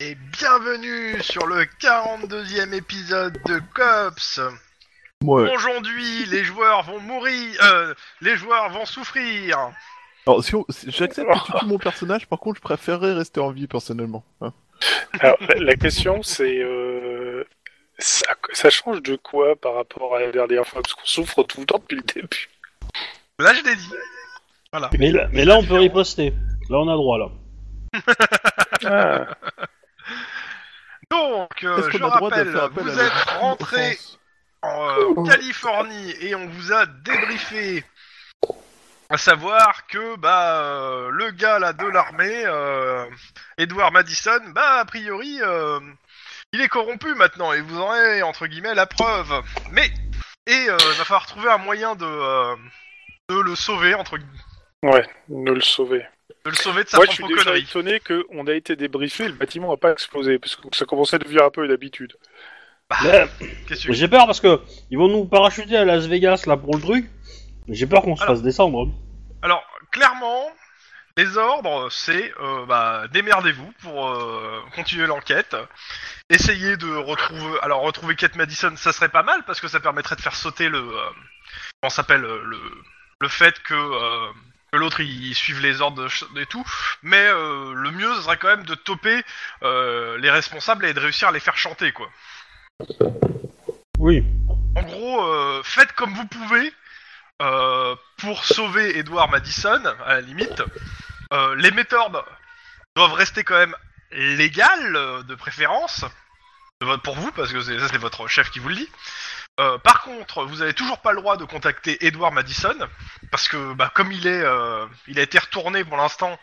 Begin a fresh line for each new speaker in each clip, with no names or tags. et bienvenue sur le 42e épisode de Cops. Euh,
Ouais.
Aujourd'hui, les joueurs vont mourir, euh, les joueurs vont souffrir.
Alors, si on- si- j'accepte que tu tues mon personnage, par contre, je préférerais rester en vie personnellement. hein.
Alors, la, la question, c'est. euh, ça, ça change de quoi par rapport à la dernière fois Parce qu'on souffre tout le temps depuis le début.
Là, je l'ai dit. Voilà.
Mais là, mais là, on peut riposter. Là, on a droit, là.
Ah,
Donc, euh,
Est-ce
je
qu'on a droit de
rappelle,
faire appel à
vous
la
êtes rentré
défense
en euh, Californie et on vous a débriefé. À savoir que bah euh, le gars là de l'armée, euh, Edward Madison, bah a priori euh, il est corrompu maintenant et vous en avez entre guillemets la preuve. Mais et euh, il va falloir trouver un moyen de euh, de le sauver entre gu-
ouais, ne le sauver.
de le sauver de sa
Moi, je suis
propre
déjà
connerie.
étonné qu'on a été débriefé, le bâtiment n'a pas explosé, parce que ça commençait à devenir un peu une habitude.
Là,
Bah, Qu'est-ce que Ah, tu-
J'ai peur parce que ils vont nous parachuter à Las Vegas, là, pour le truc. J'ai peur qu'on se
Alors.
fasse descendre. hein.
Alors, clairement, les ordres, c'est euh, bah, démerdez-vous pour euh, continuer l'enquête. Essayez de retrouver. Alors, retrouver Kate Madison, ça serait pas mal parce que ça permettrait de faire sauter le. euh, comment ça s'appelle euh, le, le fait que. euh, que l'autre il, il suive les ordres de ch- et tout, mais euh, le mieux ce serait quand même de toper euh, les responsables et de réussir à les faire chanter quoi.
Oui.
En gros, euh, faites comme vous pouvez euh, pour sauver Edward Madison, à la limite. Euh, les méthodes doivent rester quand même légales, euh, de préférence, de votre- pour vous, parce que c'est- ça c'est votre chef qui vous le dit. Euh, par contre, vous avez toujours pas le droit de contacter Edward Madison, parce que bah, comme il est, euh, il a été retourné pour l'instant,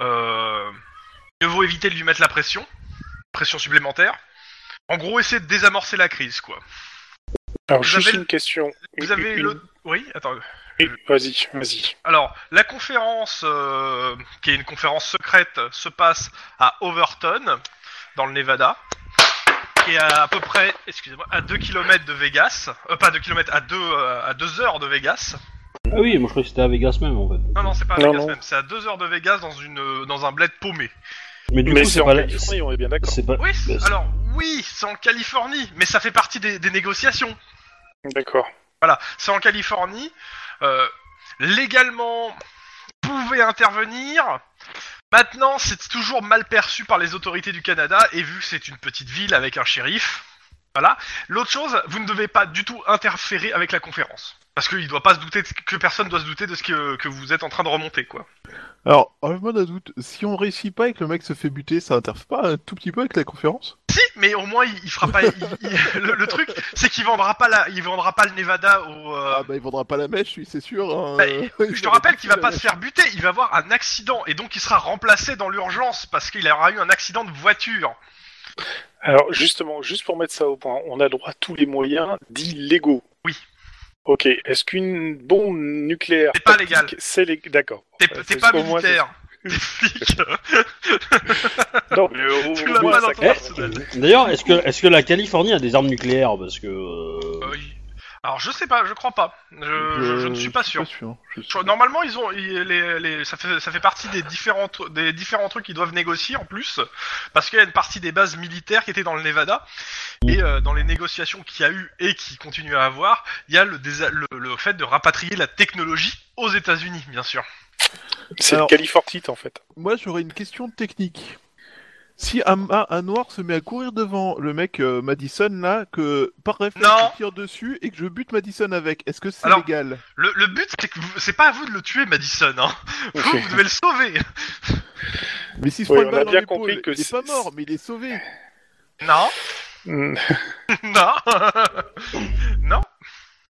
euh, mieux vaut éviter de lui mettre la pression, pression supplémentaire. En gros, essayez de désamorcer la crise, quoi.
Alors,
Vous
juste
avez-
une question.
Vous
Une-
avez
une-
le... Oui, attends.
une- Vas-y, vas-y.
Alors, la conférence, euh, qui est une conférence secrète, se passe à Overton, dans le Nevada, qui est à, à peu près, excusez-moi, à 2 km de Vegas. Euh, pas 2 km, à 2 à deux heures de Vegas.
Ah oui, moi, je croyais que c'était à Vegas même, en fait.
Non, non, c'est pas à
Non,
Vegas
non.
même, c'est à 2 heures de Vegas dans, une, euh, dans un bled paumé.
Mais du
Mais
coup,
c'est
c'est
en
pas la...
Californie, on est bien d'accord.
C'est pas...
Oui, c'est-
bah, c'est-
alors, oui, c'est en Californie, mais ça fait partie des- des négociations.
D'accord.
Voilà, c'est en Californie. Euh, légalement, vous pouvez intervenir. Maintenant, c'est toujours mal perçu par les autorités du Canada, et vu que c'est une petite ville avec un shérif, voilà. L'autre chose, vous ne devez pas du tout interférer avec la conférence. Parce qu'il doit pas se douter, de- que personne doit se douter de ce que, que vous êtes en train de remonter, quoi.
Alors, enlève-moi d'un doute, si on réussit pas et que le mec se fait buter, ça interfère pas un tout petit peu avec la conférence
Si, mais au moins, il, il fera pas... il- il- le, le truc, c'est qu'il vendra pas la, il vendra pas le Nevada au... euh,
Ah bah il vendra pas la mèche, lui, c'est sûr. hein,
Bah,
euh, il
Je te
vendra
rappelle qu'il va
la
pas
mèche.
se faire buter, il va avoir un accident et donc il sera remplacé dans l'urgence parce qu'il aura eu un accident de voiture.
Alors, justement, juste pour mettre ça au point, on a droit à tous les moyens dits légaux.
Oui.
Ok, est-ce qu'une bombe nucléaire.
C'est pas légal.
tactique, C'est lég- D'accord.
T'es
Ouais,
t'es
c'est
pas
pour moi,
militaire, t'es flic. Euh,
Non, mais au-
Tu
au
l'as
moins,
pas dans
ça
ton
claque.
arsenal.
Eh, D'ailleurs, est-ce que, est-ce que la Californie a des armes nucléaires Parce que... euh,
Euh, il- Alors je sais pas, je crois pas. Je, je- je ne suis pas
je
sûr. Oh,
je suis-
Je- Normalement, ils ont ils- les, les- ça, fait, ça fait partie des différents, tru- des différents trucs qu'ils doivent négocier en plus, parce qu'il y a une partie des bases militaires qui étaient dans le Nevada, et euh, dans les négociations qu'il y a eu et qui continuent à avoir, il y a le, désa- le, le fait de rapatrier la technologie aux États-Unis, bien sûr.
C'est le
Alors-
Califortite, en fait.
Moi, j'aurais une question technique. Si un, un- un noir se met à courir devant le mec euh, Madison là, que par réflexe
Non.
je tire dessus et que je bute Madison avec, est-ce que c'est
Alors-
légal
Le, le but, c'est que vous- c'est pas à vous de le tuer, Madison. Hein. Vous,
Ok.
vous devez le sauver.
Mais s'il se prend
Oui,
une
on a
balle dans
bien
l'épaule,
compris que Eh
il est
c'est-
pas mort, mais il est sauvé. Bah,
bah,
Non,
Mm.
non, non.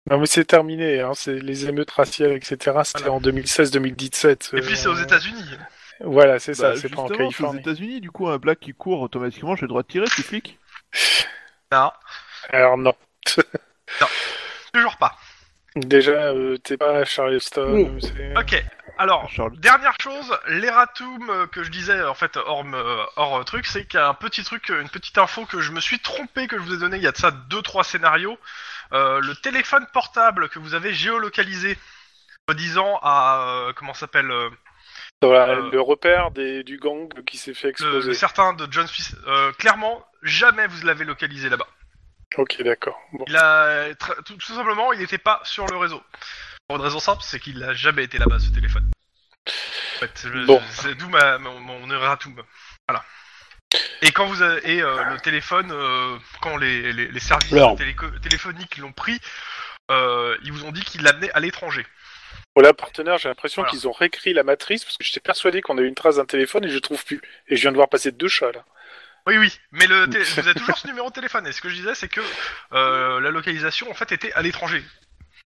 Non, mais c'est terminé. Hein. C'est les émeutes raciales, etc. C'était
Voilà.
en 2016-2017.
Et puis c'est aux États-Unis.
euh, Voilà, c'est ça.
Bah,
c'est pas
justement,
en
c'est aux
Californie.
États-Unis, du coup, un black qui court automatiquement, j'ai le droit de tirer, c'est flic.
Non,
Alors non.
toujours pas.
Déjà, euh, t'es pas à Charleston.
Mm.
c'est-
Oh. Ok.
Ah.
Alors,
Charles.
dernière chose, l'erratum euh, que je disais en fait hors, me- hors euh, truc, c'est qu'il y a un petit truc, euh, une petite info que je me suis trompé que je vous ai donné il y a de ça deux trois scénarios. Euh, le téléphone portable que vous avez géolocalisé, disant à euh, comment ça s'appelle euh,
Voilà,
Euh,
le repère des, du gang qui s'est fait
Le,
exploser.
le certain de John Smith, euh, clairement, jamais vous l'avez localisé là-bas.
Ok, d'accord. Bon.
Il a tra- tout, tout simplement, il n'était pas sur le réseau. Pour une raison simple, c'est qu'il n'a jamais été là-bas ce téléphone. En fait, je-
Bon.
c'est d'où ma, mon, mon erratum. Voilà. Et quand vous avez, et euh, le téléphone, euh, quand les, les, les services
Leur.
téléco- téléphoniques l'ont pris, euh, ils vous ont dit qu'ils l'amenaient à l'étranger.
Voilà, partenaire, j'ai l'impression
Voilà.
qu'ils ont réécrit la matrice parce que j'étais persuadé qu'on avait une trace d'un téléphone et je trouve plus. Et je viens de voir passer deux chats là.
Oui, oui, mais le té- vous avez toujours ce numéro de téléphone. Et ce que je disais, c'est que euh, la localisation, en fait, était à l'étranger.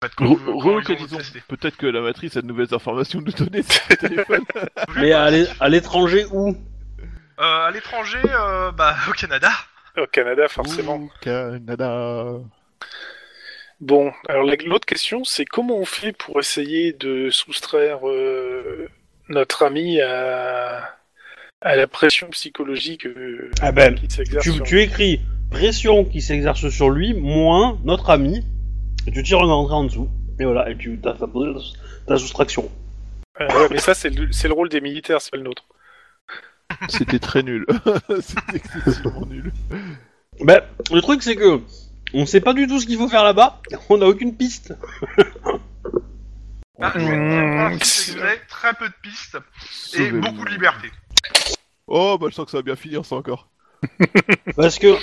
En fait, quand vous- quand ils ont
Relocalisons.
testé.
Peut-être que la matrice a de nouvelles informations à nous donner sur le téléphone.
euh, Mais à l'é- à l'étranger où
Euh, à l'étranger, euh, bah, au Canada.
Au Canada, forcément.
Ouh, Canada.
Bon, alors la- l'autre question, c'est comment on fait pour essayer de soustraire euh, notre ami à, à la pression psychologique euh,
Ah ben,
qui s'exerce
tu,
sur-
tu écris pression qui s'exerce sur lui, moins notre ami, et tu tires une entrée en dessous, et voilà, et tu t'as t'as posé ta, ta soustraction.
Euh, ouais, mais ça, c'est le, c'est le rôle des militaires, c'est pas le nôtre.
C'était très nul. C'était excessivement nul.
Ben, le truc c'est que, on sait pas du tout ce qu'il faut faire là-bas, on a aucune piste.
Bah, le
Mmh,
principe, c'est que vous avez très peu de pistes et
Sauvez-nous.
beaucoup de liberté.
Oh, bah je sens que ça va bien finir ça encore.
Parce que,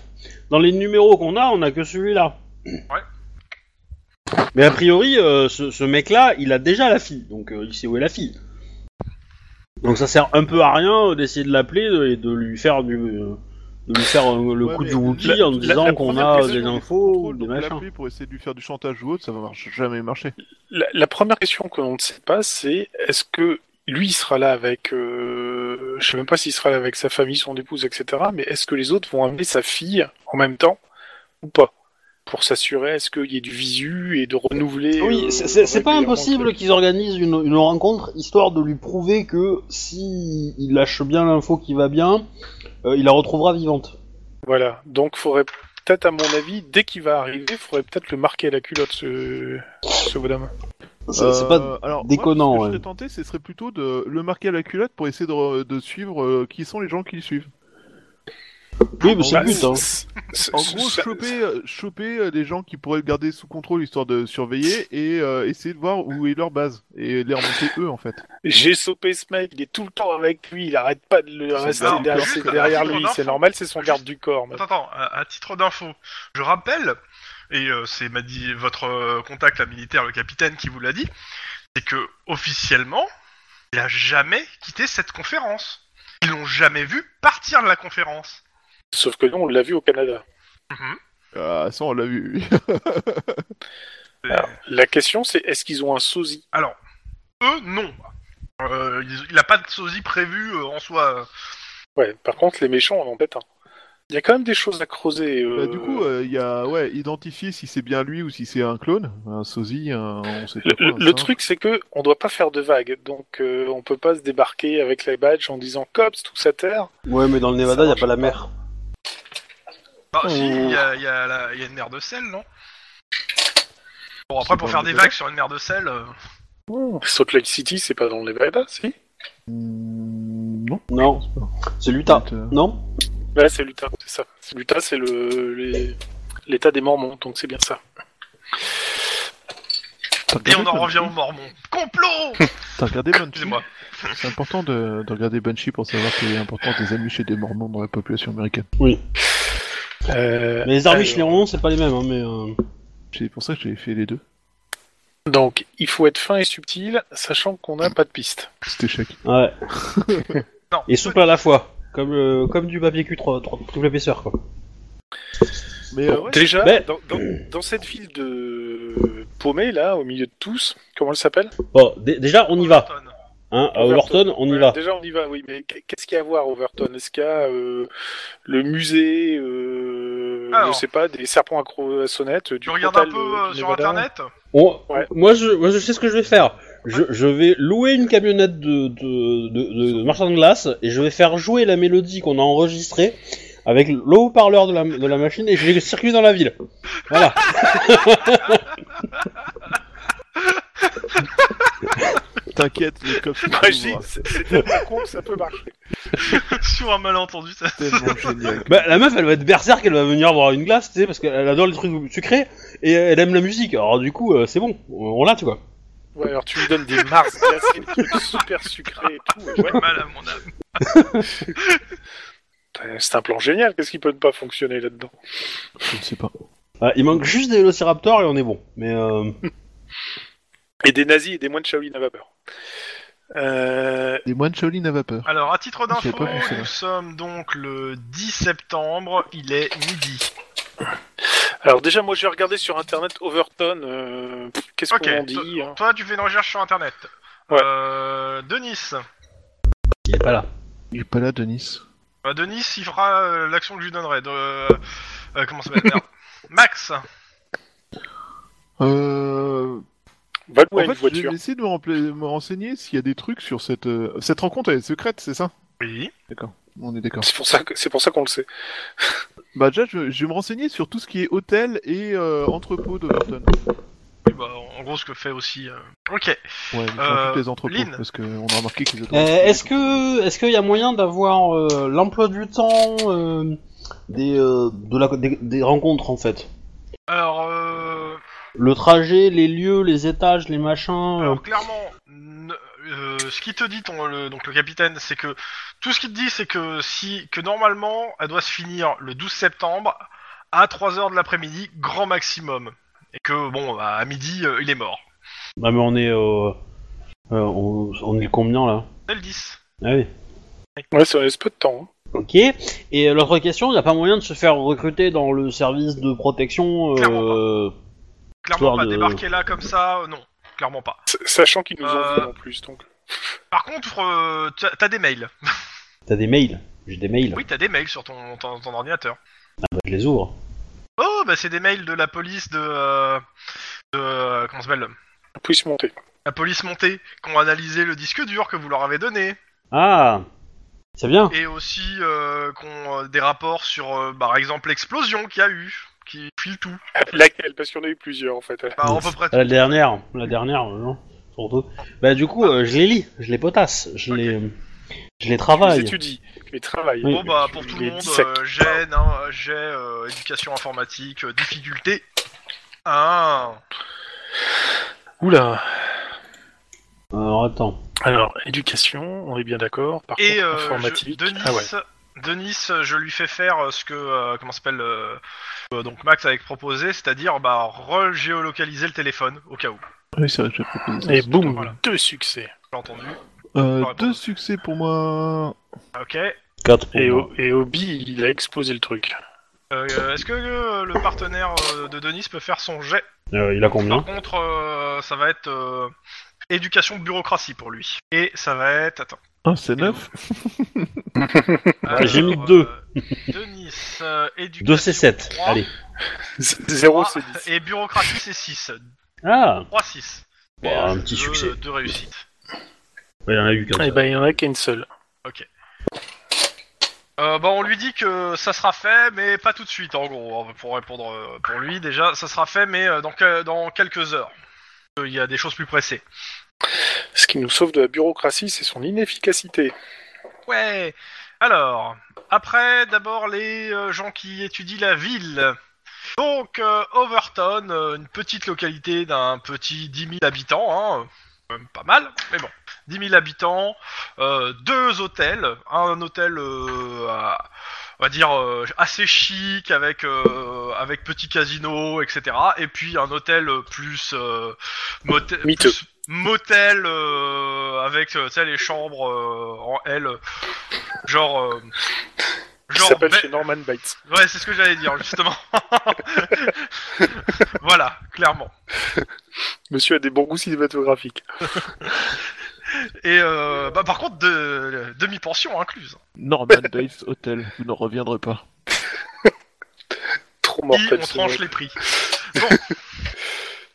dans les numéros qu'on a, on a que celui-là. Ouais. Mais a priori, euh, ce, ce mec-là, il a déjà la fille, donc euh, il sait où est la fille. Donc ça sert un peu à rien euh, d'essayer de l'appeler de- et de lui faire du... euh, de lui faire euh, le
Ouais,
coup
mais
du Wookie
la-
en
la-
disant
la
qu'on
première
a euh,
question
des
du
infos ou
Contrôle,
des
donc
machins.
l'appeler pour essayer de lui faire du chantage ou autre, ça va marcher- jamais marcher.
La, la première question que l'on ne sait pas, c'est est-ce que lui il sera là avec, euh, je sais même pas s'il sera là avec sa famille, son épouse, etc. Mais est-ce que les autres vont amener sa fille en même temps ou pas pour s'assurer est-ce qu'il y ait du visu et de renouveler.
Oui,
euh,
c'est- c'est c'est pas
régulièrement le
impossible
truc.
qu'ils organisent une, une rencontre histoire de lui prouver que si il lâche bien l'info qui va bien, euh, il la retrouvera vivante.
Voilà, donc faudrait peut-être à mon avis dès qu'il va arriver, faudrait peut-être le marquer à la culotte ce ce bonhomme.
C'est c'est pas
Euh, alors, Moi, ce
déconnant,
que
ouais.
je serais tenté, ce serait plutôt de le marquer à la culotte pour essayer de, re- de suivre euh, qui sont les gens qui le suivent.
Oui, mais c'est
Bah,
le but. Hein.
c'est- c'est-
En
c'est-
gros,
ça-
choper, euh, choper euh, les gens qui pourraient le garder sous contrôle histoire de surveiller et euh, essayer de voir où est leur base et les remonter eux en fait.
J'ai sopé ce mec, il est tout le temps avec lui, il arrête pas de le
Son
rester
garde du
derrière,
corps.
c'est derrière
Son
lui,
enfant.
c'est normal, c'est son garde du corps.
Attends, attends, à, à titre d'info, je rappelle, et euh, c'est m'a dit votre euh, contact, la militaire, le capitaine, qui vous l'a dit, c'est que officiellement, il a jamais quitté cette conférence. Ils l'ont jamais vu partir de la conférence.
Sauf que nous, on l'a vu au Canada.
Ah, ça on l'a vu.
C'est-
Alors. La question, c'est est-ce qu'ils ont un sosie
Alors, eux, non. Euh, ils- il a pas de sosie prévu euh, en soi. euh,
Ouais, par contre, les méchants en ont peut-être un. Il y a quand même des choses à creuser.
Bah,
euh,
du coup, euh, il y a ouais, identifier si c'est bien lui ou si c'est un clone, un sosie, un. On sait pas
le,
quoi,
le-
ça.
le truc, c'est que on doit pas faire de vagues, donc euh, on peut pas se débarquer avec les badges en disant cops, tout à terre.
Ouais, mais dans le
Ça
Nevada, il y a
marche
pas la
pas.
mer.
Bah, si,
Oh.
il y a, il y a la- il y a une mer de sel, non Bon,
C'est
après, pour
pas
faire
un
des
débat.
vagues sur une mer de sel, euh,
Salt Lake City, c'est pas dans le Nevada, si
Mm, Non.
Non, c'est l'Utah. Non
Là, c'est l'Utah, c'est ça. C'est L'Utah, c'est le les- l'État des Mormons, donc c'est bien ça.
euh,
et on en revient aux Mormons. Complot
T'as regardé Banshee
Excusez-moi.
C'est important de, de regarder Banshee pour savoir qu'il est important des amis chez des Mormons dans la population américaine.
Euh,
Mais les Amish, les
alors,
Mormons, c'est pas les mêmes. Hein, mais euh,
C'est pour ça que j'avais fait les deux.
Donc, il faut être fin et subtil, sachant qu'on n'a pas de piste.
Cet échec.
ouais.
Non.
Et souple à la fois, comme euh, comme du papier Q3, trois- triple épaisseur quoi.
Mais euh, ouais,
Déjà,
Mais-
dans, dans- dans cette ville de Paumé, là, au milieu de tous, comment elle s'appelle
Bon, dé- déjà on y va. Hein, à Overton, on y
Ouais,
va.
Déjà, on y va, oui, mais qu- qu'est-ce qu'il y a à voir à Overton Est-ce qu'il y a euh, le musée, euh,
Alors.
je sais pas, des serpents à croissonnettes, du
Ah, Tu regardes un
Crotal,
peu
euh,
euh,
du
sur
Nevada
internet
On-
Ouais.
moi, je, moi, je sais ce que je vais faire. Je, je vais louer une camionnette de, de, de, de marchand de glace et je vais faire jouer la mélodie qu'on a enregistrée avec le haut-parleur de la, de la machine et je vais circuler dans la ville. Voilà.
T'inquiète, les cops sont
Imagine,
toujours,
c'est c'est tellement con que ça peut marcher.
Sur un malentendu, ça.
euh, tellement génial.
Bah, la meuf, elle va être berserk, elle va venir boire une glace, tu sais, parce qu'elle adore les trucs sucrés et elle aime la musique. Alors, du coup, euh, c'est bon, on on l'a, tu vois.
Ouais, alors tu lui donnes des mars glacés, des trucs super sucrés et tout. et ouais.
Mal à mon âme.
Putain, C'est un plan génial, qu'est-ce qui peut ne pas fonctionner là-dedans
Je ne sais pas.
Ah, il manque juste des vélociraptors et on est bon. Mais euh,
Et des nazis et des moines Shaolin à vapeur. Euh,
Des moines Shaolin à vapeur.
Alors, à titre
Je
d'info,
savais pas qu'on faisait.
nous sommes donc le 10 septembre, il est midi.
alors déjà, moi j'ai regardé sur internet Overton, euh, pff, qu'est-ce
Ok,
qu'on en
to-
dit hein
toi, tu fais une recherche sur internet.
Ouais.
Euh, Denis.
il est pas là.
Il est pas là, Denis.
Bah, Denis, il fera euh, l'action que je lui donnerai. De, euh, euh, comment ça s'appelle Merde. Max
Euh...
Va louer
en
une
fait, je
voiture.
vais essayer de me, rempla- me renseigner s'il y a des trucs sur cette... euh, Cette rencontre, elle est secrète, c'est ça
Oui.
On est d'accord.
C'est pour ça que- c'est pour ça qu'on le sait.
Bah déjà, je, je vais me renseigner sur tout ce qui est hôtel et euh, entrepôt d'Overton.
bah, en gros, ce que fait aussi. euh, Ok.
Ouais, je
Euh,
rajoute les entrepôts,
Lynn.
parce qu'on a remarqué qu'ils étaient...
Euh, est-ce que est-ce qu'il y a moyen d'avoir euh, l'emploi du temps euh, des, euh, de la, des, des rencontres en fait
Alors, euh,
Le trajet, les lieux, les étages, les machins. euh.
alors, clairement, n- euh, ce qui te dit ton, le, donc le capitaine, c'est que tout ce qu'il te dit, c'est que si que normalement, elle doit se finir le 12 septembre à 3 heures de l'après-midi, grand maximum, et que bon, bah, à midi, euh, il est mort.
Ah mais on est euh, euh, on, on est combien là
C'est le 10.
Ah oui.
Ouais, ça laisse peu de temps. hein.
Ok. Et euh, l'autre question, il n'y a pas moyen de se faire recruter dans le service de protection euh,
Clairement Clairement
Histoire
pas
de-
débarquer là comme ça, euh, non, clairement pas.
hein. S- Sachant qu'ils nous en
Euh,
veulent en plus, donc.
Par contre, euh, t'as- t'as des mails.
T'as des mails J'ai des mails.
Oui, t'as des mails sur ton, ton, ton ordinateur.
Bah, je les ouvre.
Oh, bah c'est des mails de la police de. euh, de euh, comment ça s'appelle
On puisse monter.
La police montée, qui ont analysé le disque dur que vous leur avez donné.
Ah C'est bien.
Et aussi euh, qui ont euh, des rapports sur, euh, par exemple, l'explosion qu'il y a eu, qui file tout.
Ah, Laquelle Parce qu'il y en a eu plusieurs en fait.
Bah, à peu près
Euh,
tout.
Ah, La dernière, la dernière, euh, non Surtout. Bah du coup, euh, je les lis, je les potasse, je les, je
Tu
les travaille.
les étudies, tu les travailles.
Oui.
Bon, bah
Tu
pour tout
les
le monde,
dissèques.
euh, j'ai, hein, j'ai euh, éducation informatique, euh, difficulté. Ah,
Oula
Alors Euh, attends.
Alors, éducation, on est bien d'accord. Par
et
contre,
euh, je,
informatique.
Denis,
Ah ouais.
Denis, euh, je lui fais faire euh, ce que euh, comment s'appelle euh, euh, donc Max avait proposé, c'est-à-dire bah re-géolocaliser le téléphone au cas où.
Oui, c'est vrai que j'ai proposé ça.
Et boum,
Voilà.
deux succès.
J'ai entendu.
Euh,
Ouais, bon.
deux succès pour moi...
Ok.
4
Oh
Et, O- et Obi, il a explosé le truc.
Euh, Est-ce que euh, le partenaire euh, de Denis peut faire son jet
il a
Par
combien
contre, euh, ça va être euh, éducation bureaucratie pour lui. Et ça va être attends.
Ah, c'est neuf
Alors,
j'ai mis deux.
euh, Denis, euh, éducation.
2 C7,
trois.
allez.
0
Trois,
c'est 10.
Et bureaucratie c'est 6.
Ah
3 6.
Bon, un petit succès.
Deux réussites.
Ouais, Il y en a eu qu'un
Et
seul.
ben, il y en a qu'une seule.
Euh, bah, on lui dit que ça sera fait, mais pas tout de suite, en gros, hein, pour répondre euh, pour lui déjà. Ça sera fait, mais euh, dans, que- dans quelques heures. Euh, Il y a des choses plus pressées.
Ce qui nous sauve de la bureaucratie, c'est son inefficacité.
Ouais. Alors, après, d'abord les euh, gens qui étudient la ville. Donc, euh, Overton, euh, une petite localité d'un petit 10 000 habitants, hein, euh, quand même pas mal, mais bon, 10 000 habitants, euh, deux hôtels, un hôtel, euh, à- on va dire, euh, assez chic, avec, euh, avec petit casino, etc., et puis un hôtel euh, plus, euh, motel,
Miteux.
plus motel, euh, avec, euh, tu sais, les chambres euh, en L, genre... euh,
Qui s'appelle
Be-
chez Norman Bates.
Ouais, c'est ce que j'allais dire, justement. voilà, clairement.
Monsieur a des bons goûts cinématographiques.
Et euh, bah, par contre, de, demi-pension incluse.
Norman Bates Hotel, vous n'en reviendrez pas.
Trop
Et
mortel.
on
ce
tranche
mec.
les prix.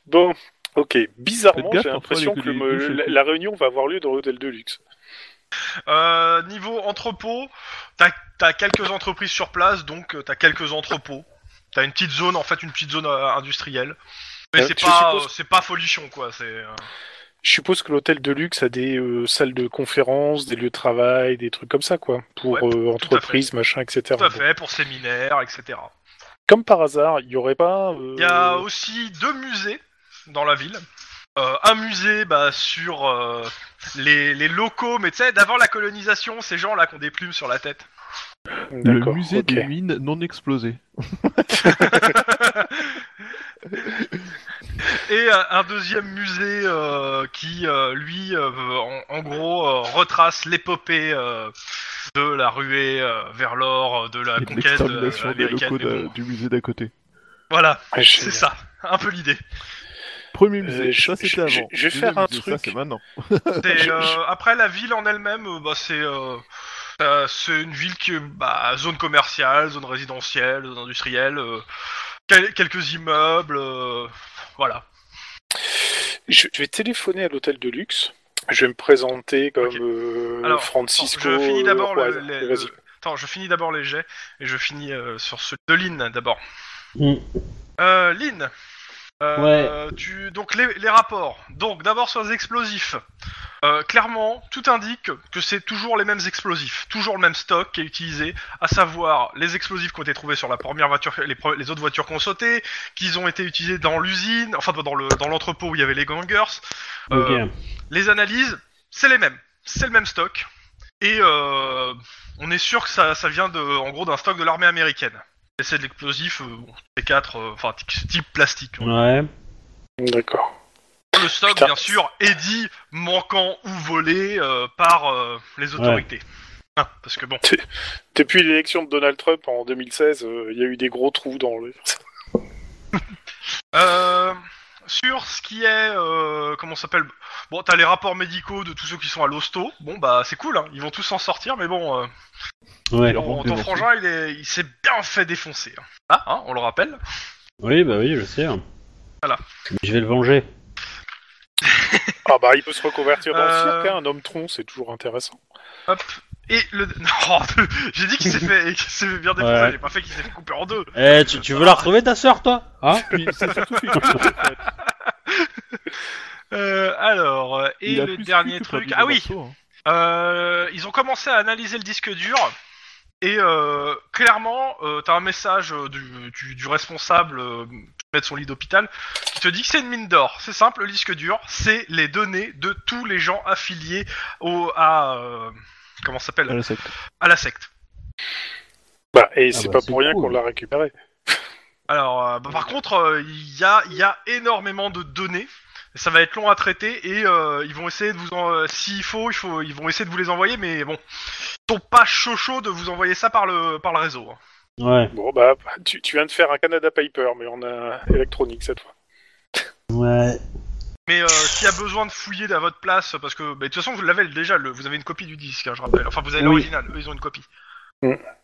Bon, ok. Bizarrement,
Faites
j'ai
gaffe,
l'impression que
parfois, les-
me-
les-
la, la réunion va avoir lieu dans l'hôtel de luxe.
Euh, niveau entrepôt, t'as t'as quelques entreprises sur place, donc euh, t'as quelques entrepôts. T'as une petite zone, en fait, une petite zone euh, industrielle. Mais
Euh,
c'est
je
pas,
suppose-
euh, c'est pas folichon, quoi. C'est euh,
Je suppose que l'hôtel de luxe a des euh, salles de conférences, des lieux de travail, des trucs comme ça, quoi, pour
Ouais,
euh, entreprises, machin, etc.
Tout à
Bon.
fait, pour séminaires, etc.
Comme par hasard, il n'y aurait pas. euh,
Il y a aussi deux musées dans la ville. Euh, un musée bah, sur euh, les, les locaux, mais tu sais, d'avant la colonisation, ces gens-là qui ont des plumes sur la tête.
Le
D'accord,
musée
ok.
des mines non explosées.
Et euh, un deuxième musée euh, qui, euh, lui, euh, en, en gros, euh, retrace l'épopée euh, de la ruée euh, vers l'or, de la
Et de
conquête euh,
l'extermination des
américaine.
locaux
mais
de-
bon.
du musée d'à côté.
Voilà,
Ouais, je-
c'est ça, un peu l'idée.
Premier musée,
Euh, je-
ça c'était
je-
avant.
je- je vais
Deuxième
faire un
musée, ça,
truc.
c'est maintenant.
C'est,
Je-
euh,
je-
Après, la ville en elle-même, euh, bah, c'est euh, euh, c'est une ville qui est bah, zone commerciale, zone résidentielle, zone industrielle, euh, quel- quelques immeubles, euh, voilà.
Je, je vais téléphoner à l'hôtel de luxe. Je vais me présenter comme
Ok.
euh,
Alors,
Francisco.
je finis
euh,
d'abord le-
Juan.
le-
Vas-y.
Attends, je finis d'abord les jets et je finis euh, sur ce de Lynn d'abord.
Mm.
Euh, Lynn, euh, tu... donc les, les rapports. Donc d'abord sur les explosifs. Euh, clairement, tout indique que c'est toujours les mêmes explosifs, toujours le même stock qui est utilisé, à savoir les explosifs qui ont été trouvés sur la première voiture, les, pre- les autres voitures qui ont sauté, qu'ils ont été utilisés dans l'usine, enfin dans le dans l'entrepôt où il y avait les gangers. Euh,
Ok.
les analyses, c'est les mêmes. C'est le même stock. Et euh, on est sûr que ça, ça vient de, en gros d'un stock de l'armée américaine. Et c'est de l'explosif, euh, bon, T4, euh, enfin t- type plastique.
Ouais.
D'accord.
Le stock,
Putain.
bien sûr, est dit manquant ou volé euh, par euh, les autorités. Hein, parce que bon,
Depuis l'élection de Donald Trump en 2016, euh, il y a eu des gros trous dans le.
Euh, sur ce qui est, euh, comment ça s'appelle Bon, t'as les rapports médicaux de tous ceux qui sont à l'hosto. Bon, bah c'est cool, hein, ils vont tous s'en sortir, mais bon, euh,
Ouais.
Leur
ton,
rendez-vous.
ton frangin, il est- il s'est bien fait défoncer. hein. Ah, hein, on le rappelle.
Oui, bah oui, je sais.
Voilà.
Mais Je vais le venger.
Ah bah, il peut se reconvertir dans
Euh.
le cirque, hein, un homme tronc, c'est toujours intéressant.
Hop. Et le. Non, j'ai dit qu'il s'est fait, qu'il s'est fait bien défoncer,
Ouais.
j'ai pas fait qu'il s'est fait couper en deux.
Eh, tu, tu veux la retrouver ta sœur, toi Hein
Puis, c'est surtout qu'il- en fait,
Euh, alors, euh, et
il a
le
plus
dernier
vécu que Fabio
truc. Ah oui,
Barreto, hein.
Euh, ils ont commencé à analyser le disque dur et euh, clairement, euh, t'as un message euh, du, du- du responsable euh, qui met son lit d'hôpital qui te dit que c'est une mine d'or. C'est simple, le disque dur, c'est les données de tous les gens affiliés au à euh, comment ça
À
s'appelle
la secte.
à la secte.
Bah, et c'est
bah,
pas
c'est
pour rien
cool.
qu'on l'a récupéré.
Alors, euh, bah, par contre, euh, il y a il y a énormément de données. Ça va être long à traiter et euh, ils vont essayer de vous en euh, s'il faut, il faut ils vont essayer de vous les envoyer mais bon, ils sont pas chaud chaud de vous envoyer ça par le par le réseau. hein.
Ouais.
Bon, bah, tu, tu viens de faire un Canada Paper, mais on a électronique cette fois.
Ouais.
Mais euh, s'il y a besoin de fouiller à votre place, parce que bah, de toute façon vous l'avez déjà, le- vous avez une copie du disque, hein, je rappelle. Enfin vous avez
Oui.
l'original, eux ils ont une copie.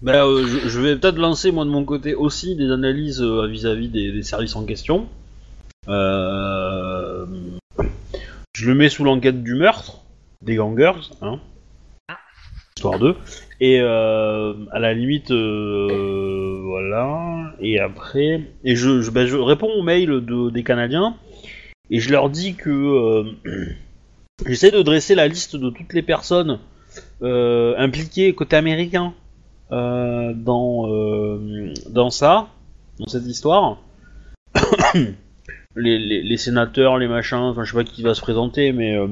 Bah, euh, je, je vais peut-être lancer, moi, de mon côté aussi, des analyses euh, vis-à-vis des, des services en question. Euh... Je le mets sous l'enquête du meurtre des gangers, hein. Histoire 2. Et euh, à la limite, euh, voilà. Et après, et je, je, bah, je réponds aux mails de- des Canadiens et je leur dis que euh, j'essaie de dresser la liste de toutes les personnes euh, impliquées côté américain euh, dans, euh, dans ça, dans cette histoire. les, les- les sénateurs, les machins, enfin je sais pas qui va se présenter, mais euh,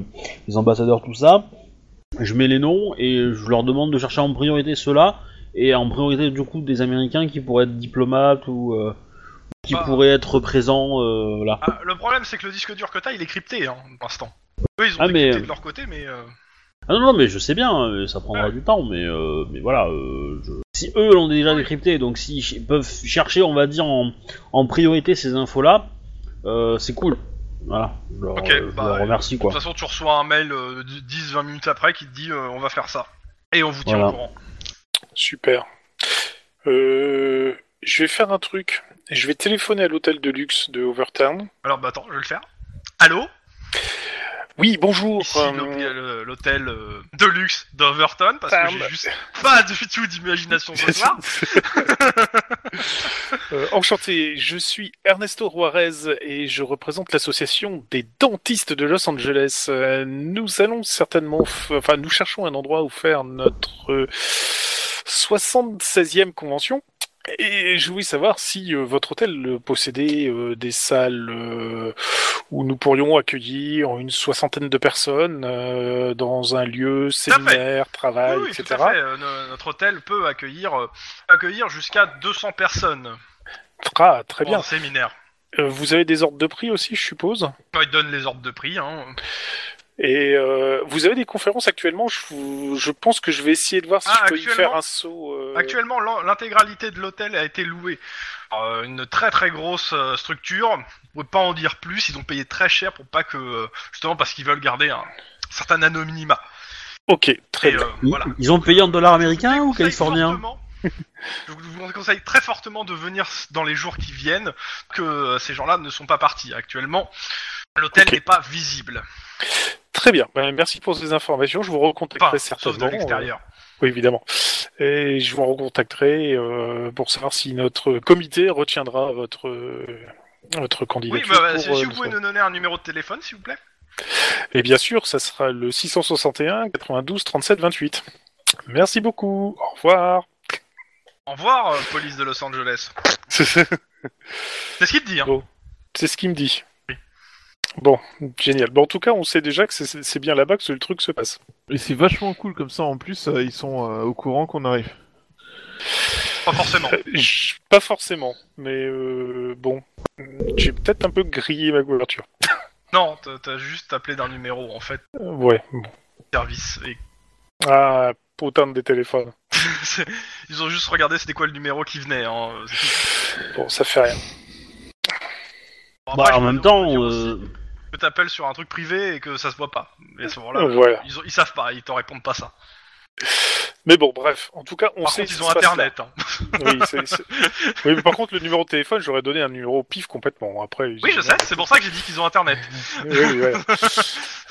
les ambassadeurs, tout ça. Je mets les noms et je leur demande de chercher en priorité ceux-là, et en priorité du coup des Américains qui pourraient être diplomates ou euh, qui
Ah.
pourraient être présents euh, là.
Ah, le problème c'est que le disque dur que t'as il est crypté hein, pour l'instant. Eux ils ont
Ah, mais,
décrypté
euh,
de leur côté, mais euh,
Ah non, non, mais je sais bien, euh, ça prendra
Ouais.
du temps, mais, euh, mais voilà. euh, je- Si eux l'ont déjà décrypté, donc s'ils ch- peuvent chercher, on va dire, en, en priorité ces infos-là, euh, c'est cool. Voilà, je leur, euh,
Ok,
je leur
bah,
remercie,
de
quoi.
toute façon tu reçois un mail euh, de 10-20 minutes après qui te dit euh, on va faire ça. Et on vous tient
Voilà.
au courant.
Super. Euh, je vais faire un truc. Je vais téléphoner à l'hôtel de luxe de Overtown.
Alors bah attends, je vais le faire. Allô
Oui, bonjour.
Ici,
euh,
l'hôtel- euh, l'hôtel euh, de luxe d'Overton, parce
Pam.
que j'ai juste pas du tout d'imagination ce soir.
euh, enchanté, je suis Ernesto Juarez et je représente l'association des dentistes de Los Angeles. Euh, nous allons certainement, f- enfin, nous cherchons un endroit où faire notre euh, 76e convention. Et je voulais savoir si euh, votre hôtel euh, possédait euh, des salles euh, où nous pourrions accueillir une soixantaine de personnes euh, dans un lieu
à fait.
séminaire, travail,
oui, oui, tout
etc.
à fait. euh, no- notre hôtel peut accueillir, euh, accueillir jusqu'à 200 personnes
Ah, très bien.
en séminaire.
Euh, vous avez des ordres de prix aussi, je suppose.
Il donne les ordres de prix. Hein.
Et euh, vous avez des conférences actuellement. Je, vous- je pense que je vais essayer de voir si
Ah,
je peux y
actuellement
faire un saut. euh,
Actuellement, l'en- l'intégralité de l'hôtel a été louée. Euh, une très très grosse euh, structure. Je peux pas en dire plus. Ils ont payé très cher pour pas que, euh, justement, parce qu'ils veulent garder un certain anonymat.
Ok, très
Et,
bien.
euh, voilà.
Ils ont payé en dollars
Je
américains
vous
ou
conseille
californiens
fortement- Je vous conseille très fortement de venir dans les jours qui viennent, que euh, ces gens-là ne sont pas partis. Actuellement, l'hôtel
Ok.
n'est pas visible,
Très bien. Ben, merci pour ces informations. Je vous recontacterai
enfin, sauf de
certainement. euh,
l'extérieur.
oui, évidemment. Et je vous recontacterai euh, pour savoir si notre comité retiendra votre euh, votre
Oui,
candidature.
bah, bah,
pour,
si
euh,
si vous
notre-
pouvez nous donner un numéro de téléphone, s'il vous plaît.
Et bien sûr, ça sera le 661 92 37 28. Merci beaucoup. Au revoir.
Au revoir, euh, police de Los Angeles. C'est ce qu'il te
Oh.
dit. Hein.
C'est ce qu'il me dit. Bon, génial. Bon, en tout cas, on sait déjà que c'est- c'est c'est bien là-bas que ce- le truc se passe.
Et c'est vachement cool comme ça. En plus, euh, ils sont euh, au courant qu'on arrive.
Pas forcément.
Euh, je- Pas forcément, mais euh, bon. J'ai peut-être un peu grillé ma couverture.
non, t'as- t'as juste appelé d'un numéro, en fait,
Euh, ouais. bon.
service. Et...
Ah, putain des téléphones.
c'est- Ils ont juste regardé c'était quoi le numéro qui venait. Hein. c'est tout.
Bon, ça fait rien.
Bon, après,
Bah, en
je
même
peux
temps,
dire aussi
euh,
que t'appelles sur un truc privé et que ça se voit pas. Et à ce moment-là,
Voilà.
Ils, ont- ils savent pas, ils t'en répondent pas ça.
Mais bon, bref. En tout cas, on
Par
sait
contre,
ce
ils
qui
ont
se passe là.
internet. hein.
Oui, c'est- c'est- oui, mais par contre, le numéro de téléphone, j'aurais donné un numéro au pif complètement. Après,
Oui, je sais, c'est pour ça que j'ai dit qu'ils ont internet.
Oui, oui, ouais.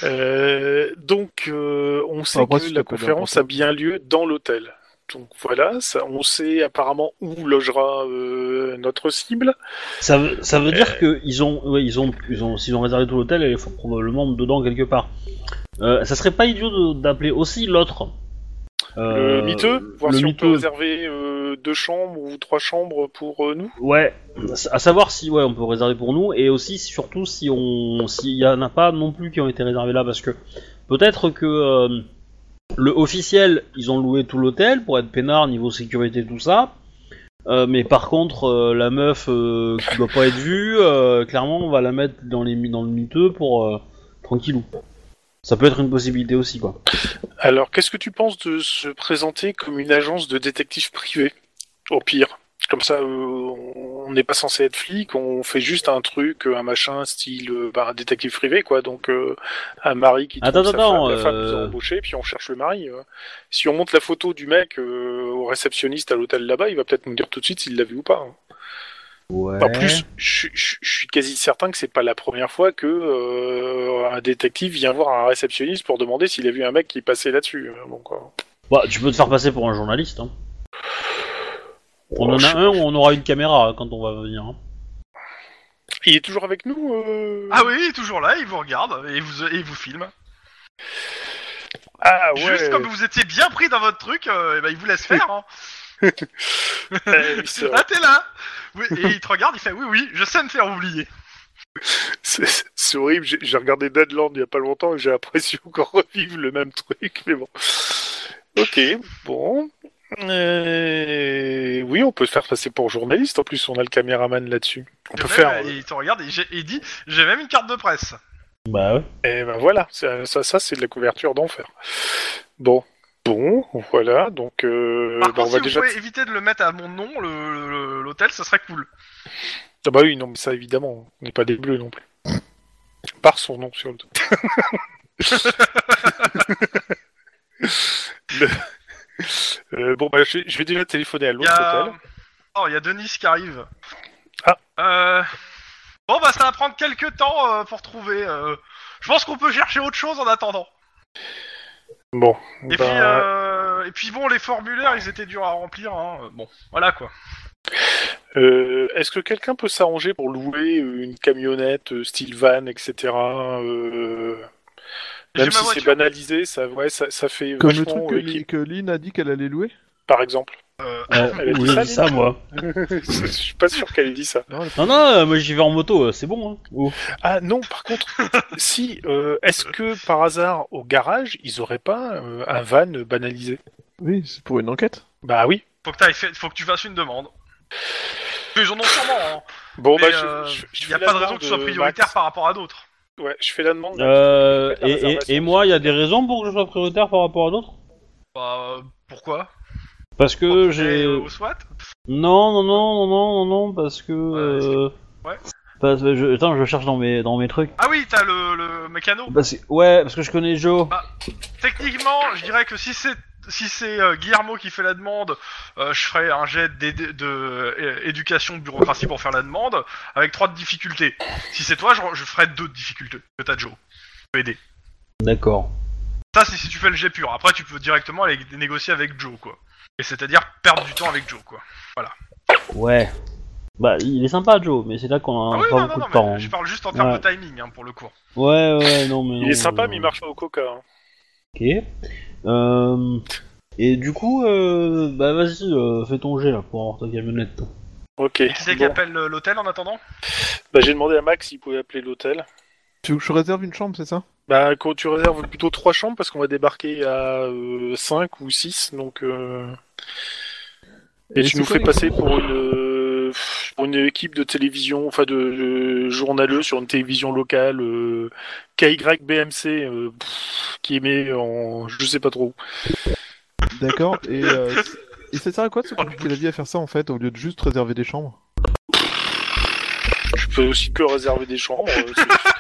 Euh, donc, euh, on sait
Après,
que
si
la
t'as pas
conférence
d'importance.
a bien lieu dans l'hôtel. Donc voilà, ça, on sait apparemment où logera euh, notre cible.
ça, veut- ça veut
Eh.
dire qu'ils ont, ouais, ils ont, ils ont, s'ils ont réservé tout l'hôtel, il faut probablement dedans quelque part. Euh, ça serait pas idiot de- d'appeler aussi l'autre.
Le
Euh,
miteux, voir
le
si on peut
miteux.
réserver euh, deux chambres ou trois chambres pour euh, nous.
Ouais, à savoir si ouais on peut réserver pour nous et aussi surtout si on s'il y en a pas non plus qui ont été réservés là parce que peut-être que euh, le officiel ils ont loué tout l'hôtel pour être peinard niveau sécurité tout ça. Euh, mais par contre, euh, la meuf euh, qui doit pas être vue, euh, clairement, on va la mettre dans, les, mi- dans le miteux pour euh, tranquillou. Ça peut être une possibilité aussi, quoi.
Alors, qu'est-ce que tu penses de se présenter comme une agence de détectives privés Au pire. Comme ça, euh, on n'est pas censé être flic, on fait juste un truc, euh, un machin, style euh, bah, un détective privé, quoi. Donc, euh, un mari qui
Attends,
trouve sa
attends,
femme, la femme nous a
euh,
embauché, puis on cherche le mari. euh. Si on monte la photo du mec euh, au réceptionniste à l'hôtel là-bas, il va peut-être nous dire tout de suite s'il l'a vu ou pas. hein.
Ouais.
En plus, je je- je suis quasi certain que c'est pas la première fois que euh, un détective vient voir un réceptionniste pour demander s'il a vu un mec qui passait là-dessus. Donc, euh,
Bah, tu peux te faire passer pour un journaliste. hein. On
Oh,
en
je-
a un ou on aura une caméra hein, quand on va venir. hein.
Il est toujours avec nous euh
Ah oui, il est toujours là, il vous regarde et il vous, et il vous filme.
Ah ouais
Juste comme vous étiez bien pris dans votre truc, euh, eh ben, il vous laisse faire. Hein.
Eh oui, c'est vrai.
Ah, t'es là Oui, Et il te regarde, il fait Oui, oui, je sais me faire oublier.
C'est- c'est- C'est horrible, j'ai j'ai regardé Deadland il y a pas longtemps et j'ai l'impression qu'on revive le même truc, mais bon. Ok, bon. Euh, Oui, on peut se faire passer pour journaliste, en plus on a le caméraman là-dessus. On
Et
peut
même,
faire...
euh, Il te regarde et, j'ai- et il dit J'ai même une carte de presse.
Bah ouais.
Et ben voilà, ça, ça, ça, c'est de la couverture d'enfer. Bon. Bon, voilà, donc euh,
Par
bah, on
contre,
va
si
déjà...
vous pouvez éviter de le mettre à mon nom, le- le- l'hôtel, ça serait cool.
Ah bah oui, non, mais ça évidemment, on n'est pas des bleus non plus. Par son nom sur le dos. Le- Euh, bon, bah, je, je vais déjà téléphoner à
Il y
l'autre
a.
hôtel.
Oh, il y a Denis qui arrive.
Ah.
Euh... Bon, bah, ça va prendre quelques temps euh, pour trouver. euh, Je pense qu'on peut chercher autre chose en attendant.
Bon.
Et,
bah,
puis, euh, et puis bon, les formulaires, ils étaient durs à remplir. Hein. Euh, Bon, voilà quoi.
euh, Est-ce que quelqu'un peut s'arranger pour louer une camionnette euh, style van, etc. euh,
J'ai
Même
ma
si c'est
voiture.
banalisé, ça, ouais, ça, ça fait
Comme le
vachement
truc que,
équipe,
Li- que Lynn a dit qu'elle allait louer
par exemple.
Euh,
Elle a dit
oui,
ça,
j'ai dit ça, moi.
Je suis pas sûr qu'elle ait dit ça.
Non, non, euh, moi j'y vais en moto, euh, c'est bon. Hein. Oh.
Ah non, par contre, si, euh, est-ce que par hasard au garage, ils auraient pas euh, un van banalisé
Oui, c'est pour une enquête.
Bah oui.
faut, que t'ailles fait- faut que tu fasses une demande. Ils en ont sûrement. hein.
Bon,
Il
bah,
n'y
fais
euh, a
la
pas de raison
demande,
que tu sois
euh,
prioritaire
Max.
par rapport à d'autres.
Ouais, je fais la demande.
Euh,
Faites la
et, et-
réservation.
et moi, il y a des raisons pour que je sois prioritaire par rapport à d'autres
Bah, euh, pourquoi
Parce que j'ai.
Et, euh, Au SWAT
Non, non, non, non, non, non, non, parce que. euh,
Ouais.
parce que je... Attends, je cherche dans mes, dans mes trucs.
Ah oui, t'as le, le mécano.
Parce que- Ouais, parce que je connais Joe.
Techniquement, je dirais que si c'est si c'est euh, Guillermo qui fait la demande, euh, je ferai un jet d'éd- de euh, éducation de bureaucratie pour faire la demande avec trois de difficulté. Si c'est toi, je, je ferai deux de difficulté que t'as Joe. Tu peux aider.
D'accord.
Ça, c'est si tu fais le jet pur. Après, tu peux directement aller négocier avec Joe, quoi. Et c'est-à-dire perdre du temps avec Joe, quoi.
Ouais. Bah, il est sympa, Joe, mais c'est là qu'on a
ah oui,
pas
non, non,
beaucoup
non, mais
de
hein.
temps.
je parle juste en termes
Ouais.
de timing, hein, pour le coup.
Ouais, ouais, non, mais.
Il
non,
est sympa,
non,
mais il
non.
marche pas au coca. hein.
Ok. Euh, Et du coup, euh, bah vas-y, euh, fais ton jet là pour avoir ta camionnette. toi.
Ok.
Et qui c'est qui
Bon.
appelle euh, l'hôtel en attendant
Bah, j'ai demandé à Max s'il pouvait appeler l'hôtel.
Tu veux que je réserve une chambre, c'est ça
Bah, quand tu réserves plutôt trois chambres parce qu'on va débarquer à 5 ou 6, donc. euh, Et,
Et
tu
c'est
nous
quoi
fais
les-
passer pour une, euh, pour une équipe de télévision, enfin de, de journaleux sur une télévision locale, euh, KYBMC, euh, pff, qui émet en je sais pas trop. où.
D'accord. Et, euh, et ça sert à quoi de se compliquer la vie à faire ça en fait, au lieu de juste réserver des chambres
Je peux aussi que réserver des chambres. euh, c'est-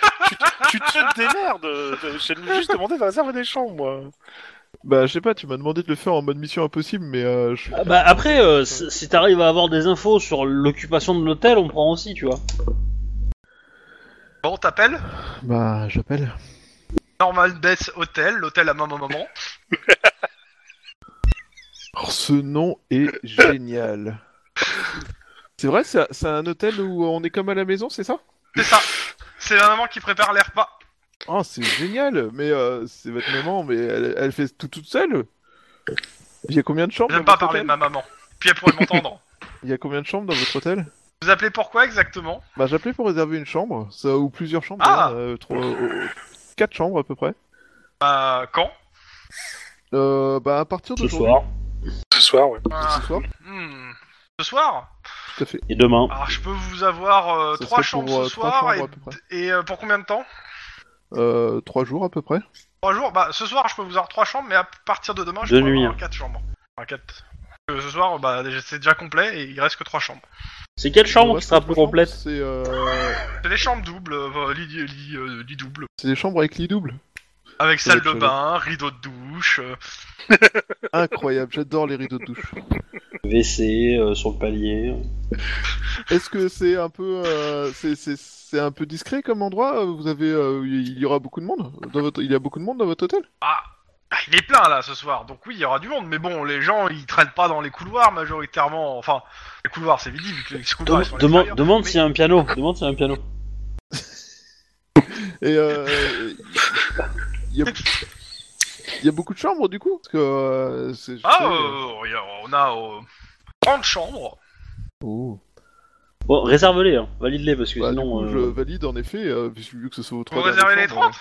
tu, tu te démerdes euh, J'ai juste demandé de réserver des chambres, moi.
Bah, je sais pas, tu m'as demandé de le faire en mode mission impossible, mais euh, je-
Ah, Bah après, euh, si si t'arrives à avoir des infos sur l'occupation de l'hôtel, on prend aussi, tu vois.
Bon, t'appelles
Bah, j'appelle.
Normal Death Hotel, l'hôtel à maman maman.
Oh, ce nom est génial. C'est vrai, c'est c'est un hôtel où on est comme à la maison, c'est ça
C'est ça. C'est la maman qui prépare les repas.
Oh, c'est génial Mais euh, c'est votre maman, mais elle, elle fait tout toute seule Il y a combien de chambres
J'aime
dans
pas
votre
parler de ma
hôtel
maman. Puis elle pourrait m'entendre.
Il y a combien de chambres dans votre hôtel
Vous appelez pourquoi exactement
Bah, j'appelais pour réserver une chambre, ça, ou plusieurs chambres,
Ah
hein, euh, trois- euh, euh, quatre chambres à peu près.
Bah, quand
Euh, bah, à partir
Ce
de
soir
Ce soir, ouais.
Ah,
Ce soir,
hmm. Ce soir
tout à fait.
et demain.
Alors, je peux vous avoir euh,
Ça
trois
serait pour,
chambres
euh,
ce
trois
soir.
chambres
et
à peu près.
et, euh, pour combien de temps
Euh, trois jours à peu près.
Trois jours Bah, ce soir, je peux vous avoir trois chambres, mais à partir de demain, je
De
peux
nuit,
avoir
hein.
quatre chambres. Enfin, quatre. Parce que ce soir, bah, déjà- c'est déjà complet et il reste que trois chambres.
C'est quelle chambre
Ouais,
qui sera
c'est
plus
trois chambres,
complète
C'est euh,
C'est des chambres doubles, euh, lit, lit, euh, lit double.
c'est des chambres avec lit double.
Avec
Ça va
salle
être
de
chelou.
bain, rideau de douche. euh,
Incroyable, j'adore les rideaux de douche.
WC euh, sur le palier.
Est-ce que c'est un peu, euh, c'est- c'est c'est un peu discret comme endroit euh, Vous avez, euh, il y aura beaucoup de monde dans votre, il y a beaucoup de monde dans votre hôtel
Ah, ah, il est plein là ce soir, donc oui, il y aura du monde, mais bon, les gens ils traînent pas dans les couloirs majoritairement. Enfin, les couloirs c'est vite dit, vu que les couloirs Ah, ils sont à
Dema-
l'extérieur.
demande
Mais
s'il y a un piano. Demande s'il y a un piano.
Et euh, il y a, il y a beaucoup de chambres du coup Parce que euh, c'est-
Ah,
c'est-
euh, il y a- on a euh, 30 chambres.
Ouh.
Bon, réserve-les, hein. valide-les parce que
oh. Bah, du
sinon.
coup, je
euh,
valide en effet, euh, puisque- vu que ce sont vos
Vous
trois dernières
réservez les
chambres.
30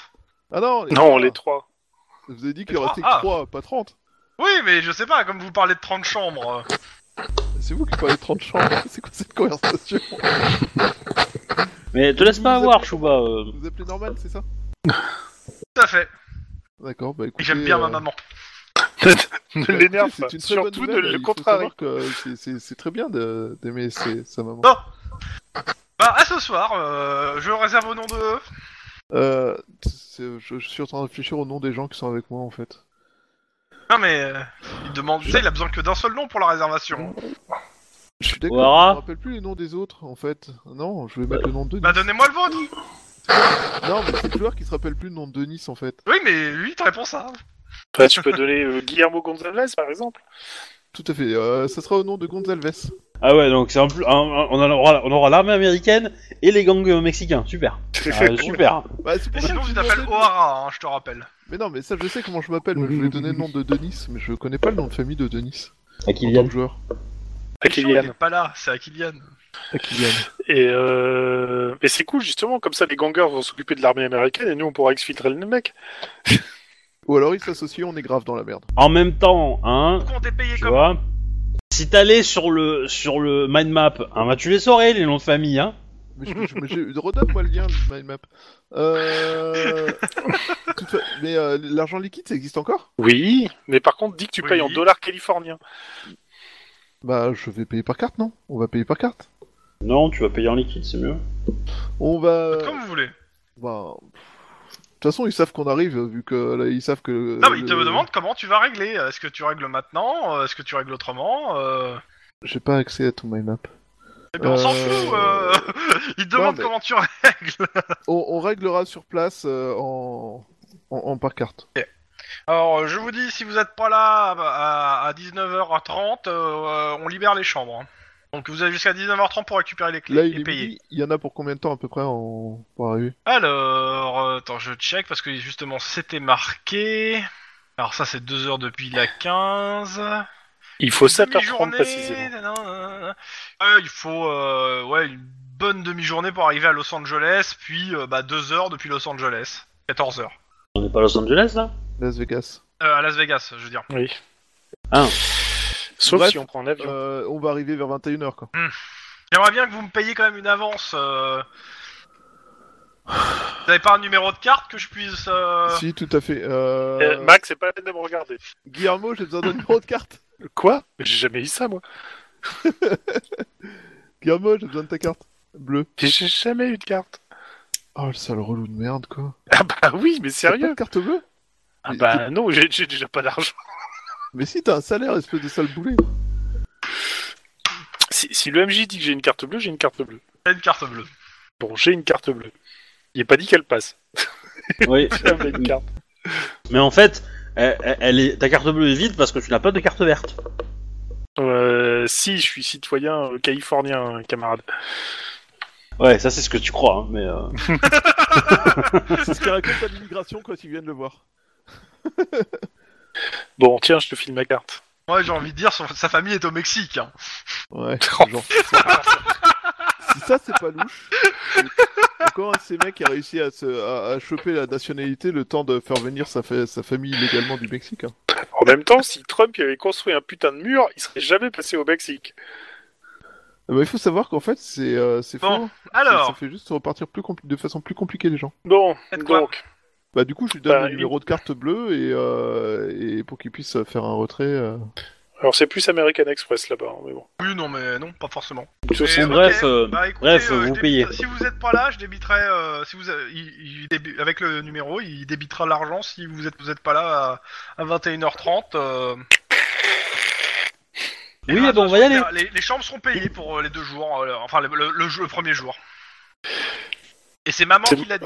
Ah non,
Non,
trois.
les trois.
Je vous ai dit
les
qu'il restait
trois,
que
ah.
3, pas 30.
Oui, mais je sais pas, comme vous parlez de 30 chambres. euh,
C'est vous qui parlez de 30 chambres, c'est quoi cette conversation
Mais te laisse pas avoir, Chouba. euh.
Vous appelez normal, c'est ça
Tout à fait,
D'accord, bah
et
écoutez...
j'aime bien ma
euh,
maman.
ne
bah,
l'énerve
écoutez,
pas.
C'est une très bonne
Surtout ne
nouvelle,
le
il faut
contrarie.
savoir que c'est- c'est c'est très bien de- d'aimer ses- sa maman.
Bon, bah à ce soir, euh, je réserve au nom de.
Euh, c'est- je, je suis en train de réfléchir au nom des gens qui sont avec moi, en fait.
Non mais, euh, il demande, tu sais, il a besoin que d'un seul nom pour la réservation.
Je suis d'accord,
Ouara
je me rappelle plus les noms des autres, en fait. Non, je vais mettre le nom de...
Bah donnez-moi le vôtre
Non, mais c'est le joueur qui se rappelle plus le nom de Denis en fait.
Oui, mais lui, il te répond ça.
Bah, tu peux donner euh, Guillermo Gonzalez, par exemple.
Tout à fait. euh, ça sera au nom de Gonzalves.
Ah ouais, donc c'est un plus- un- un- on, en aura, on aura l'armée américaine et les gangs euh, mexicains. Super. Ah, super.
Bah, c'est
Et
pour ça
sinon,
que
tu
je
t'appelles
demandais-
O'Hara, hein, je te rappelle.
Mais non, mais ça, je sais comment je m'appelle. mais Je voulais donner le nom de Denis, mais je connais pas le nom de famille de Denis.
À
en tant que joueur.
À
Il est
Kylian.
pas là, c'est à Kylian.
Et euh... Mais c'est cool, justement, comme ça, les gangers vont s'occuper de l'armée américaine et nous, on pourra exfiltrer le mec.
Ou alors ils s'associent, on est grave dans la merde.
En même temps, hein,
Pourquoi on t'est payé
tu
comme
vois, si t'allais sur le, sur le mind map, hein, bah, tu les saurais, les noms de famille, hein.
Mais je, je- mais j'ai- redonne-moi le lien, le mind map. Euh... toute fa- Mais euh, l'argent liquide, ça existe encore
Oui, mais par contre, dis que tu
Oui.
payes en dollars californiens.
Bah, je vais payer par carte, non On va payer par carte.
Non, tu vas payer en liquide, c'est mieux.
On va.
euh, Comme vous voulez.
Bah, pff. De toute façon, ils savent qu'on arrive, euh, vu que là, ils savent que.
Non, mais il te
le-
demande comment tu vas régler. Est-ce que tu règles maintenant Euh, Est-ce que tu règles autrement Euh,
J'ai pas accès à tout my map.
eh ben, On s'en
Euh,
fout. euh, Il te demande
mais-
comment tu règles.
On, on réglera sur place euh, en... en. en par carte.
Alors, euh, je vous dis, si vous êtes pas là à, à- à 19h30, euh, on libère les chambres. hein. Donc, vous avez jusqu'à 19h30 pour récupérer les clés
Là, il
et
est
payer.
midi, il y en a pour combien de temps à peu près en... pour arriver
Alors, euh, attends, je check parce que justement c'était marqué. Alors, ça, c'est 2 heures depuis la 15.
Il faut 7h30
Demi-journée,
précisément.
nanana, nanana. Euh, il faut euh, ouais, une bonne demi-journée pour arriver à Los Angeles, puis euh, bah, 2 heures depuis Los Angeles. 14 heures.
On est pas à Los Angeles, là
Las Vegas.
Euh, à Las Vegas, je veux dire.
Oui.
Ah.
Sauf
Bref,
si on prend un avion.
Euh, on va arriver vers 21h quoi.
J'aimerais bien que vous me payiez quand même une avance. euh. Vous avez pas un numéro de carte que je puisse. euh,
Si, tout à fait. Euh...
Euh, Max, c'est pas la peine de me regarder.
Guillermo, j'ai besoin d'un numéro de carte.
Quoi J'ai jamais eu ça, moi.
Guillermo, j'ai besoin de ta carte. Bleue.
J'ai jamais eu de carte.
Oh, le sale relou de merde quoi.
Ah bah oui, mais
T'as pas
sérieux
de carte bleue
Ah
Mais-
bah non, j'ai j'ai déjà pas d'argent.
Mais si, t'as un salaire, espèce de sale boulet.
Si, si le MJ dit que j'ai une carte bleue, j'ai une carte bleue.
t'as une carte bleue.
Bon, j'ai une carte bleue. Il est pas dit qu'elle passe.
Oui.
J'avais une carte.
Mais en fait, elle- elle- elle est, ta carte bleue est vide parce que tu n'as pas de carte verte.
Euh, si, je suis citoyen euh, californien, euh, camarade.
Ouais, ça c'est ce que tu crois, hein, mais... euh,
C'est ce qu'il raconte à l'immigration quand ils viennent le voir.
Bon, tiens, je te file ma carte.
Moi, j'ai envie de dire, son- sa famille est au Mexique. hein.
Ouais, genre. si ça, c'est pas louche. c'est- Encore un de ces mecs qui a réussi à, se... à... à choper la nationalité le temps de faire venir sa, fa- sa famille illégalement du Mexique. hein.
En même temps, si Trump avait construit un putain de mur, il serait jamais passé au Mexique.
Euh, bah, il faut savoir qu'en fait, c'est euh, c'est faux.
Bon,
C'est-
Alors.
Ça fait juste repartir plus compli- de façon plus compliquée les gens.
Bon,
Faites quoi
donc,
Bah du coup, je lui donne
Bah,
le numéro de carte bleue et, euh, et pour qu'il puisse faire un retrait. euh.
alors c'est plus American Express là-bas, hein, mais bon.
Oui, non, mais non, pas forcément.
De toute
Mais,
façon,
ok,
bref, euh,
bah, écoutez,
bref,
euh, je
vous
débite-
payez.
Si vous êtes pas là, je débiterai. euh, si vous, euh, il- il débi- avec le numéro, il débitera l'argent. Si vous êtes, vous êtes pas là à, à 21h30. euh, ah,
Oui,
les
eh ben, on va y aller.
Les, les chambres seront payées pour euh, les deux jours. euh, enfin, le, le- le jour- le premier jour. Et c'est maman
C'est-
qui l'a dit.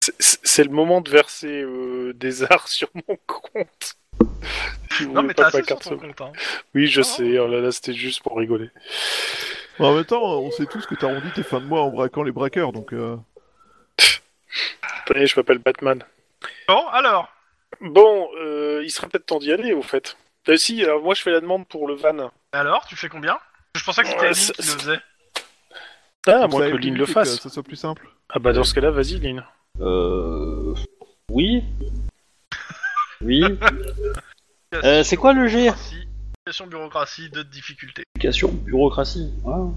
c'est- c'est c'est le moment de verser euh, des arts sur mon compte. Si vous
Non,
voulez
mais
pas
t'as
ma
assez sur
carte
ton
bleue.
compte. Hein.
Oui, je
Ah.
sais, oh là là, c'était juste pour rigoler.
En même temps, on sait tous que t'arrondis tes fins de mois en braquant les braqueurs, donc. euh,
Tenez, je m'appelle Batman.
Bon, alors.
Bon, euh, il serait peut-être temps d'y aller, au fait. Euh, si, alors moi je fais la demande pour le van.
Alors, tu fais combien Je pensais que
Euh,
c'était
Ouais,
Aline
c'est-
qui le faisait.
Ah, à
donc
moins
ça
que
évite
Lynn le
que
fasse.
Ça soit plus simple.
Ah bah dans ce cas-là, vas-y Lynn.
Euh... Oui Oui Euh, c'est quoi le G
Bureaucratie, Situation bureaucratie, deux difficultés.
Éducation, bureaucratie. Ouais.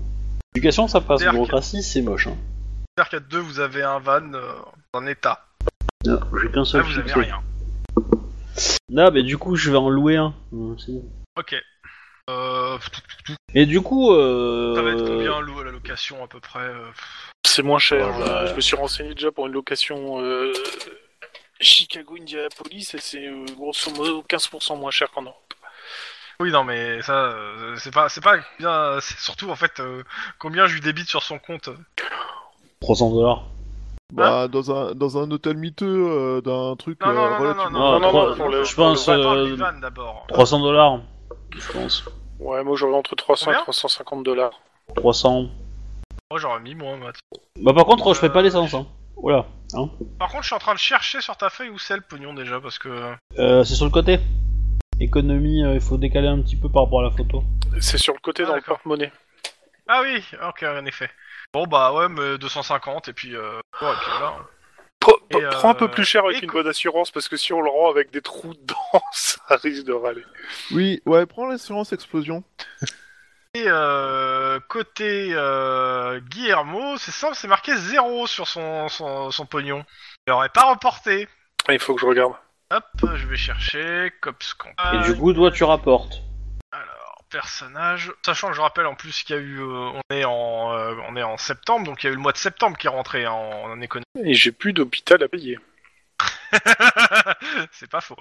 Éducation, ça passe.
C'est-à-dire que-
Bureaucratie, c'est moche. Hein.
C'est-à-dire qu'à deux, vous avez un van euh, en état.
Non, J'ai qu'un
Là,
seul.
Ah, vous
chiffre.
avez rien.
Non, mais du coup, je vais en louer un. Ouais, c'est bon.
Ok. Euh,
Et du coup, euh...
Ça va être combien lou- la location à peu près euh,
C'est moins cher.
Ouais,
euh,
ouais.
Je me suis renseigné déjà pour une location euh, Chicago-Indianapolis et c'est euh, grosso modo 15% moins cher qu'en Europe.
Oui, non, mais ça, euh, c'est pas, c'est pas bien. C'est surtout en fait euh, combien je lui débite sur son compte.
300 dollars.
Bah, dans, un, dans un hôtel miteux, euh, d'un truc
Non, non,
euh,
non, non, non,
relativement-
Non,
non, non,
trois-
non, pour
je
le-
pense,
pour le- attends,
euh,
les vannes, d'abord.
300 dollars, je pense.
Ouais, moi j'aurais entre 300 et
Combien
350 dollars.
300.
Moi j'aurais mis moins. moi.
Bah, par contre, je fais pas l'essence, hein. Voilà. Hein.
Par contre, je suis en train de chercher sur ta feuille où c'est le pognon déjà parce que.
Euh, c'est sur le côté. Économie, euh, il faut décaler un petit peu par rapport à la photo.
C'est sur le côté
Ah,
dans le
d'accord.
porte-monnaie.
Ah oui, ok, en effet. Bon bah ouais, mais 250 et puis. Euh... ouais, et puis voilà.
Pre-
Et, euh,
Prends un peu plus cher avec
et
une bonne assurance parce que si on le rend avec des trous dedans, ça risque de râler.
Oui, ouais, prends l'assurance explosion.
Et euh, côté euh, Guillermo, c'est simple, c'est marqué 0 sur son, son, son pognon. Il aurait pas reporté.
Ah, Il faut que je regarde.
Hop, je vais chercher Cops
Et
Campagne.
du coup, toi, tu rapportes.
Alors, personnage. Sachant que je rappelle en plus qu'il y a eu. euh, on, est en, euh, on est en septembre, donc il y a eu le mois de septembre qui est rentré en, en économie.
Et j'ai plus d'hôpital à payer.
c'est pas faux.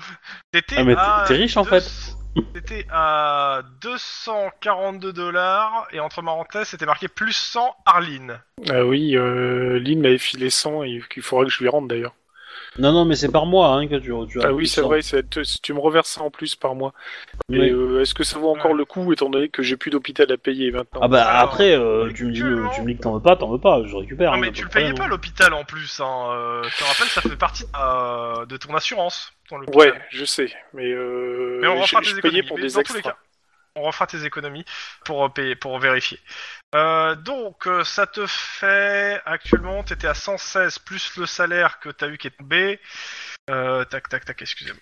T'étais
Ah, mais
à
t'es riche, en
deux-
fait.
T'étais à 242 dollars et entre parenthèses, c'était marqué plus 100 Arline.
Ah oui, euh, Lynn m'avait filé 100 et qu'il faudrait que je lui rende d'ailleurs.
Non, non, mais c'est par mois hein, que tu, tu
Ah oui, c'est
100.
vrai, ça te- tu me reverses ça en plus par mois.
Mais-
Et euh, est-ce que ça vaut encore le coup étant donné que j'ai plus d'hôpital à payer maintenant
Ah bah
Alors,
après, euh, tu, me dis,
actuellement-
tu me dis que t'en veux pas, t'en veux pas, je récupère.
Non
hein,
mais
pas
tu
de
le payais
problème,
pas
hein.
l'hôpital en plus. Hein. euh, je te rappelle, ça fait partie euh, de ton assurance. Ton
Ouais,
l'hôpital.
je sais, mais, euh,
Mais on refera
je,
tes
je payais
économies.
pour
mais
des
dans tous les
extras.
cas, on refera tes économies pour euh, payer, pour vérifier. Euh, donc euh, ça te fait actuellement, t'étais à 116 plus le salaire que t'as eu qui est tombé. Euh, tac tac tac, excusez-moi.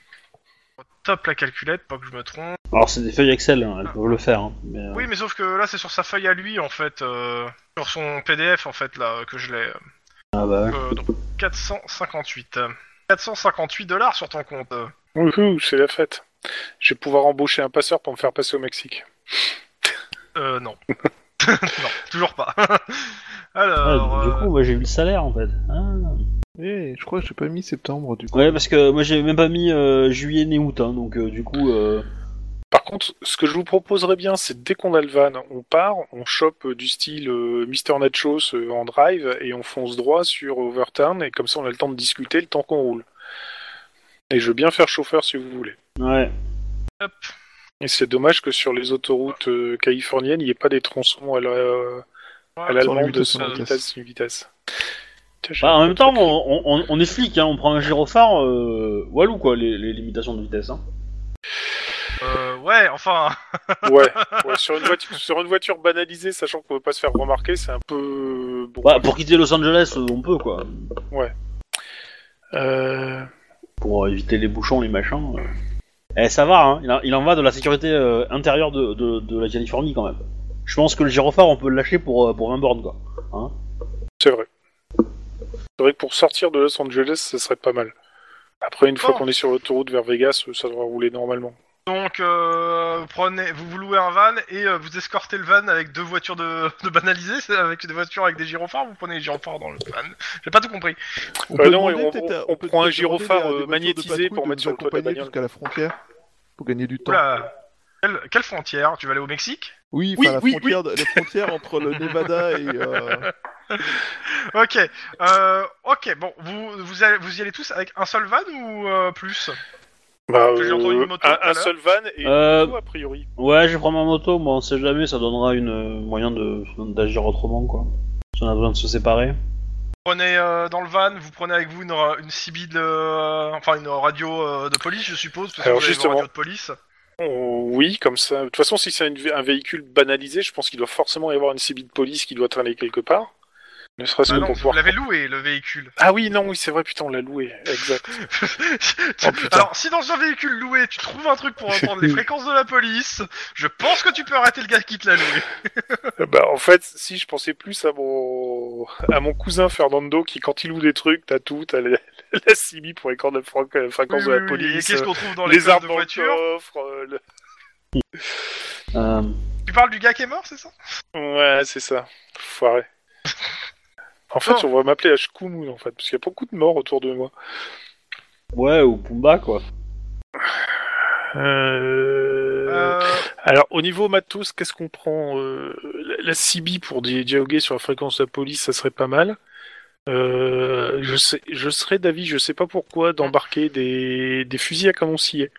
Top la calculette, pas que je me trompe.
Alors c'est des feuilles Excel, hein, elles peuvent le faire. hein, mais, euh,
Oui, mais sauf que là, c'est sur sa feuille à lui, en fait, euh, sur son PDF, en fait, là, que je l'ai.
ah bah ouais.
Euh, donc, 458. 458 dollars sur ton compte.
Wouhou, c'est la fête. Je vais pouvoir embaucher un passeur pour me faire passer au Mexique.
Euh, non. non, toujours pas.
Ouais,
Alors,
Ah, du
euh,
coup, moi j'ai eu le salaire en fait. Ah.
Eh, je crois que j'ai pas mis septembre du coup.
Ouais, parce que moi j'ai même pas mis euh, juillet ni août, hein, donc euh, du coup. euh,
Par contre, ce que je vous proposerais bien, c'est dès qu'on a le van, on part, on chope euh, du style euh, Mister Nachos euh, en drive et on fonce droit sur Overturn et comme ça on a le temps de discuter le temps qu'on roule. Et je veux bien faire chauffeur si vous voulez.
Ouais.
Et c'est dommage que sur les autoroutes euh, californiennes, il n'y ait pas des tronçons à la, à l'allemande de
180 vitesses.
vitesse, une vitesse. Putain, j'ai
Bah, en même temps,
un truc.
on, on- on est flic, hein, on prend un gyrophare, euh, walou quoi, les, les limitations de vitesse. Hein.
euh, ouais, enfin,
Ouais, ouais, sur, une voiture, sur une voiture banalisée, sachant qu'on ne veut pas se faire remarquer, c'est un peu... Bon.
Bah, pour quitter Los Angeles, euh, on peut quoi.
Euh,
Pour éviter les bouchons, les machins. euh. Eh, ça va, hein, il, en- il en va de la sécurité euh, intérieure de, de- de la Californie quand même. Je pense que le gyrophare, on peut le lâcher pour, euh, pour 20 bornes quoi.
C'est vrai. C'est vrai que pour sortir de Los Angeles, ça serait pas mal. Après, une fois
Bon.
qu'on est sur l'autoroute vers Vegas, euh, ça devrait rouler normalement.
donc, euh, vous prenez, vous, vous louez un van et euh, vous escortez le van avec deux voitures de, de banalisées, c'est- avec des voitures avec des gyrophares, vous prenez les gyrophares dans le van. J'ai pas tout compris.
On
Bah non, et
demander
on-
peut-être à-
on
peut
prend un
peut-être demander
gyrophare,
à des
euh,
voitures de
magnétisé
patrouille
pour
de
mettre
nous
sur le toit de la
accompagner
bagnole.
jusqu'à la frontière pour gagner du temps.
Oula, quelle, quelle frontière Tu vas aller au Mexique
Oui,
Oui,
enfin la,
oui,
frontière, de- la frontière entre le Nevada et. euh,
Ok, euh, ok, bon, vous, vous, allez, vous y allez tous avec un seul van ou euh, plus
Bah,
J'ai entendu une moto
un,
tout à
un
l'heure.
seul van et
Euh,
une moto, a priori.
Ouais, je vais prendre ma moto, moi on sait jamais, ça donnera une euh, moyen de d'agir autrement quoi. Si on a besoin de se séparer.
prenez euh, dans le van, vous prenez avec vous une, ra- une CB de, euh, enfin une radio euh, de police, je suppose, parce que
Alors,
vous avez vos
justement.
radios de police.
Oh, oui, comme ça. De toute façon, si c'est une- un véhicule banalisé, je pense qu'il doit forcément y avoir une CB de police qui doit traîner quelque part. Ne serait-ce
Ah
que
non,
pour
vous
pouvoir.
l'avez loué le véhicule.
Ah oui, non, oui, c'est vrai, putain, on l'a loué. Exact. Oh, putain.
Alors, si dans un véhicule loué, tu trouves un truc pour entendre les fréquences de la police, je pense que tu peux arrêter le gars qui te l'a loué.
Euh, Bah, en fait, si je pensais plus à mon, à mon cousin Fernando qui, quand il loue des trucs, t'as tout, t'as la, la CB pour les cordes de fran- euh, fréquence
Oui,
de la
oui, oui, et
police,
qu'est-ce qu'on trouve dans
euh,
les,
les
coffres
arbres
de
dans le
voiture
coffre. euh, le-
Euh,
Tu parles du gars qui est mort, c'est ça
Ouais, c'est ça. Foiré. En
Non.
fait, on va m'appeler Ashkumun, en fait, parce qu'il y a beaucoup de morts autour de moi.
ouais, ou Pumba quoi.
Euh,
Euh,
Alors, au niveau matos, qu'est-ce qu'on prend Euh, La la CB pour di- dialoguer sur la fréquence de la police, ça serait pas mal. Euh, je, sais, je serais d'avis, je sais pas pourquoi, d'embarquer des, des fusils à canon scié.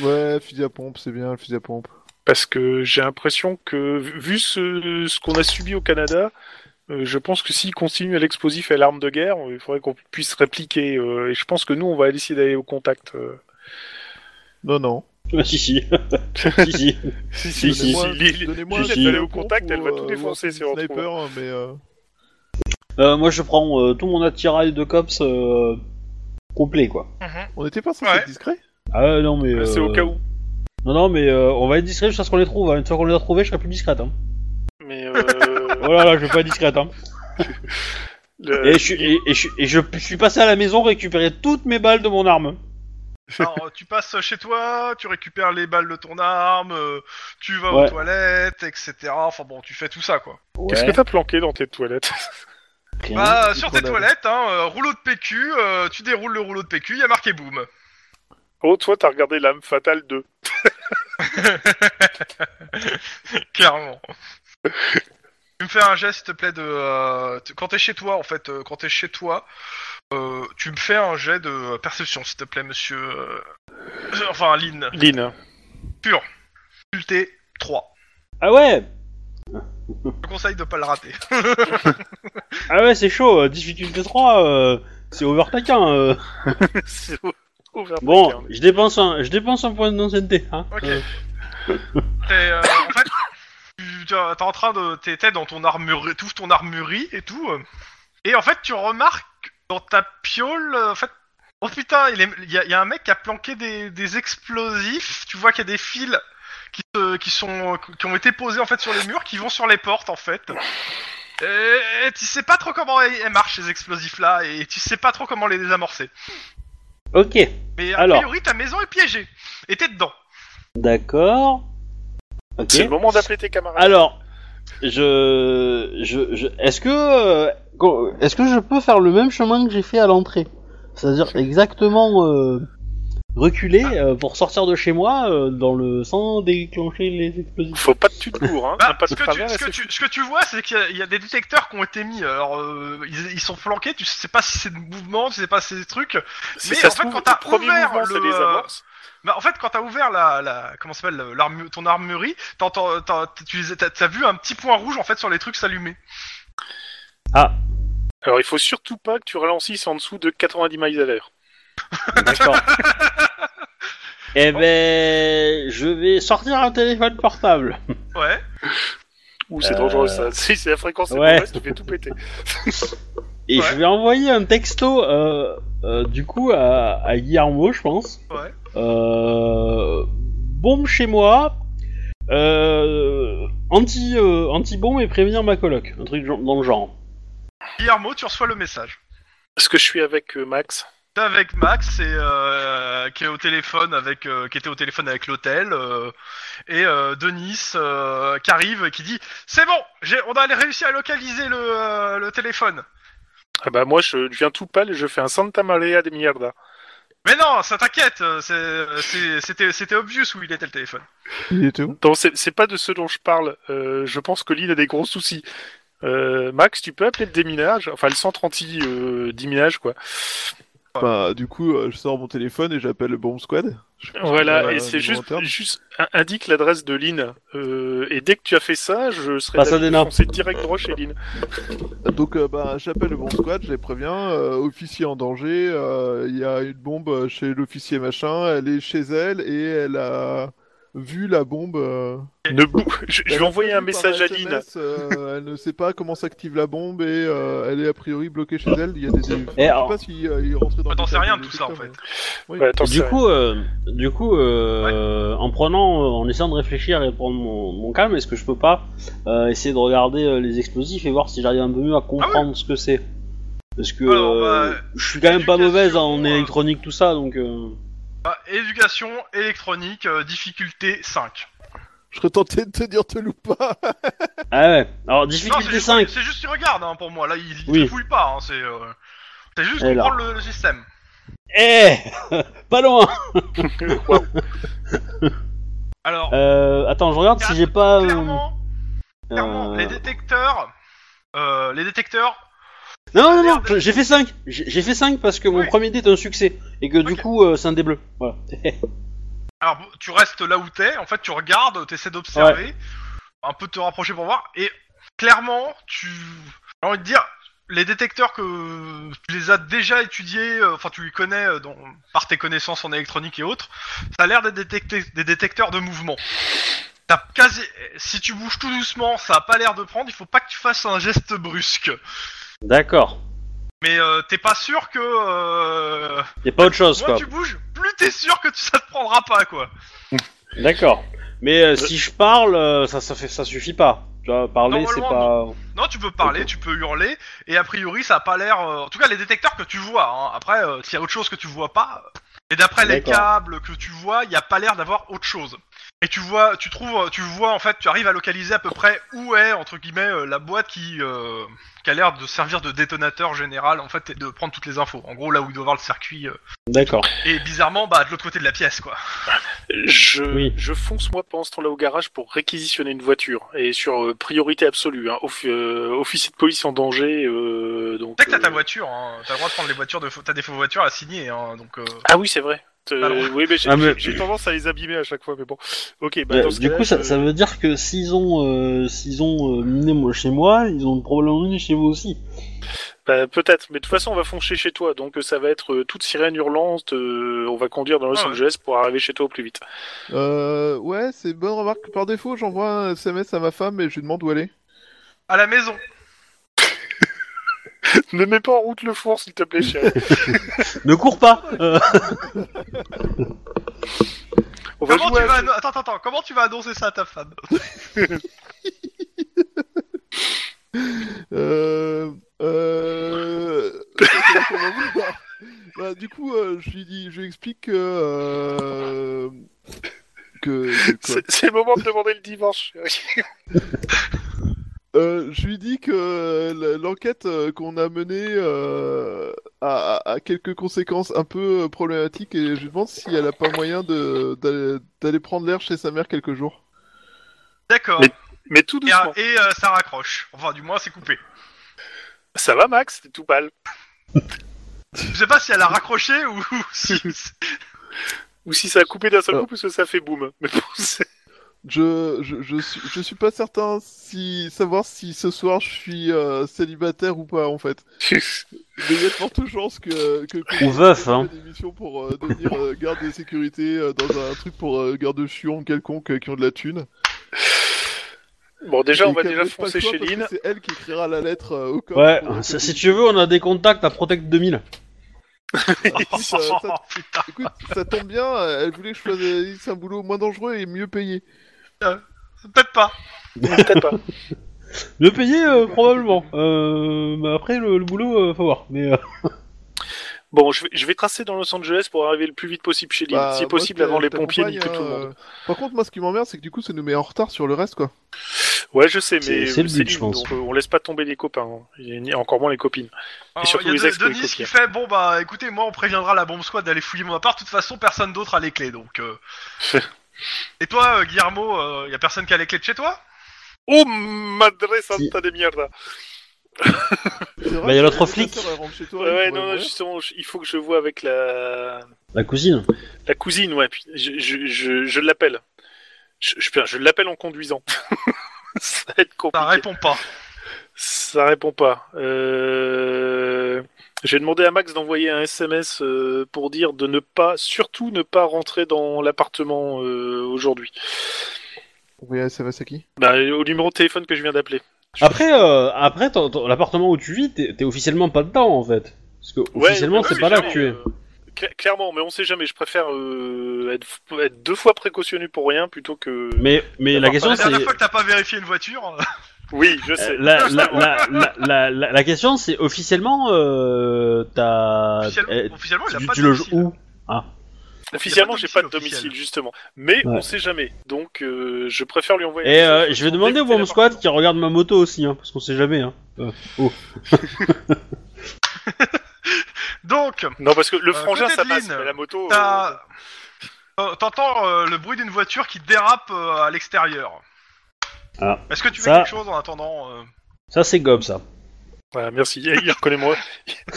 Ouais, fusil à pompe, c'est bien, le fusil à pompe.
Parce que j'ai l'impression que, vu- vu ce, ce qu'on a subi au Canada, euh, je pense que s'ils continuent à l'explosif et à l'arme de guerre, il faudrait qu'on puisse répliquer. euh, et je pense que nous, on va essayer d'aller au contact. euh.
Non, non.
Ah, si, si. si, si.
Si,
si, si,
Donnez-moi-
Lily-
donnez-moi
si,
un
si.
fusil à
Elle est au
pompe
contact,
ou,
elle va tout
euh,
défoncer
ou un
si on
Sniper, mais... euh,
Euh, moi, je prends euh, tout mon attirail de cops euh, complet, quoi.
Euh,
On était pas censé
Ouais.
être discret
Ah euh, non, mais...
Euh, C'est au
euh,
cas où.
Non, non, mais euh, on va être discret jusqu'à ce qu'on les trouve. hein. Une fois qu'on les a trouvés, je serai plus discrète. Hein.
Mais euh,
Oh là là, je vais pas être discrète. Hein.
le-
Et, je, suis- et, et je, et je suis passé à la maison récupérer toutes mes balles de mon arme.
Alors, euh, tu passes chez toi, tu récupères les balles de ton arme, euh, tu vas
Ouais.
aux toilettes, etc. Enfin bon, tu fais tout ça quoi.
qu'est-ce que t'as planqué dans tes toilettes
Rien.
Bah, sur tes
qu'on a-
toilettes, hein, euh, rouleau de PQ, euh, tu déroules le rouleau de PQ, il y a marqué boum.
Oh, toi, t'as regardé l'âme fatale 2.
Clairement. tu me fais un geste, s'il te plaît, de. euh, tu- quand t'es chez toi, en fait, euh, quand t'es chez toi, euh, tu me fais un jet de euh, perception, s'il te plaît, monsieur. euh, Enfin, Lynn.
Lynn.
Difficulté 3.
Ah ouais
Je te conseille de pas le rater.
Ah ouais, c'est chaud. euh, difficulté 3, euh, c'est over taquin. euh.
C'est au- ouvert
Bon,
par quelqu'un.
je dépense un, je dépense un point d'ancienneté. Hein.
Ok.
Euh,
T'es, euh, en fait, tu- t'es en train de, t'es t'es dans ton armurerie, t'ouvres ton armurerie et tout, euh, et en fait tu remarques dans ta piole, euh, en fait, oh putain, il est- il y, a- il y a un mec qui a planqué des, des explosifs. Tu vois qu'il y a des fils qui, se- qui sont, qui ont été posés en fait sur les murs, qui vont sur les portes en fait. Et, et tu sais pas trop comment ils ils marchent ces explosifs là, et tu sais pas trop comment les désamorcer.
ok.
Mais a
Alors.
priori ta maison est piégée, et t'es dedans.
D'accord. Ok.
C'est le moment d'appeler tes camarades.
Alors, je, je, je- est-ce que, euh, go- est-ce que je peux faire le même chemin que j'ai fait à l'entrée C'est-à-dire exactement euh, reculer euh, pour sortir de chez moi euh, dans le sans déclencher les explosifs.
Faut pas de tu de cours, hein.
Bah,
Un pas
ce,
de
que tu,
travers,
ce,
et
que
c'est-
tu, ce que tu vois, c'est qu'il y a- il y, a des détecteurs qui ont été mis. Alors, euh, ils, ils sont flanqués, tu sais pas si c'est de mouvement, tu sais pas si c'est des trucs.
si
mais
ça
en
se
fait,
trouve,
quand t'as
le premier
ouvert
mouvement, c'est
le-
les amorces.
Bah, en fait, quand t'as ouvert la, la comment ça s'appelle, euh, l'armu- ton armurerie, t'entends, t'as, tu les- t'as- t'as vu un petit point rouge en fait sur les trucs s'allumer.
Alors, il faut surtout pas que tu ralentisses en dessous de 90 miles à l'heure.
D'accord. Eh ben, je vais sortir un téléphone portable.
Ouais.
Ouh, c'est
Euh,
dangereux ça. Si c'est la fréquence est
ouais.
mauvaise, tu fais tout péter.
Et
Ouais.
je vais envoyer un texto, euh, euh, du coup, à, à Guillermo, je pense.
Ouais.
Euh, bombe chez moi. Euh, anti, euh, anti-bombe et prévenir ma coloc. Un truc du genre- dans le genre.
Guillermo, tu reçois le message.
Est-ce que je suis avec euh, Max
T'es avec Max et euh, qui est au téléphone avec, euh, qui était au téléphone avec l'hôtel euh, et euh, Denis euh, qui arrive et qui dit c'est bon, j'ai, on a réussi à localiser le, euh, le téléphone.
Ah bah, moi, je deviens tout pâle et je fais un Santa Maria de Mierda.
Mais non, ça t'inquiète, euh, c'est- c'est- c'était c'était obvious où il était le téléphone.
Il était où
Non, c'est c'est pas de ce dont je parle. Euh, je pense que Lille a des gros soucis. Euh, Max, tu peux appeler le déminage, enfin le 130 euh, déminage quoi.
Bah, du coup, euh, je sors mon téléphone et j'appelle le bomb squad. Je sais pas si on
Voilà,
a
et
un
c'est
numéro
juste,
interne.
juste in- indique l'adresse de Lynn. Euh, et dès que tu as fait ça, je serai
Passe à
d'avis de
Dena.
foncer direct droit chez Lynn.
Donc, euh, bah, j'appelle le bomb squad, je les préviens. euh, officier en danger, euh, il y a une bombe euh, chez l'officier machin. Elle est chez elle et elle a vu la bombe. euh,
Ne bou- je, je
elle
vais
a
envoyer un
prévu par
message à Lynn.
SMS, euh, elle ne sait pas comment s'active la bombe et euh, elle est a priori bloquée chez elle. Il y a des. des-
Eh,
je sais
alors-
pas si euh, il est rentré dans.
Bah,
hein, le
t'en sais
détail
rien
du
de tout ça, en
détecteur,
fait.
Ouais, attends,
du,
c'est-
coup, euh, du coup, euh, en prenant, euh, en essayant de réfléchir et prendre mon, mon calme, est-ce que je peux pas euh, essayer de regarder euh, les explosifs et voir si j'arrive un peu mieux à comprendre ce que c'est Parce que
Ah Alors, bah,
euh, je suis quand même pas
éducation,
mauvaise en
euh,
électronique tout ça, donc. euh,
Bah, éducation électronique, euh, difficulté 5.
mais Je serais tenté de te dire te loupe pas.
Ah ouais. Alors
Non, c'est
difficulté
juste,
5.
c'est juste qu'il regarde hein, pour moi, là il, il
Oui.
te fouille pas, hein, c'est euh, c'est juste
Alors.
comprendre le, le système.
Eh Pas loin
Alors,
euh, Attends, je regarde si j'ai pas... euh,
clairement, clairement,
euh,
les détecteurs, euh, les détecteurs
Non, non, non,
Merde.
j'ai fait 5. J'ai j'ai fait 5 parce que mon
Oui.
premier dé est un succès. Et que du
Ok.
coup, euh, c'est un dé bleu. Voilà.
Alors, bon, tu restes là où t'es, en fait, tu regardes, t'essaies d'observer, un peu de te rapprocher pour voir, et clairement, tu. J'ai envie de dire, les détecteurs que tu les as déjà étudiés, euh, enfin, tu les connais euh, dans- par tes connaissances en électronique et autres, ça a l'air d'être détecté- des détecteurs de mouvement. T'as quasi... Si tu bouges tout doucement, ça a pas l'air de prendre, il faut pas que tu fasses un geste brusque.
D'accord.
Mais euh, t'es pas sûr que. euh,
Y a pas autre chose,
Moins
quoi.
tu bouges, plus t'es sûr que tu- ça te prendra pas, quoi.
D'accord. Mais euh, si je parle, euh, ça, ça, fait, ça suffit pas. Tu vois, parler, c'est pas.
Non, tu peux parler, tu peux hurler, et a priori, ça a pas l'air. euh, En tout cas, les détecteurs que tu vois. hein. Après, euh, s'il y a autre chose que tu vois pas, euh, et d'après les
D'accord.
câbles que tu vois, il y a pas l'air d'avoir autre chose. Et tu vois, tu trouves, euh, tu vois en fait, tu arrives à localiser à peu près où est entre guillemets euh, la boîte qui euh, qui a l'air de servir de détonateur général en fait et de prendre toutes les infos. En gros, là où il doit avoir le circuit. euh.
D'accord.
Et bizarrement, bah de l'autre côté de la pièce, quoi.
Je,
Oui.
je fonce moi pendant ce temps-là au garage pour réquisitionner une voiture et sur euh, priorité absolue. Hein, Offi- euh, officier de police en danger. euh, donc.
Dès que t'as ta
euh,
voiture, hein, t'as le droit de prendre les voitures de, faux- t'as des faux voitures à signer, hein, donc. euh,
Ah oui, c'est vrai. Euh,
T'as le droit.
oui, mais j'ai
Ah, mais-
j'ai tendance à les abîmer à chaque fois, mais bon. Ok, bah, dans ce
Euh, du
cas-là,
coup, ça,
je-
ça veut dire que s'ils ont, euh, s'ils ont euh, miné moi, chez moi, ils ont probablement miné chez vous aussi.
bah, peut-être. Mais de toute façon, on va foncer chez toi, donc euh, ça va être euh, toute sirène hurlante. euh, on va conduire dans Los
Ah ouais.
Angeles pour arriver chez toi au plus vite.
Euh, ouais, c'est une bonne remarque. Par défaut, j'envoie un SMS à ma femme et je lui demande où elle est.
à la maison.
ne mets pas en route le four, s'il te plaît, chérie.
Ne cours pas euh,
On va
Comment
jouer
tu
à-
vas annon- attends, attends, attends, comment tu vas annoncer ça à ta femme
Euh... Euh... comment dire Bah, du coup, euh, je lui dis, je lui explique que... euh, que que quoi
C'est c'est le moment de demander le divorce, chérie.
Euh, je lui dis que euh, l'enquête euh, qu'on a menée euh, a, a- a quelques conséquences un peu euh, problématiques et je lui demande si elle a pas moyen de d'aller- d'aller prendre l'air chez sa mère quelques jours.
D'accord.
Mais- Mais tout
Et,
doucement.
et, euh, ça raccroche. Enfin, du moins, c'est coupé.
Ça va, Max T'es tout pâle.
Je sais pas si elle a raccroché ou ou si.
Ou si ça a coupé d'un seul
Ah.
coup, parce que ça fait boum. Mais bon, c'est-
Je, je, je, suis, je suis pas certain si savoir si ce soir je suis euh, célibataire ou pas en fait. Mais il y a de fortes chances que que, que
Ou veuf, hein.
une émission pour euh, devenir euh, garde de sécurité euh, dans un truc pour euh, garde de chion quelconque euh, qui ont de la thune.
Bon, déjà, on
Et
va
qu'elle
déjà
me laisse pas le
foncer
choix
chez
parce que
Lynn.
C'est elle qui écrira la lettre euh, au corps.
Ouais,
pour-
si si tu veux, on a des contacts à Protect 2000.
ça- ça-
Putain.
Écoute, ça tombe bien. euh, Elle voulait que je fasse un boulot moins dangereux et mieux payé.
Peut-être pas.
Peut-être pas.
Le payer, euh, probablement. Euh, bah après, le, le boulot, euh, faut voir. Mais, euh,
Bon, je vais, je vais tracer dans Los Angeles pour arriver le plus vite possible chez Lynn.
Bah,
si
moi,
possible,
je
avant les
t'accompagne,
pompiers, ni que
hein,
tout le monde.
euh. Par contre, moi, ce qui m'emmerde, c'est que du coup, ça nous met en retard sur le reste, quoi.
Ouais, je sais, mais
C'est- c'est le but,
Lynn,
je pense.
donc, euh, on laisse pas tomber les copains. hein. Et ni- encore moins les copines.
Alors, il
surtout
y a
les
De-
ex pour les
Denis qui
copier.
fait Bon, bah écoutez, moi on préviendra la bombe squad d'aller fouiller mon appart. De toute façon, personne d'autre a les clés donc. euh. Et toi, euh, Guillermo, euh, y a personne qui a les clés de chez toi
Oh, madre santa de mierda
C'est vrai
Bah, y a
que
l'autre
ta
flic.
sœur, elle rentre chez toi,
Ouais,
elle
ouais,
pourrait
non, non,
mourir.
justement, je- il faut que je vois avec la...
la cousine.
La cousine, ouais, puis je, je, je, je l'appelle. Je, je, putain, je l'appelle en conduisant. ça va être compliqué.
Ça répond pas.
Ça répond pas. Euh... J'ai demandé à Max d'envoyer un SMS euh, pour dire de ne pas, surtout ne pas rentrer dans l'appartement euh, aujourd'hui.
Envoyer un SMS à qui
Bah, au numéro de téléphone que je viens d'appeler.
Après, euh, après ton- ton- l'appartement où tu vis, t'es t'es officiellement pas dedans, en fait. Parce que
Ouais,
officiellement,
oui,
c'est
oui,
pas là que
clairement,
tu es.
euh, cla- clairement, mais on sait jamais. Je préfère euh, être, être deux fois précautionné pour rien plutôt que.
Mais, mais la
Alors,
question,
La
c'est...
dernière fois que t'as pas vérifié une voiture. euh,
Oui,
euh,
je sais.
La, la, la, la, la, la- la question, c'est officiellement, euh, t'as...
officiellement,
eh,
officiellement, il a
tu,
pas
tu
de
loges
domicile.
où
Officiellement,
Il y
j'ai
a
pas de domicile,
officiel.
justement. Mais
Ouais.
on sait jamais. Donc, euh, je préfère lui envoyer.
Et
un
euh,
message
je vais
pour
demander au
éviter
Bomb
l'appartement.
Squad qui regarde ma moto aussi, hein, parce qu'on sait jamais. Hein. Euh, oh.
Donc,
Non, parce que le
Euh,
frangin,
côté
ça
de
passe.
Lynn,
Mais la moto.
t'as-
euh,
Euh, T'entends euh, le bruit d'une voiture qui dérape euh, à l'extérieur.
Ah.
Est-ce que tu fais
Ça-
quelque chose en attendant euh,
Ça, c'est gobe, ça.
Voilà, merci. Et il reconnaît mon-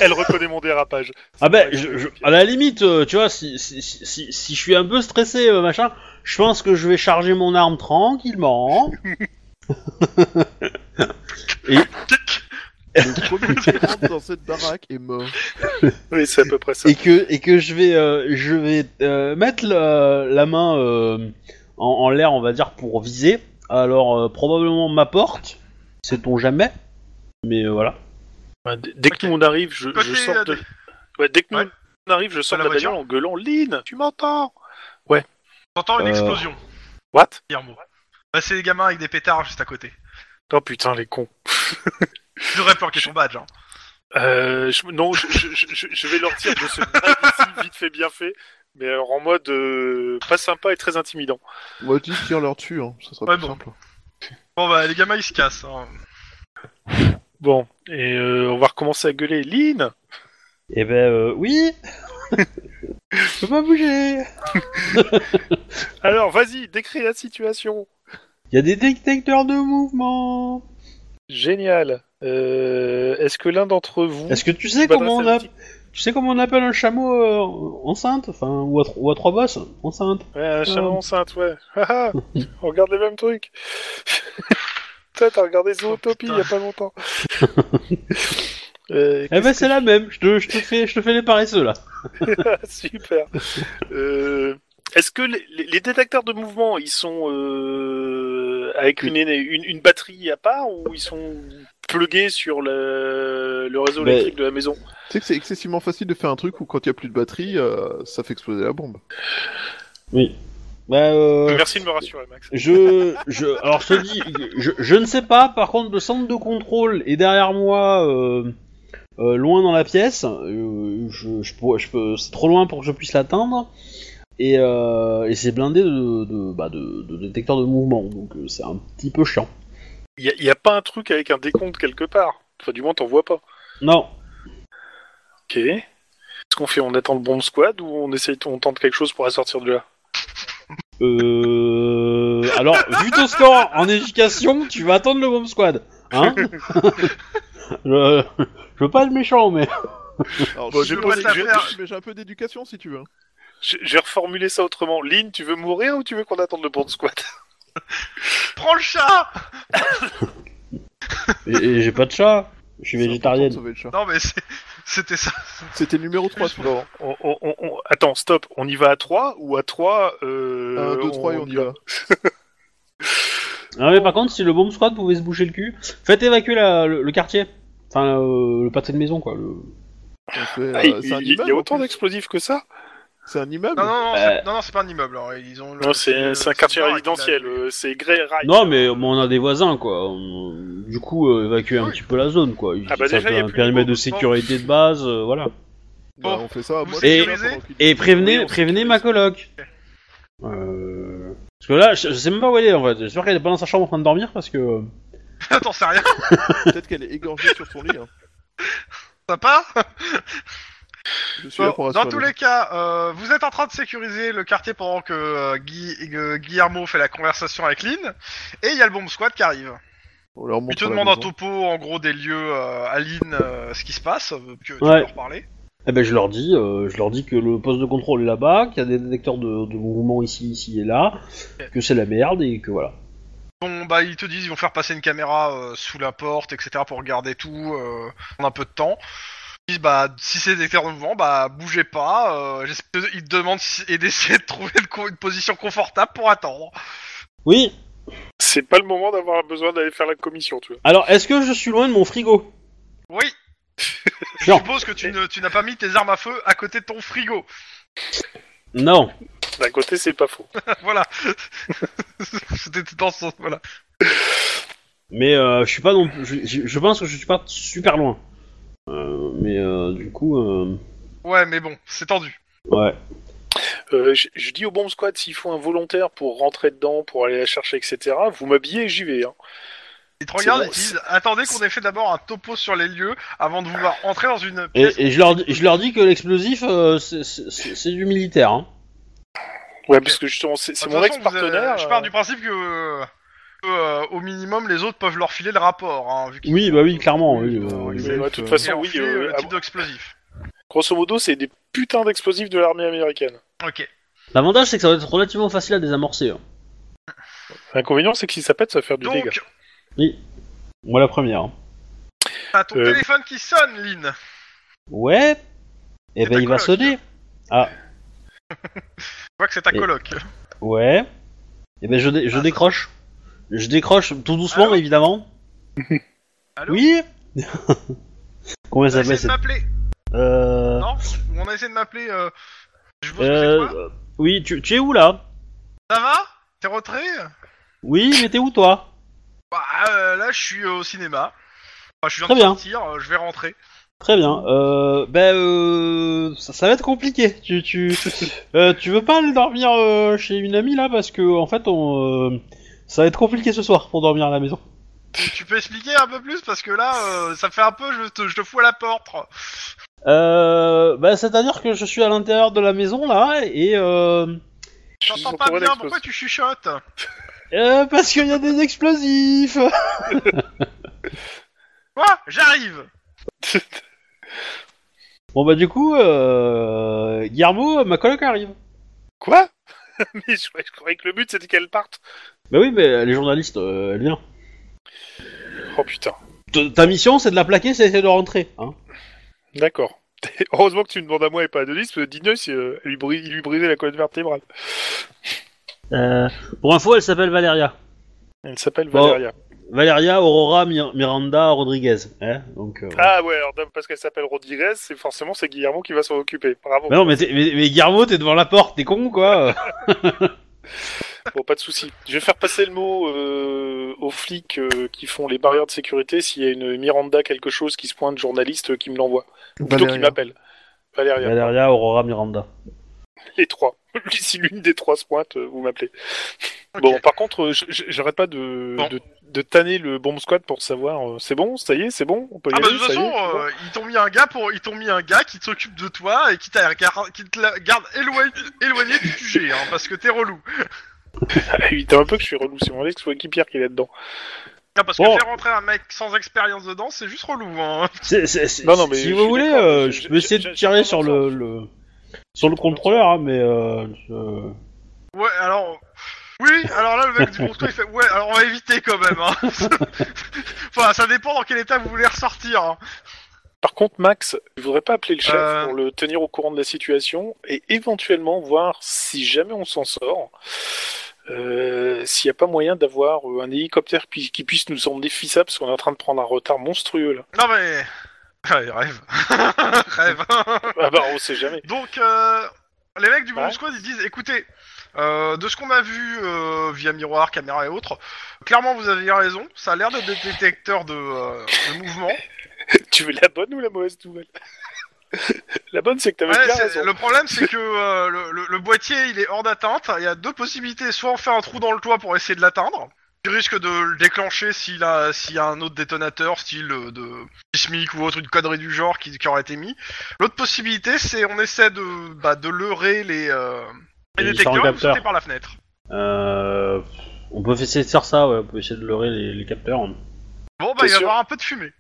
Elle reconnaît mon dérapage.
Ah ben, je- je- à la limite, euh, tu vois, si, si, si, si- si je suis un peu stressé, euh, machin, je pense que je vais charger mon arme tranquillement.
Le premier qui rentre dans cette baraque est mort.
Oui, c'est à peu près ça.
et que et que je vais euh, je vais euh, mettre le- la main euh, en, en l'air on va dire pour viser alors euh, probablement ma porte sait-on jamais mais euh, voilà
Ouais, d- dès que
Ok.
nous on arrive, je,
Côté,
je sors
euh,
de... Ouais, dès que nous
Ouais.
on arrive, je sors
la
de la
voiture.
bagnole en gueulant Lynn, tu m'entends
T'entends une
Euh.
explosion,
What
Guillermo. Bah, c'est les gamins avec des pétards juste à côté.
Oh putain, les cons.
J'aurais planqué ton badge. Hein.
Euh, je- non, je, je- je- je vais leur dire de se barrer d'ici, vite fait, bien fait, mais alors en mode euh, pas sympa et très intimidant.
On va dire tire leur dessus, hein. ça sera
Ouais,
plus
bon.
simple.
Bon, bah, les gamins ils se cassent. hein.
Bon, et euh, on va recommencer à gueuler Lynn
et ben euh, oui je peux pas bouger
Alors vas-y, décris la situation.
il y a des détecteurs de mouvement
Génial. Euh, Est-ce que l'un d'entre vous.
est-ce que tu sais
peut
comment on
adresser un
a tu sais comment on appelle un chameau euh, enceinte enfin ou à, tro- ou à trois bosses enceinte
Ouais, un chien
Euh.
enceinte, ouais. Ah, ah, on regarde les mêmes trucs. Toi, t'as regardé Zootopie
Oh,
il y a pas longtemps. Euh,
eh ben c'est la même je te je te fais je te fais les paresseux là
super. Euh, Est-ce que les, les- les détecteurs de mouvement, ils sont euh, avec une, une, une batterie à part ou ils sont plugués sur le, le réseau
Mais-
électrique de la maison
Tu sais que c'est excessivement facile de faire un truc où quand il y a plus de batterie, euh, ça fait exploser la bombe.
bah euh...
Merci de me rassurer, Max.
Je, je, alors je te dis, je, je ne sais pas. Par contre, le centre de contrôle est derrière moi, euh, euh, loin dans la pièce. Euh, je, je, pourrais- je peux, c'est trop loin pour que je puisse l'atteindre. Et, euh, et c'est blindé de, de, bah, de, de détecteurs de mouvement, donc euh, c'est un petit peu chiant.
Il n'y a, pas un truc avec un décompte quelque part. Enfin, du moins, t'en vois pas.
Non,
Ok. Qu'est-ce qu'on fait On attend le bomb squad ou on essaye, on tente quelque chose pour la sortir de là
euh, alors vu ton score en éducation, tu vas attendre le bomb squad, hein je, je veux pas être méchant, mais
Alors,
Bon,
si
j'ai
tu
pas
veux,
de
j'ai-
affaire.
mais j'ai un peu d'éducation si tu veux.
Je je vais reformuler ça autrement. Lynn, tu veux mourir ou tu veux qu'on attende le bomb squad
Prends le chat
et, et j'ai pas de chat, je suis
C'est important de
végétarienne.
sauver le chat.
Non, mais c'est- c'était ça.
C'était numéro 3 sur
Bon, on, on- on- on- Attends, stop. On y va à 3 ou à 3 euh...
1, 2, 3 et on y va.
Ah mais par contre, si le bomb squad pouvait se boucher le cul, faites évacuer la- le, le quartier. Enfin, euh, le pâté de maison, quoi. le-
On fait,
Ah, il,
euh, C'est un
il- il y
immeuble.
a
en
autant
plus.
d'explosifs que ça
C'est un immeuble.
Non, non, non, c'est-
Euh.
non, non, c'est pas un immeuble. alors, Ils ont le-
Non, c'est
le-
c'est un quartier
le bar
résidentiel.
qui l'a-
euh, C'est Grey Ride.
Non, mais euh, bon, on a des voisins, quoi. On- Du coup, euh, évacuer un
Oui.
petit peu la zone, quoi.
Ah bah
Ça
déjà,
fait
y a
un
plus de
périmètre de
mouvement.
sécurité de base, euh, voilà.
Bon.
Bah, on fait ça.
Vous
Moi,
Et-
je suis là pendant qu'il-
Et prévenez,
Oui, on
prévenez
sécurise.
ma coloc. Euh, Parce que là, je, je sais même pas où elle est, en fait. J'espère qu'elle est pas dans sa chambre en train de dormir, parce que... euh,
Attends, c'est rien,
Peut-être qu'elle est égorgée sur son lit. hein.
sympa
Je suis là
Bon,
pour
dans
rassurer
tous
les
les cas, euh, vous êtes en train de sécuriser le quartier pendant que euh, Guy- euh, Guillermo fait la conversation avec Lynn, et il y a le bomb squad qui arrive.
gens. On leur
Il
montre
te
la
demande en
maison.
topo, en gros, des lieux euh, à Lynn, euh, ce qui se passe, euh, que tu
Ouais.
peux leur parler.
Eh ben, je leur dis, euh, je leur dis que le poste de contrôle est là-bas, qu'il y a des détecteurs de, de mouvement ici, ici et là, que c'est la merde, et que voilà.
Bon, bah, ils te disent, ils vont faire passer une caméra euh, sous la porte, etc., pour regarder tout, euh, prendre un peu de temps. Ils disent, bah, si c'est des terres de mouvement, bah, bougez pas. euh, j'espère- ils te demandent si- et d'essayer de trouver une, co- une position confortable pour attendre.
Oui,
C'est pas le moment d'avoir besoin d'aller faire la commission, tu vois.
alors, est-ce que je suis loin de mon frigo
Oui, je
Non.
suppose que tu ne- tu n'as pas mis tes armes à feu à côté de ton frigo.
Non.
D'un côté, c'est pas faux.
voilà. C'était dans ce sens, voilà.
Mais euh, je suis pas non plus. Je, je- je pense que je suis pas super loin. Euh, mais euh, du coup, euh,
Ouais, mais bon, c'est tendu.
ouais.
Euh, je, je dis au bomb squad s'il faut un volontaire pour rentrer dedans, pour aller la chercher, etc. Vous m'habillez et j'y vais. hein.
Ils te regardent
bon,
et te disent attendez qu'on ait fait d'abord un topo sur les lieux avant de vouloir entrer dans une
Et,
pièce.
et je, leur, dis- je leur dis que l'explosif, euh, c'est- c'est c'est du militaire. Hein.
Ouais, parce que justement, c'est c'est
Bah, De toute
mon
façon, vous avez-
ex-partenaire.
Je
euh,
pars du principe que euh, que, euh, au minimum, les autres peuvent leur filer le rapport. hein, vu qu'ils-
Oui, bah oui, clairement. oui, euh,
Oui,
oui.
Mais,
Exact,
ouais, de toute
euh,
Et
façon,
leur
oui,
filer
euh,
le
ah
type
bon,
d'explosif.
grosso modo, c'est des putains d'explosifs de l'armée américaine.
Ok.
L'avantage, c'est que ça va être relativement facile à désamorcer. hein.
L'inconvénient, c'est que si ça pète, ça va faire du dégât.
Donc,
Moi, la première. hein.
t'as ton
Euh,
téléphone qui sonne, Lynn.
Ouais. Eh
C'est
ben,
ta
il va
coloc.
sonner. Ah,
Je vois que c'est ta
Et-
coloc.
ouais. Eh ben, je, dé- je décroche. Je décroche tout doucement,
Ah. Allô
évidemment.
Allô
oui
On
Comment
a
ça
essayé
s'appelle
de
cette...
m'appeler.
Euh...
Non Ou on a essayé de m'appeler. euh, Je vous
euh,
quoi
euh, Oui, tu, tu es où, là
Ça va T'es rentré
Oui, mais t'es où, toi
Bah, euh, là, je suis au cinéma. Enfin, je viens
Très
de
bien.
sortir, euh, je vais rentrer.
Très bien. Euh, ben, euh, ça, ça va être compliqué. Tu, tu, euh, tu veux pas aller dormir euh, chez une amie là parce que en fait, on, euh, ça va être compliqué ce soir pour dormir à la maison.
Tu tu peux expliquer un peu plus Parce que là, euh, ça fait un peu, je te, je te fous à la porte.
Euh, ben, c'est-à-dire que je suis à l'intérieur de la maison là et euh,
Je suis
J'entends pas
entouré
bien,
d'explosifs.
pourquoi tu chuchotes
euh, parce qu'il y a des explosifs.
Quoi J'arrive
bon bah du coup, euh, Guillermo, ma coloc arrive.
Quoi Mais je, croyais- je croyais que le but, c'était qu'elle parte.
Bah oui, mais elle est journaliste, euh, elle vient.
Oh putain.
T- ta mission, c'est de la plaquer, c'est d'essayer de rentrer. Hein.
D'accord. Heureusement que tu me demandes à moi et pas à Denis, parce que Dinos, euh, il lui, bris- il lui brisait la colonne vertébrale.
Euh, pour info, elle s'appelle Valeria.
Elle s'appelle
Bon.
Valeria.
Valeria, Aurora, Mi- Miranda, Rodriguez. hein, donc, euh,
Ah ouais, alors parce qu'elle s'appelle Rodriguez, c'est forcément c'est Guillermo qui va s'en occuper. Bravo.
Bah non, mais, t'es- mais, mais Guillermo, t'es devant la porte, t'es con ou quoi
Bon, pas de souci. Je vais faire passer le mot euh, aux flics euh, qui font les barrières de sécurité s'il y a une Miranda quelque chose qui se pointe journaliste euh, qui me l'envoie. Ou plutôt qui
Valérie.
m'appelle. Valéria.
Valeria, Aurora, Miranda.
Les trois. si l'une des trois se pointe, euh, vous m'appelez.
Ok.
Bon, par contre, euh, je- je- j'arrête pas de,
Bon.
de, de tanner le bomb squad pour savoir. euh, c'est bon, ça y est, c'est bon, on peut y
Ah bah de
aller.
toute
ça y est,
façon,
c'est bon
euh, ils t'ont mis un gars pour, ils t'ont mis un gars qui s'occupe de toi et qui, t'a gar- qui te la garde éloigné, éloigné du QG, hein, parce que t'es relou.
Ah, il t'a un peu que je suis relou. C'est mon ex ou Guy Pierre qui est là-dedans.
Ah, parce
Bon.
que faire rentrer un mec sans expérience dedans, c'est juste relou. Hein.
C'est- c'est- c'est-
Non, non, mais
si
je
vous
suis
voulez,
d'accord,
euh,
mais
je
j'ai-
peux essayer
j'ai-
de
j'ai
tirer sur le,
tendance
le- sur le contrôleur, hein, mais... Euh, je-
Ouais, alors. Oui, alors là, le mec du bourgeois, il fait Ouais, alors on va éviter quand même. Hein. enfin, ça dépend dans quel état vous voulez ressortir. hein.
Par contre, Max, je voudrais pas appeler le chef
Euh.
pour le tenir au courant de la situation et éventuellement voir si jamais on s'en sort, euh, s'il n'y a pas moyen d'avoir euh, un hélicoptère pi- qui puisse nous emmener fissa parce qu'on est en train de prendre un retard monstrueux là.
Non, mais. Ouais, rêve. rêve.
ah bah on sait jamais.
Donc, euh, les mecs du Bomb
Ouais.
Squad, ils disent écoutez, euh, de ce qu'on a vu euh, via miroir, caméra et autres, clairement vous avez raison, ça a l'air d'être des détecteurs de, euh, de mouvement.
Tu veux la bonne ou la mauvaise nouvelle La bonne, c'est que t'avais
Ouais,
bien
c'est-
raison.
le problème, c'est que euh, le, le- le boîtier, il est hors d'atteinte. Il y a deux possibilités soit on fait un trou dans le toit pour essayer de l'atteindre. Il risque de le déclencher s'il a, s'il y a un autre détonateur, style euh, de sismique ou autre, une connerie du genre qui, qui aurait été mis. L'autre possibilité, c'est on essaie de, bah, de leurrer les, euh, les
Les
détecteurs et vous
capteurs.
sauter par la fenêtre.
euh, on peut essayer de faire ça, ouais, on peut essayer de leurrer les, les capteurs. hein.
Bon, bah,
T'es
il va y
sûr
avoir un peu de fumée.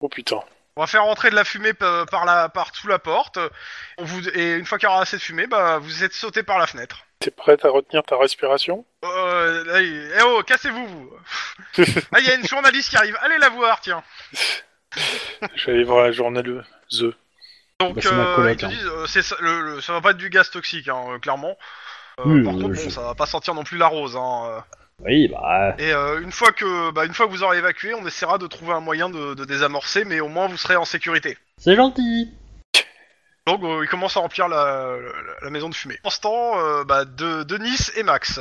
Oh putain.
On va faire rentrer de la fumée pa- par, la, par sous la porte. On vous, et une fois qu'il y aura assez de fumée, bah, vous êtes sauté par la fenêtre.
T'es prête à retenir ta respiration
Euh, là, il- eh oh, cassez-vous, vous. ah, il y a une journaliste qui arrive. Allez la voir, tiens.
Je vais aller voir la journal The.
Donc,
Bah, c'est ma
euh,
coloc,
ils te
hein.
disent, euh, c'est ça, le, le- ça va pas être du gaz toxique, hein, euh, clairement. Euh,
Oui,
par
euh,
contre,
je-
bon, ça va pas sentir non plus la rose. Hein.
Oui, bah...
Et euh, une fois que, bah, une fois que vous aurez évacué, on essaiera de trouver un moyen de, de désamorcer, mais au moins vous serez en sécurité.
C'est gentil
Donc euh, ils commencent à remplir la, la- la maison de fumée. En ce temps, euh, bah, de, de Nice et Max.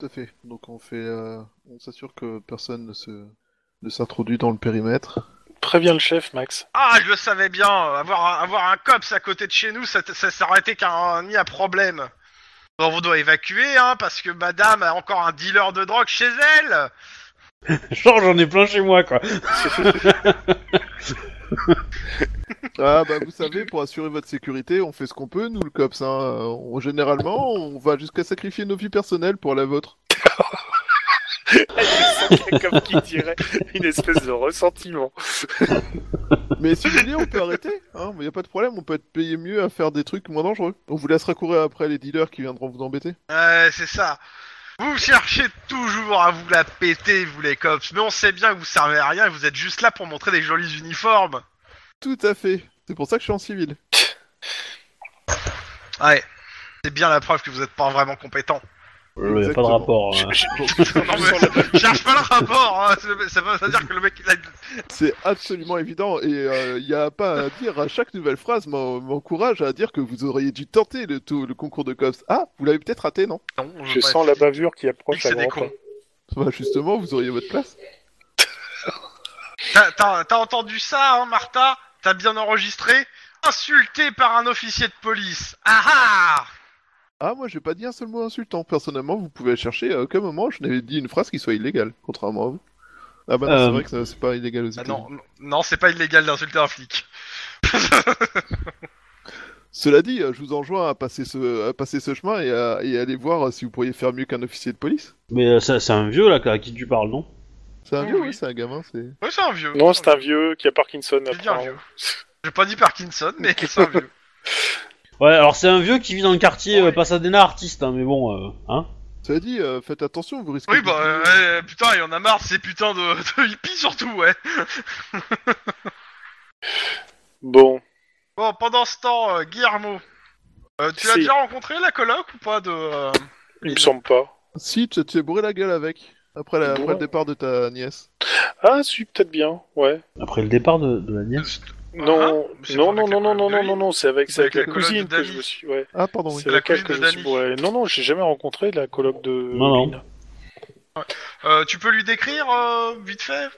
Tout à fait. Donc on fait, euh, on s'assure que personne ne se, ne s'introduit dans le périmètre.
Préviens le chef, Max.
Ah, je le savais bien, euh, avoir un, avoir un cops à côté de chez nous, ça, t- ça s'arrêtait qu'un nid à problème. Bon, on doit évacuer, hein, parce que madame a encore un dealer de drogue chez elle
Genre, j'en ai plein chez moi, quoi
Ah bah vous savez, pour assurer votre sécurité, on fait ce qu'on peut, nous le cops. Hein. Euh, on- généralement, on va jusqu'à sacrifier nos vies personnelles pour la vôtre.
Comme qui dirait une espèce de ressentiment.
Mais si vous voulez, on peut arrêter. Hein, il n'y a pas de problème, on peut être payé mieux à faire des trucs moins dangereux. On vous laissera courir après les dealers qui viendront vous embêter.
Ouais, c'est ça. Vous cherchez toujours à vous la péter, vous les cops, mais on sait bien que vous servez à rien et vous êtes juste là pour montrer des jolis uniformes.
Tout à fait. C'est pour ça que je suis en civil.
Ouais, c'est bien la preuve que vous êtes pas vraiment compétent.
Il n'y a pas de
Exactement.
rapport. hein.
non, mais cherche pas le rapport, hein. C'est- ça veut ça veut dire que le mec il a
C'est absolument évident et euh, il n'y a pas à dire à chaque nouvelle phrase m'en- m'encourage à dire que vous auriez dû tenter le, tout- le concours de cops. Ah, vous l'avez peut-être raté, non
Non, on veut
Je
pas
sens
être-
la bavure qui approche à
c'est des
grands
cons.
pas.
Bah justement, vous auriez votre place.
T'as- T'as t'as entendu ça, hein, Martha T'as bien enregistré Insulté par un officier de police. Ah ah
Ah, moi j'ai pas dit un seul mot insultant. Personnellement, vous pouvez chercher à aucun moment je n'avais dit une phrase qui soit illégale, contrairement à vous. Ah bah non,
Euh.
c'est vrai que ça- c'est pas illégal aux
Bah
États-Unis.
Non, non, non, c'est pas illégal d'insulter un flic.
Cela dit, euh, je vous enjoins à passer ce, à passer ce chemin et à, et à aller voir euh, si vous pourriez faire mieux qu'un officier de police.
Mais euh, ça- c'est un vieux là à qui tu parles, non
C'est un
Oui,
vieux,
oui.
oui, c'est un gamin, c'est...
Ouais, c'est un vieux.
Non, c'est un vieux qui a Parkinson.
C'est bien un
apparemment.
vieux. J'ai pas dit Parkinson, mais c'est un vieux.
Ouais, alors c'est un vieux qui vit dans le quartier
Ouais.
euh, Pasadena artiste, hein, mais bon, euh, hein
Cela dit, euh, faites attention, vous risquez...
Oui,
de-
bah, euh, ouais, putain, il y en a marre de ces putains de, de hippies surtout, ouais.
Bon,
Bon, pendant ce temps, euh, Guillermo, euh, tu l'as
Si.
déjà rencontré la coloc ou pas de. euh,
il me semble pas.
Si, tu tu t'es bourré la gueule avec, après, la-
Bourré.
après le départ de ta nièce.
Ah, si, peut-être bien, ouais.
Après le départ de, de la nièce.
Non,
Ah, mais c'est
non,
pas
non,
avec la
non, non,
colonne
non,
de
non,
lui.
non, non, c'est avec, c'est avec la
colonne de
cousine que
Dany.
je me suis, ouais.
Ah, pardon, oui.
C'est
la
avec elle
cousine
que
de
je me suis
Dany.
bourré. Non, non, j'ai jamais rencontré la coloc de.
Non, non.
Lina.
Euh, tu peux lui décrire, euh, vite fait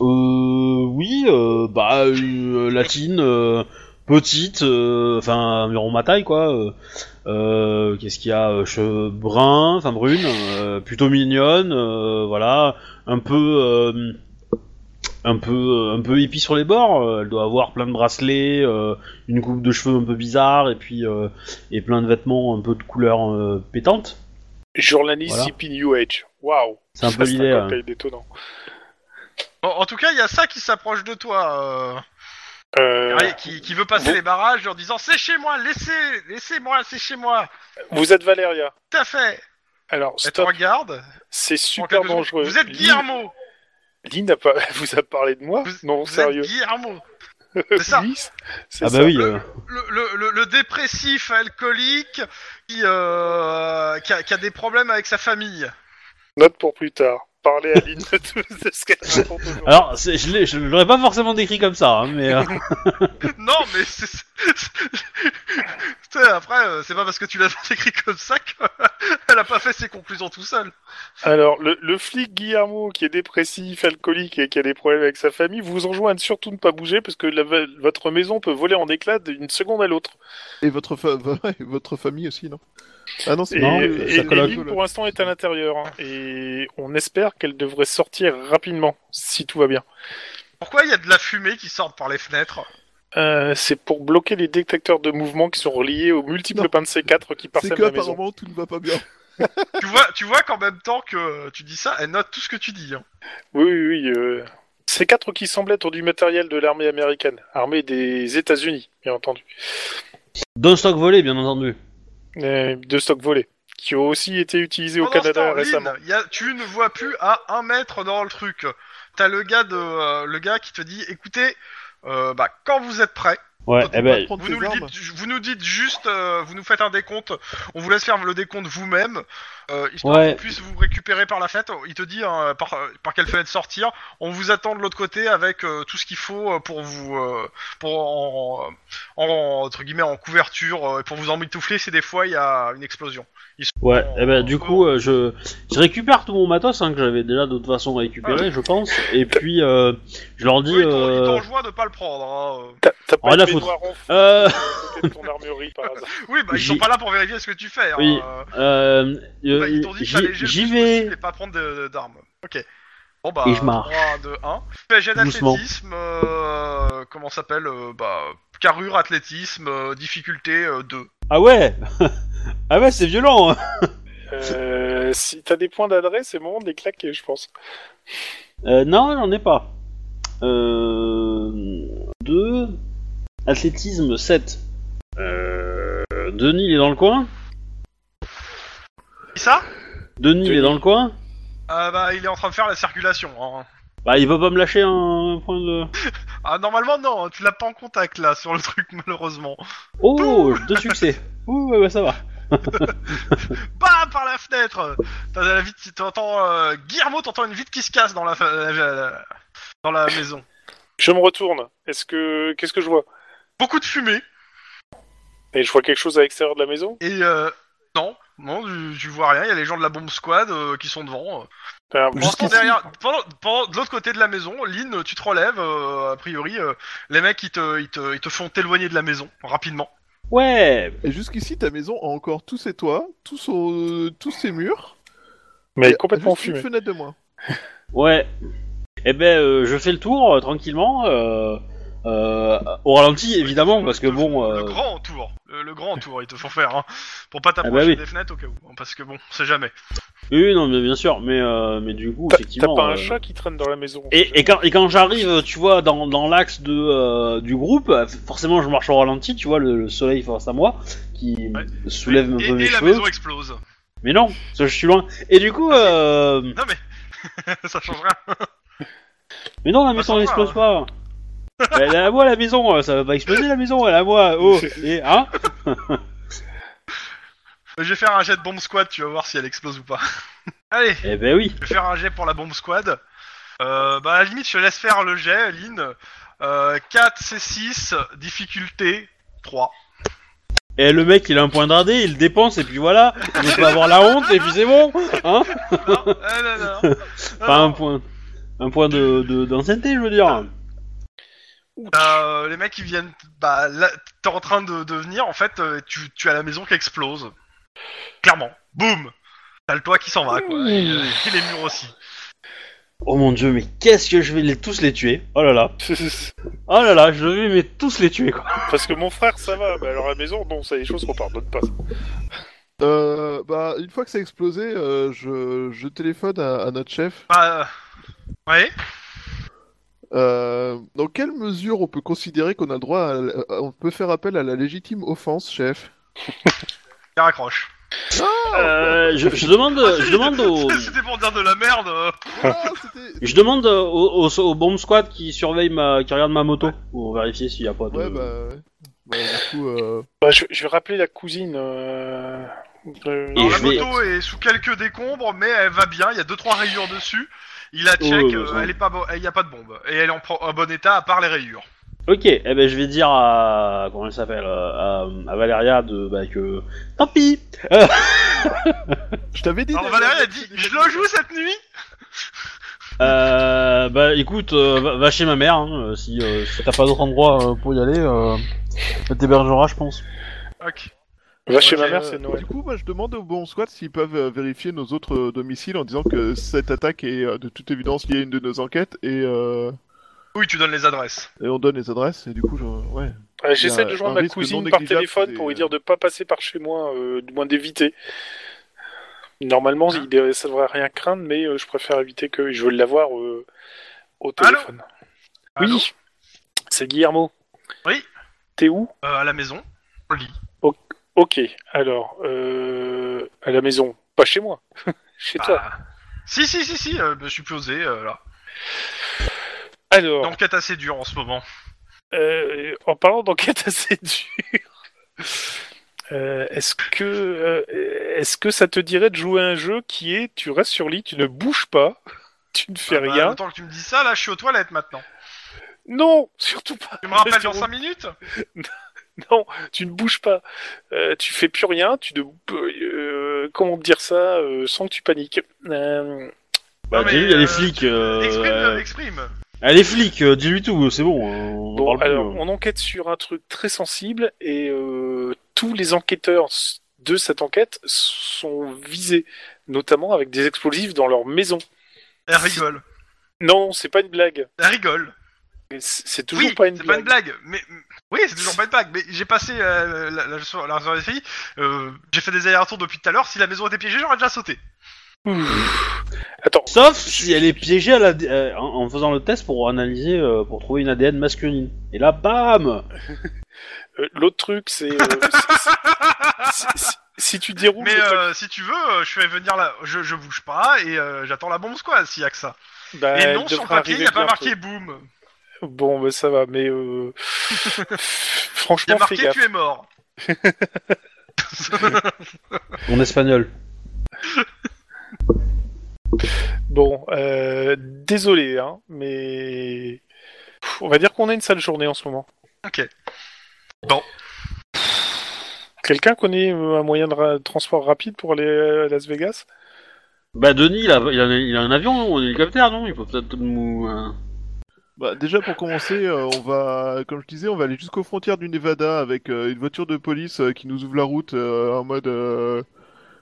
Euh, oui, euh, bah, euh, latine, euh, petite, euh, enfin, environ ma taille, quoi. euh, euh, Qu'est-ce qu'il y a euh, Cheveux bruns, enfin brune, euh, plutôt mignonne, euh, voilà, un peu... euh, un peu, euh, un peu hippie sur les bords, euh, elle doit avoir plein de bracelets, euh, une coupe de cheveux un peu bizarre, et puis euh, et plein de vêtements un peu de couleur euh, pétante.
Jorlanis
Voilà.
Hippie New Age. Waouh.
C'est un
Ça,
peu
c'est
l'idée.
un
hein.
cocktail détonnant.
en, en tout cas, il y a ça qui s'approche de toi. Euh...
Euh,
Ouais, qui, qui veut passer
Vous-
les barrages en disant c'est chez moi, laissez, laissez-moi, c'est chez moi.
vous êtes Valéria.
Tout à fait.
Alors,
Elle te
stop.
regarde.
C'est
en
super
quelques secondes.
dangereux.
Vous êtes
Lynn-
Guillermo.
Lynn a pas... vous a parlé de moi
Vous,
Non,
vous
sérieux.
êtes Guillermo. C'est ça.
Oui, c'est
Ah bah
ça.
oui, euh,
Le, le, le- le dépressif alcoolique qui, euh, qui, a, qui a des problèmes avec sa famille.
Note pour plus tard. Parlez à Lynn de tout- de ce qu'elle raconte aujourd'hui.
Alors, c'est- je l'ai- je l'aurais pas forcément décrit comme ça, hein, mais euh,
non, mais c'est. c'est- Après, euh, c'est pas parce que tu l'as écrit comme ça qu'elle a pas fait ses conclusions tout seul.
Alors, le, le flic Guillermo, qui est dépressif, alcoolique et qui a des problèmes avec sa famille, vous enjoint à ne surtout ne pas bouger parce que la- votre maison peut voler en éclats d'une seconde à l'autre.
Et votre, fa- ouais, votre famille aussi, non Ah non,
Et,
c'est...
Non,
et,
euh,
et
ça colle à
Lynn,
tout, là.
pour l'instant, est à l'intérieur. hein. et on espère qu'elle devrait sortir rapidement, si tout va bien.
Pourquoi il y a de la fumée qui sort par les fenêtres
Euh, c'est pour bloquer les détecteurs de mouvement qui sont reliés aux multiples
Non.
pains de C4 qui
C'est
parsèment
que
la maison.
apparemment tout ne va pas bien.
tu vois, tu vois qu'en même temps que tu dis ça, elle note tout ce que tu dis. hein.
Oui, oui, oui. euh, C4 qui semblent être du matériel de l'armée américaine, armée des États-Unis, bien entendu.
d'un stock volé, bien entendu.
Euh, de stock volé, qui ont aussi été
Ah
utilisés au
Pendant ce
Canada
temps, Lynn,
récemment.
y a- tu ne vois plus à un mètre dans le truc. T'as le gars de, euh, le gars qui te dit, écoutez, euh, bah, quand vous êtes prêts,
Ouais,
Toi, tu
eh
peux
ben,
pas prendre
vous
tes
nous, le
armes.
dites, vous nous dites juste, euh, vous nous faites un décompte, on vous laisse faire le décompte vous-même, euh, histoire
Ouais.
qu'on puisse vous récupérer par la fête. Il te dit hein, par, par quelle fenêtre sortir, on vous attend de l'autre côté avec euh, tout ce qu'il faut euh, pour vous, euh, pour en, en- entre guillemets, en couverture, euh, pour vous emmitoufler si des fois il y a une explosion.
ouais, eh ben, du coup, euh, je, je récupère tout mon matos hein, que j'avais déjà d'autre façon récupéré, je pense, et puis euh, je leur dis.
Oui, il t'en- il
euh,
t'enjoint de pas le prendre. hein.
T'as t'as pas
Rien
une
à foutre.
baignoire en fou
Euh,
à côté de ton armurerie par hasard.
Oui, bah ils sont
J'y-
pas là pour vérifier ce que tu fais. hein.
Oui.
Euh,
euh,
bah, ils t'ont dit que t'allais gérer
j'y j'y
le plus
vais.
possible et pas prendre de- de- d'armes. Ok. Bon bah.
Et je marche.
3, 2, 1. Fais jet
Doucement.
d'athlétisme. euh, comment ça s'appelle euh, Bah. Carrure, athlétisme, euh, difficulté euh, 2.
Ah ouais, ah ouais, c'est violent. hein.
Euh, Euh, si t'as des points d'adresse, c'est le moment de les claquer, je pense.
Euh, non, j'en ai pas. Euh... 2. Athlétisme 7. Euh... Denis, il est dans le coin
Qui ça
Denis, il est dans le coin
Ah bah, il est en train de faire la circulation. hein.
Bah, il va pas me lâcher un point de.
Ah, normalement, non, hein, tu l'as pas en contact là sur le truc, malheureusement.
Oh, deux succès. Ouh, ouais, ouais, ça va.
Bah, par la fenêtre T'as la vitre, t'entends. euh, Guillermo, t'entends une vitre qui se casse dans la, fa- euh, la- la- la- dans la maison.
Je me retourne. Est-ce que qu'est-ce que je vois
Beaucoup de fumée
Et je vois quelque chose à l'extérieur de la maison.
et. euh, non, non, tu, tu vois rien, il y a les gens de la bombe squad euh, qui sont devant. euh.
Enfin,
Pendant
jusqu'ici-
derrière, pendant- pendant- de l'autre côté de la maison, Lynn, tu te relèves, euh, a priori, euh, les mecs ils te, ils te, ils te font t'éloigner de la maison rapidement.
Ouais.
Et jusqu'ici, ta maison a encore tous ses toits, tous, son- tous ses murs.
Mais elle est
Et
complètement
juste
fumée.
Une fenêtre de moins.
Ouais. Eh ben, euh, je fais le tour euh, tranquillement. euh, euh, au ralenti, évidemment, parce que
Ils te
bon.
font
euh,
Le grand entour, le, le grand entour, ils te font faire, hein, pour pas t'approcher
Ah bah oui.
des fenêtres au cas où, hein, parce que bon, c'est jamais.
Oui, non, mais bien sûr. Mais, euh, mais du coup,
T'as t'as
effectivement.
pas un
euh,
chat qui traîne dans la maison
Et, et quand, et quand j'arrive, tu vois, dans, dans l'axe de euh, du groupe, euh, forcément, je marche au ralenti, tu vois, le, le soleil face à moi, qui
Ouais.
soulève un
et
peu mes
et la
cheveux.
maison explose.
Mais non, parce que je suis loin. Et du coup, euh,
Non mais, ça change rien.
mais non, la
ça
maison
va,
n'explose
hein.
pas. Elle est à moi la maison, euh, ça va pas exploser la maison, elle est à moi. Oh, et hein
Je vais faire un jet de bombe squad, tu vas voir si elle explose ou pas. Allez,
Eh ben oui.
je vais faire un jet pour la bombe squad. Euh, bah à la limite, je te laisse faire le jet, Lynn. Euh, 4, C6, difficulté 3.
Et le mec, il a un point d'ardé, il le dépense, et puis voilà. Il peut avoir la honte, et puis c'est bon. Hein
Non, euh, non, non, non.
Enfin, un point, un point de de- d'ancienneté, je veux dire.
Euh, les mecs ils viennent, bah là t'es en train de, de venir en fait, euh, tu, tu as la maison qui explose. Clairement, boum T'as le toit qui s'en va quoi, et, euh, et les murs aussi.
Oh mon dieu, mais qu'est-ce que je vais les, tous les tuer Oh là là. Oh là là, je vais mais tous les tuer, quoi.
Parce que mon frère, ça va, mais alors à la maison, bon, ça, les choses qu'on pardonne pas.
Euh, bah, une fois que ça a explosé, euh, je, je téléphone à, à notre chef.
Bah, euh, ouais,
Euh, dans quelle mesure on peut considérer qu'on a le droit, à, à- on peut faire appel à la légitime offense, chef
il raccroche.
Euh, je, je demande,
Ah,
je demande au,
C'était pour dire de la merde euh.
Ah, c'était-
je demande euh, au, au, au bomb squad qui surveille ma, qui regarde ma moto pour vérifier s'il y a pas de.
Ouais, bah. ouais. Bah, du coup, euh,
Bah, je, je vais rappeler la cousine. euh, de-
Et
Alors,
je
la
vais-
moto est sous quelques décombres, mais elle va bien, il y a deux trois rayures dessus. Il la check,
Oh, ouais,
euh,
ça va.
elle est pas bo- il y a pas de bombe. Et elle est en, pro- en bon état à part les rayures.
Ok, eh ben je vais dire à comment elle s'appelle euh, à, à Valéria de bah que tant pis.
je t'avais dit.
Alors
d'ailleurs,
Valérie a dit, je le joue cette nuit
Euh, bah écoute, euh, va, va chez ma mère hein, euh, si, euh, si t'as pas d'autre endroit euh, pour y aller, euh, elle t'hébergera je pense.
Ok.
Va chez ma
Ok,
mère,
Euh,
c'est Noël.
Du coup, moi, je demande au bon squad s'ils peuvent euh, vérifier nos autres euh, domiciles en disant que cette attaque est euh, de toute évidence liée à une de nos enquêtes et, euh,
Oui, tu donnes les adresses.
et on donne les adresses et du coup, je... ouais.
Ouais, Eh, J'essaie
euh, il y a
de
un
joindre ma
risque non
cousine par
négligeable
téléphone
des- euh,
pour lui dire de pas passer par chez moi, euh, du moins d'éviter. Normalement,
Ah.
il, est- ça devrait rien craindre, mais euh, je préfère éviter que. Je veux l'avoir euh, au
Allô
téléphone.
Allô
oui, c'est Guillermo.
Oui.
T'es où
Euh, à la maison, au lit.
Ok, alors, euh, à la maison. Pas chez moi, chez toi.
Ah. Si, si, si, si, euh, je me suis posé euh, là. Bah,
Alors,
L'enquête assez dure en ce moment.
Euh, en parlant d'enquête assez dure, euh, est-ce que euh, est-ce que ça te dirait de jouer à un jeu qui est tu restes sur lit, tu ne bouges pas, tu ne fais
Ah bah,
rien
Autant que tu me dis ça, là, je suis aux toilettes maintenant.
Non, surtout pas.
Tu me rappelles dans 5
Zéro.
minutes
Non, tu ne bouges pas. Euh, tu fais plus rien, tu ne euh, comment dire ça euh, sans que tu paniques. Euh,
Bah
Non, mais,
dis-lui, il y a les
euh,
flics. euh,
Exprime,
euh,
euh, exprime.
Ah, les flics, euh, dis-lui tout, c'est bon, euh, on en
bon,
parle
alors
plus. euh.
on enquête sur un truc très sensible et euh, tous les enquêteurs s- de cette enquête sont visés, notamment avec des explosifs dans leur maison.
Elle rigole.
Non, c'est pas une blague.
Elle rigole.
Mais c- C'est toujours
Oui,
pas une
c'est
blague.
Mais oui, c'est toujours pas une blague. Mais j'ai passé euh, la, la, la, la soirée des filles, euh, j'ai fait des allers-retours depuis tout à l'heure. Si la maison était piégée, j'aurais déjà sauté.
Ouf. Attends,
Sauf si elle est piégée à la- euh, en, en faisant le test pour analyser, euh, pour trouver une ADN masculine. Et là, bam
euh, l'autre truc, c'est. euh, c'est- c'est- c'est- si tu déroules.
Mais
le truc-
euh, si tu veux, euh, je vais venir là, je, je bouge pas et euh, j'attends la bombe squad s'il y a que ça.
bah,
et non,
elle
sur le
devrait
papier, il n'y a
arriver
pas
bientôt.
marqué boum.
Bon, bah ça va, mais. euh,
Il y
Franchement,
a
fais
marqué
gaffe.
tu es mort.
En espagnol.
Bon, euh, désolé, hein, mais Pff, on va dire qu'on a une sale journée en ce moment.
Ok. Bon.
Quelqu'un connaît euh, un moyen de ra- transport rapide pour aller euh, à Las Vegas
Bah, Denis, il a, il a- il a un avion, non un hélicoptère, non Il peut peut-être nous... euh,
Bah, déjà pour commencer, euh, on va, comme je disais, on va aller jusqu'aux frontières du Nevada avec euh, une voiture de police euh, qui nous ouvre la route euh, en mode. euh,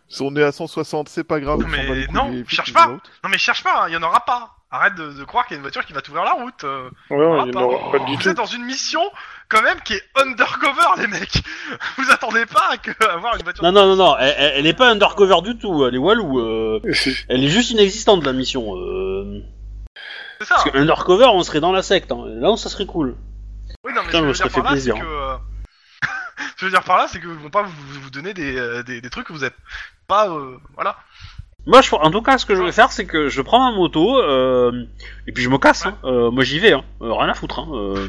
si on est à 160, c'est pas grave.
Non,
on s'en bat
mais
les couilles,
non,
les flics
cherche
nous ouvrent
pas.
la route.
Non mais cherche pas, hein, il y en aura pas. Arrête de, de croire qu'il y a une voiture qui va t'ouvrir la route. euh.
Ouais,
Ah,
il n'y en
pardon.
aura pas du
Vous
tout.
êtes dans une mission quand même qui est undercover les mecs. Vous attendez pas à que- à avoir une voiture.
Non, non, non, non, elle, elle- elle est pas undercover du tout, elle est Walou. euh, elle est juste inexistante, la mission. euh.
C'est ça. hein.
Parce que undercover, on serait dans la secte. hein. Là, on- ça serait cool.
Oui, non, mais ce
Putain,
que
moi,
je
ça
veux dire par
fait
là,
plaisir, hein.
c'est que. euh, ce que je veux dire par là, c'est que vont pas vous, vous donner des, euh, des, des trucs que vous avez pas. euh, voilà.
Moi, je, en tout cas, ce que je vais faire, c'est que je prends ma moto, euh, et puis je me casse. hein. Euh, moi, j'y vais, hein. Euh, rien à foutre. Hein. euh.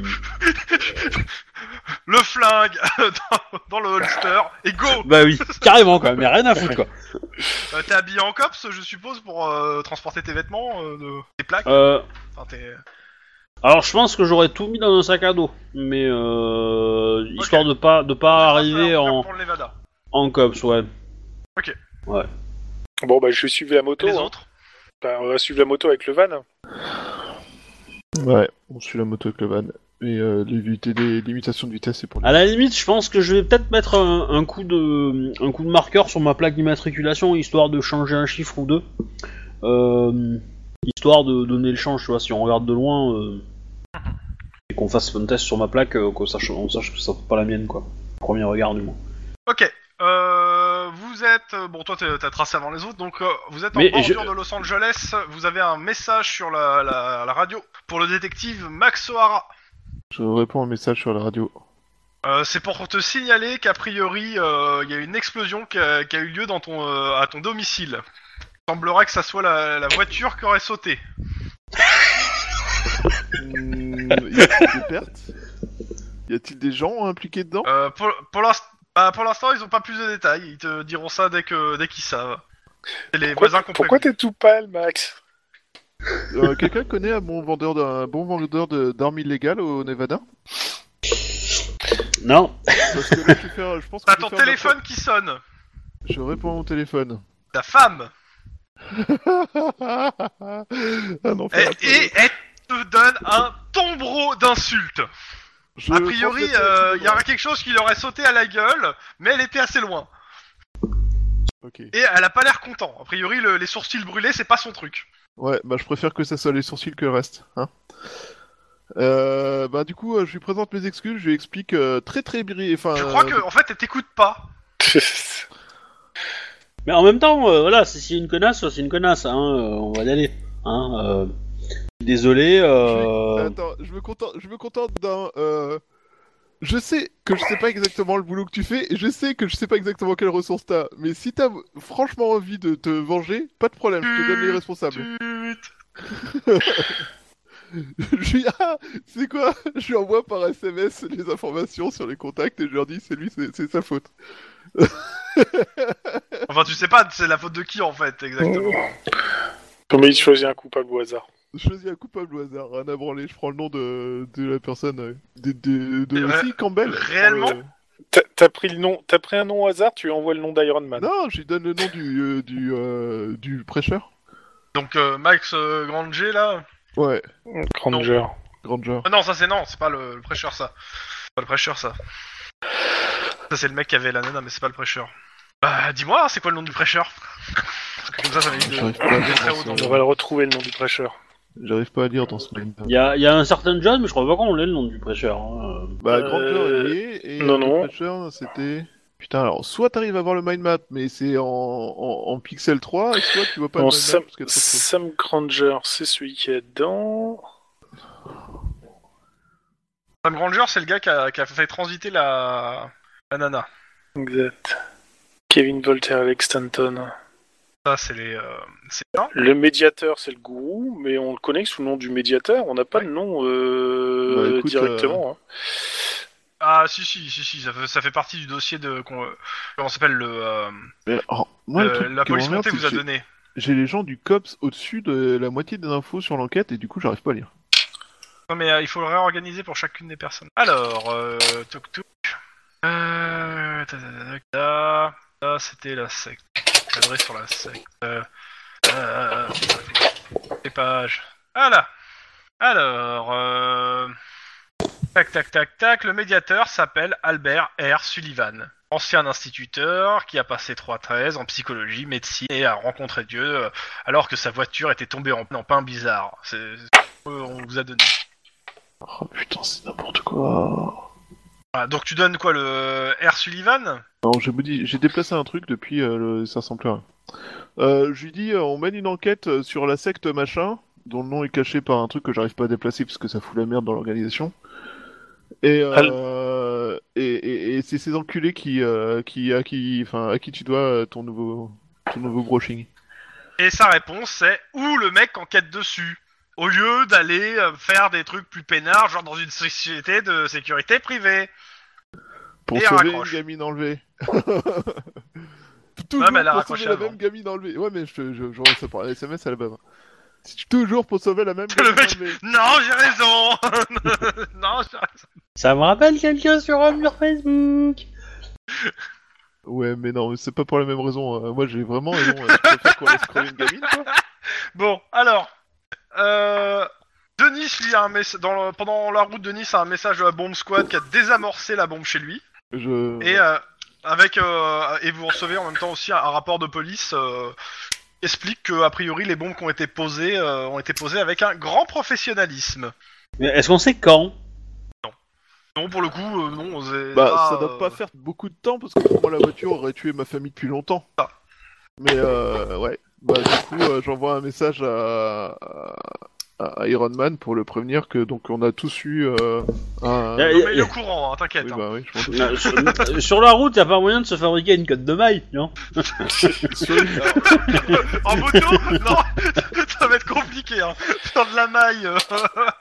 Le flingue dans, dans le holster et go
bah oui, carrément, quand même, mais rien à foutre, quoi.
Euh, T'es habillé en cops, je suppose, pour euh, transporter tes vêtements, euh, de- tes plaques.
Euh,
Enfin, tes-
alors, je pense que j'aurais tout mis dans un sac à dos, mais euh, histoire de pas de pas arriver
Pour-
Ah, en,
Pour le Nevada.
en cops, ouais.
Bon, bah je suis la
Et
moto.
les
hein.
autres
Bah, on va suivre la moto avec le van.
Ouais, on suit la moto avec le van. Et euh, l'éviter des limitations de vitesse, c'est pour les...
À la limite, je pense que je vais peut-être mettre un, un coup de un coup de marqueur sur ma plaque d'immatriculation histoire de changer un chiffre ou deux, Euh, histoire de donner le change, tu vois, si on regarde de loin euh, et qu'on fasse un test sur ma plaque, euh, qu'on sache, on sache que ça soit pas la mienne, quoi. Premier regard du moins.
Ok. Euh, vous êtes. euh, Bon, toi, t'es- t'as tracé avant les autres, donc euh, vous êtes en
Mais
bordure
je-
de Los Angeles. Vous avez un message sur la, la- la radio pour le détective Max O'Hara.
Je réponds un message sur la radio.
Euh, C'est pour te signaler qu'a priori, euh, il y a une explosion qui a, qui a eu lieu dans ton, euh, à ton domicile. Il semblerait que ça soit la, la voiture qui aurait sauté.
Hmm, y a-t-il des pertes Y a-t-il des gens impliqués dedans
Euh, pour pour l'inst- bah, pour l'instant, ils ont pas plus de détails. Ils te diront ça dès que dès qu'ils savent. C'est les voisins
Pourquoi,
qu'on
pourquoi t'es tout pâle, Max
Euh, Quelqu'un connaît un bon vendeur d'un un bon vendeur de- d'armes illégales au Nevada
Non,
Parce que là, je, vais faire- je pense que
T'as
je
ton
vais faire
téléphone qui sonne.
n'importe- Je réponds au téléphone.
Ta femme.
Un
Et,
enfer.
Eh, et elle te donne un tombereau d'insultes.
Je
A priori,
transmets ça au
euh, il y
téléphone.
aurait quelque chose qui leur aurait sauté à la gueule, mais elle était assez loin.
Ok.
Et elle a pas l'air content. A priori, le- les sourcils brûlés, c'est pas son truc.
Ouais, bah je préfère que ça soit les sourcils que le reste. Hein euh, bah du coup, euh, je lui présente mes excuses, je lui explique euh, très très bri... Enfin,
Je crois
euh,
que, en fait, elle t'écoute pas.
mais en même temps, euh, voilà, si c'est une connasse, c'est une connasse, hein, euh, on va y aller. Hein, euh, désolé. Euh...
Attends, je me contente, je me contente d'un. euh, Je sais que je sais pas exactement le boulot que tu fais, et je sais que je sais pas exactement quelle ressource t'as, mais si t'as franchement envie de te venger, pas de problème, je te donne les responsables.
Tut.
je lui ah, c'est quoi Je lui envoie par SMS les informations sur les contacts et je leur dis c'est lui, c'est c'est sa faute.
Enfin, tu sais pas, c'est la faute de qui en fait, exactement.
Oh,
Comment il choisit un coupable au hasard
Je choisis un coupable au hasard, rien à branler, je prends le nom de, de la personne, euh, de, de, de-
Et ré-
si, Campbell.
réellement
Euh,
T'as- T'as pris le nom, t'as pris un nom au hasard, tu lui envoies le nom d'Iron Man.
Non, je lui donne le nom du, euh, du, euh, du prêcheur. oh.
Donc euh, Max euh, Granger là.
Ouais,
Mm, Granger.
Granger.
Ah non, ça c'est non, c'est pas le, le prêcheur ça. C'est Pas le prêcheur ça. Ça c'est le mec qui avait la nana, mais c'est pas le prêcheur. Bah dis-moi, c'est quoi le nom du prêcheur Parce que comme ça, ça m'évite de.
J'arrive pas à
de
dire
très
dans
haut
ce-
dans
On va le retrouver le nom du prêcheur.
J'arrive pas à lire dans ce mail.
Il y a, il y a un certain John, mais je crois pas qu'on l'ait le nom du prêcheur. hein.
Bah,
Euh,
Grand Cœur, il y est, et
non, non.
le Patcher, c'était... Putain, alors, soit t'arrives à voir le mind map, mais c'est en, en, en pixel 3, et soit tu vois pas
Bon,
le mind map,
Sam,
parce qu'il y a trop de choses.
Sam Granger, c'est celui qui est dedans.
Sam Granger, c'est le gars qui a, qui a fait transiter la, la nana.
Exact. Kevin Voltaire, Alex Stanton.
Ça, c'est les. euh, c'est ça
Le médiateur, c'est le gourou, mais on le connaît sous le nom du médiateur. On n'a pas de nom euh,
Bah, écoute,
directement. hein.
Ah, si, si, si, si, ça fait, ça fait partie du dossier de. qu'on- euh, Comment s'appelle le. euh,
Mais, alors, moi, le
euh, la
truc qui m'emmerde,
police montée
c'est
vous a
que j'ai-
donné.
J'ai les gens du COPS au-dessus de la moitié des infos sur l'enquête, et du coup, j'arrive pas à lire.
Non, mais euh, il faut le réorganiser pour chacune des personnes. Alors, euh, toc toc. Euh, ta, ta, ta, ta, ta. Ça, c'était la secte. Cadré sur la secte. Euh, euh, les pages. Ah là Alors, euh, tac tac tac tac. Le médiateur s'appelle Albert R. Sullivan. Ancien instituteur qui a passé 3-13 en psychologie, médecine et a rencontré Dieu euh, alors que sa voiture était tombée en, en pain bizarre. C'est c'est ce qu'on vous a donné.
Oh putain, c'est n'importe quoi.
Ah, donc tu donnes quoi le R Sullivan
Non, je vous dis, j'ai déplacé un truc depuis, euh, le- ça ressemble plus à rien. Euh, je lui dis, euh, on mène une enquête euh, sur la secte machin, dont le nom est caché par un truc que j'arrive pas à déplacer parce que ça fout la merde dans l'organisation. Et, euh, et, et- et c'est ces enculés qui, euh, qui, à, qui, enfin, à qui tu dois euh, ton nouveau, ton nouveau brushing.
Et sa réponse c'est ou le mec enquête dessus au lieu d'aller euh, faire des trucs plus peinards genre dans une société de sécurité privée.
Pour
Et elle
sauver une
raccroche.
gamine enlevée.
Ouais,
Toujours
mais elle a
pour
raccroché hein.
sauver la
avant.
même gamine enlevée. Ouais, mais je, je, j'envoie ça par SMS à la base. hein. C'est toujours pour sauver la même
Le
gamine
mec-
enlevée.
Non j'ai raison. non j'ai raison.
Ça me rappelle quelqu'un sur un mur Facebook.
Ouais, mais non, mais c'est pas pour la même raison. euh, Moi, j'ai vraiment raison. euh, Tu préfères qu'on laisse crever une gamine, quoi
Bon alors euh, Denis lit un message pendant la route Denis a un message de la bombe squad qui a désamorcé la bombe chez lui
Je...
et euh, avec euh, et vous recevez en même temps aussi un, un rapport de police euh, qui explique que a priori les bombes qui ont été posées euh, ont été posées avec un grand professionnalisme.
Mais est-ce qu'on sait quand
Non pour le coup euh, non c'est
Bah, ça doit
euh,
pas faire beaucoup de temps, parce que pour moi, la voiture aurait tué ma famille depuis longtemps.
Ah.
Mais, euh, ouais. Bah, du coup, euh, j'envoie un message à... à- à Iron Man pour le prévenir que, donc, on a tous eu euh, un...
non,
Euh,
mais il est au courant, hein, t'inquiète.
Oui,
hein.
bah oui, je m'en doute.
Euh, sur, euh, sur la route, y a pas moyen de se fabriquer une cote de maille, non
en moto, non, ça va être compliqué. Hein. Faire de la maille. euh,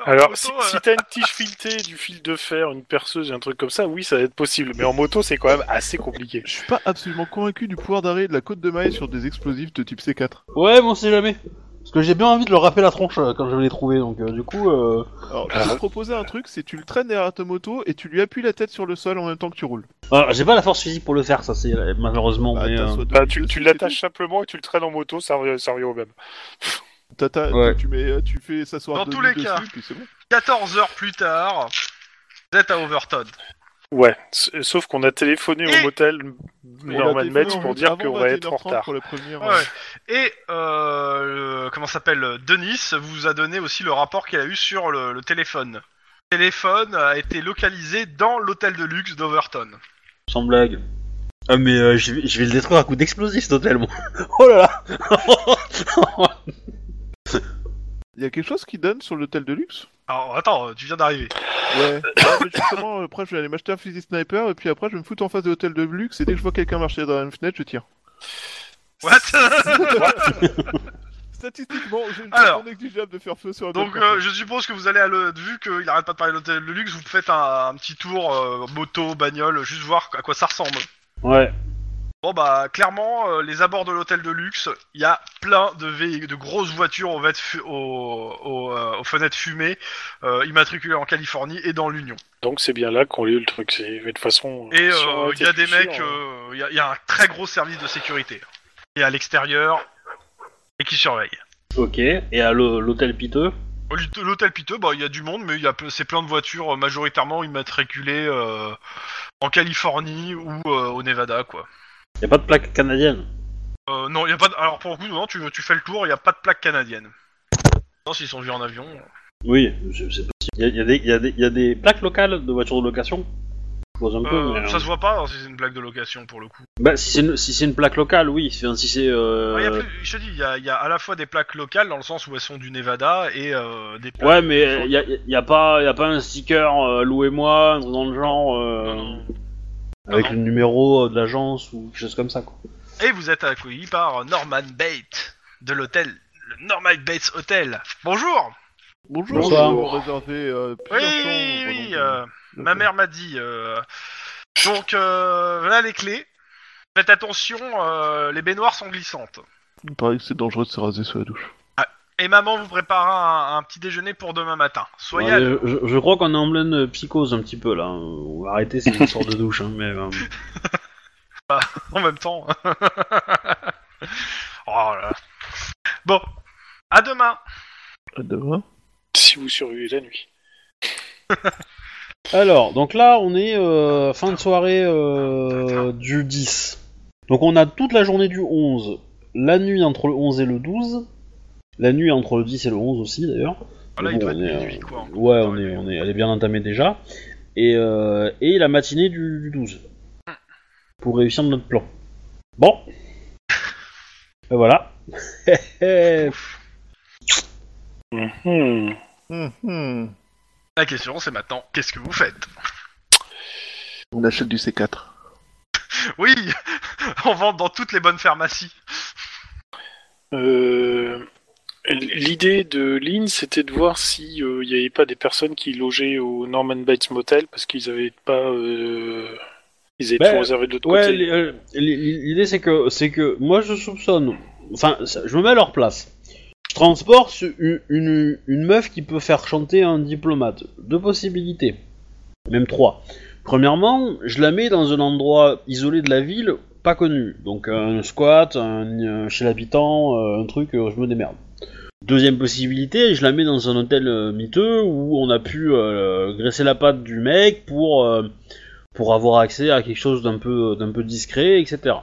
Alors,
moto,
si,
euh.
si t'as une tige filetée, du fil de fer, une perceuse et un truc comme ça, oui, ça va être possible. Mais en moto, c'est quand même assez compliqué.
Je suis pas absolument convaincu du pouvoir d'arrêt de la côte de maille sur des explosifs de type C4.
Ouais, bon, on sait jamais. Parce que j'ai bien envie de leur rappeler la tronche euh, quand je vais les trouver, donc euh, du coup... Euh...
Alors,
Ah.
je vais te proposer un truc, c'est tu le traînes derrière ta moto et tu lui appuies la tête sur le sol en même temps que tu roules.
alors, j'ai pas la force physique pour le faire, ça, c'est malheureusement,
Bah,
mais...
t'as
euh,
soit deux
Bah,
minutes
tu
de
tu
suite,
l'attaches simplement et tu le traînes en moto, ça revient, ça revient au même.
c'est tout. T'as- t'as-
Ouais.
Tu, mets, euh, tu fais s'asseoir
Dans
deux
tous
minutes
les cas.
dessus, puis c'est bon.
14 heures plus tard, vous êtes à Overton.
Ouais, s- sauf qu'on a téléphoné
Et-
au motel Norman
On a
Metz
téléphoné
pour dire
avant
qu'on va être en
21h30
retard.
Pour la première,
Ouais. Et euh, le- comment s'appelle Denis vous a donné aussi le rapport qu'elle a eu sur le, le téléphone. Le téléphone a été localisé dans l'hôtel de luxe d'Overton.
Sans blague. Ah, mais euh, je, vais, je vais le détruire à coup d'explosif, cet hôtel, moi. Oh là là
Il y a quelque chose qui donne sur l'hôtel de luxe
Alors attends, tu viens d'arriver.
Ouais. Ah, mais justement, après je vais aller m'acheter un fusil sniper et puis après je vais me foutre en face de l'hôtel de luxe et dès que je vois quelqu'un marcher dans une fenêtre, je tire.
What
Statistiquement, j'ai une
Alors.
façon négligeable de faire feu sur un
Donc
balcon.
euh, je suppose que vous allez à le... vu qu'il arrête pas de parler de l'hôtel de luxe, vous faites un, un petit tour euh, moto, bagnole, juste voir à quoi ça ressemble.
Ouais.
Bon bah clairement euh, les abords de l'hôtel de luxe, il y a plein de, vé- de grosses voitures aux, vêtes fu- aux- aux, euh, aux fenêtres fumées euh, immatriculées en Californie et dans l'Union.
Donc c'est bien là qu'on lit le truc. c'est- Mais de toute façon.
Et
si on
euh,
était
il y a
plus
des
sûr,
mecs,
euh,
euh, il y, a- il y a un très gros service de sécurité qui est à l'extérieur et qui surveille.
Ok, et à l'hô- l'hôtel piteux
Au lit- L'hôtel piteux, bah il y a du monde, mais il y a peu- c'est plein de voitures euh, majoritairement immatriculées euh, en Californie ou euh, au Nevada quoi.
y a pas de plaque canadienne.
Euh, non, il y a pas. de- Alors pour le coup, non, tu, tu fais le tour, il y a pas de plaque canadienne. Non, s'ils sont vus en avion.
Oui, c'est c'est possible. Il y a, il y a des- il y a des- il y a des plaques locales de voitures de location Je pose un peu,
Euh,
mais, euh,
ça se voit pas hein, si c'est une blague de location pour le coup.
bah, si c'est une, si c'est une plaque locale, oui. Enfin, si c'est. euh,
Ouais, y a plus- je te dis, Ah, il y a, il y a à la fois des plaques locales dans le sens où elles sont du Nevada et euh, des plaques.
Ouais, mais il y a, y a pas, y a pas un sticker euh, louez-moi, un truc dans le genre, euh,
Non, non.
avec
Non,
le numéro euh, de l'agence ou quelque chose comme ça. Quoi.
Et vous êtes accueilli par Norman Bates de l'hôtel, le Norman Bates Hotel. Bonjour
Bonjour,
Bonsoir.
nous avons réservé euh,
Oui,
plusieurs
oui,
chambres,
oui,
donc,
euh,
euh,
ma mère m'a dit. euh, Donc, euh, voilà les clés. Faites attention, euh, les baignoires sont glissantes.
Il paraît que c'est dangereux de se raser sous la douche.
Et maman vous prépare un, un petit déjeuner pour demain matin. Soyez
Ouais,
à
je, je- je crois qu'on est en pleine euh, psychose un petit peu là. On va arrêter ces histoires de douche, hein, mais. euh,
en même temps. oh là. là. Bon, à demain.
À demain.
Si vous survivez la nuit.
Alors, donc là, on est euh, fin de soirée euh, du 10. Donc on a toute la journée du 11, la nuit entre le 11 et le 12, la nuit entre le 10 et le 11 aussi d'ailleurs.
Voilà,
Mais
Oh il doit
bon,
être
on est,
minuit,
euh,
quoi.
Ouais, on est, on est, elle est bien entamée déjà. Et, euh, et la matinée du, du 12. Pour réussir notre plan. Bon. Et voilà. Eh,
Mhm.
La question, c'est maintenant, qu'est-ce que vous faites
On achète du C4.
Oui, on vend dans toutes les bonnes pharmacies.
Euh, L'idée de Lynn, c'était de voir s'il n'y avait pas des personnes qui logeaient au Norman Bates Motel parce qu'ils avaient pas. euh, Ils avaient
Ben,
tout réservé de l'autre
Ouais,
côté.
les- euh, les- l'idée c'est que c'est que moi je soupçonne, enfin ça- je me mets à leur place. Je transporte su- une, une, une meuf qui peut faire chanter un diplomate. Deux possibilités, même trois. Premièrement, je la mets dans un endroit isolé de la ville, pas connu, donc un squat, un, un chez l'habitant, euh, un truc, euh, je me démerde. Deuxième possibilité, je la mets dans un hôtel euh, miteux où on a pu euh, graisser la patte du mec pour euh, pour avoir accès à quelque chose d'un peu, d'un peu discret, etc.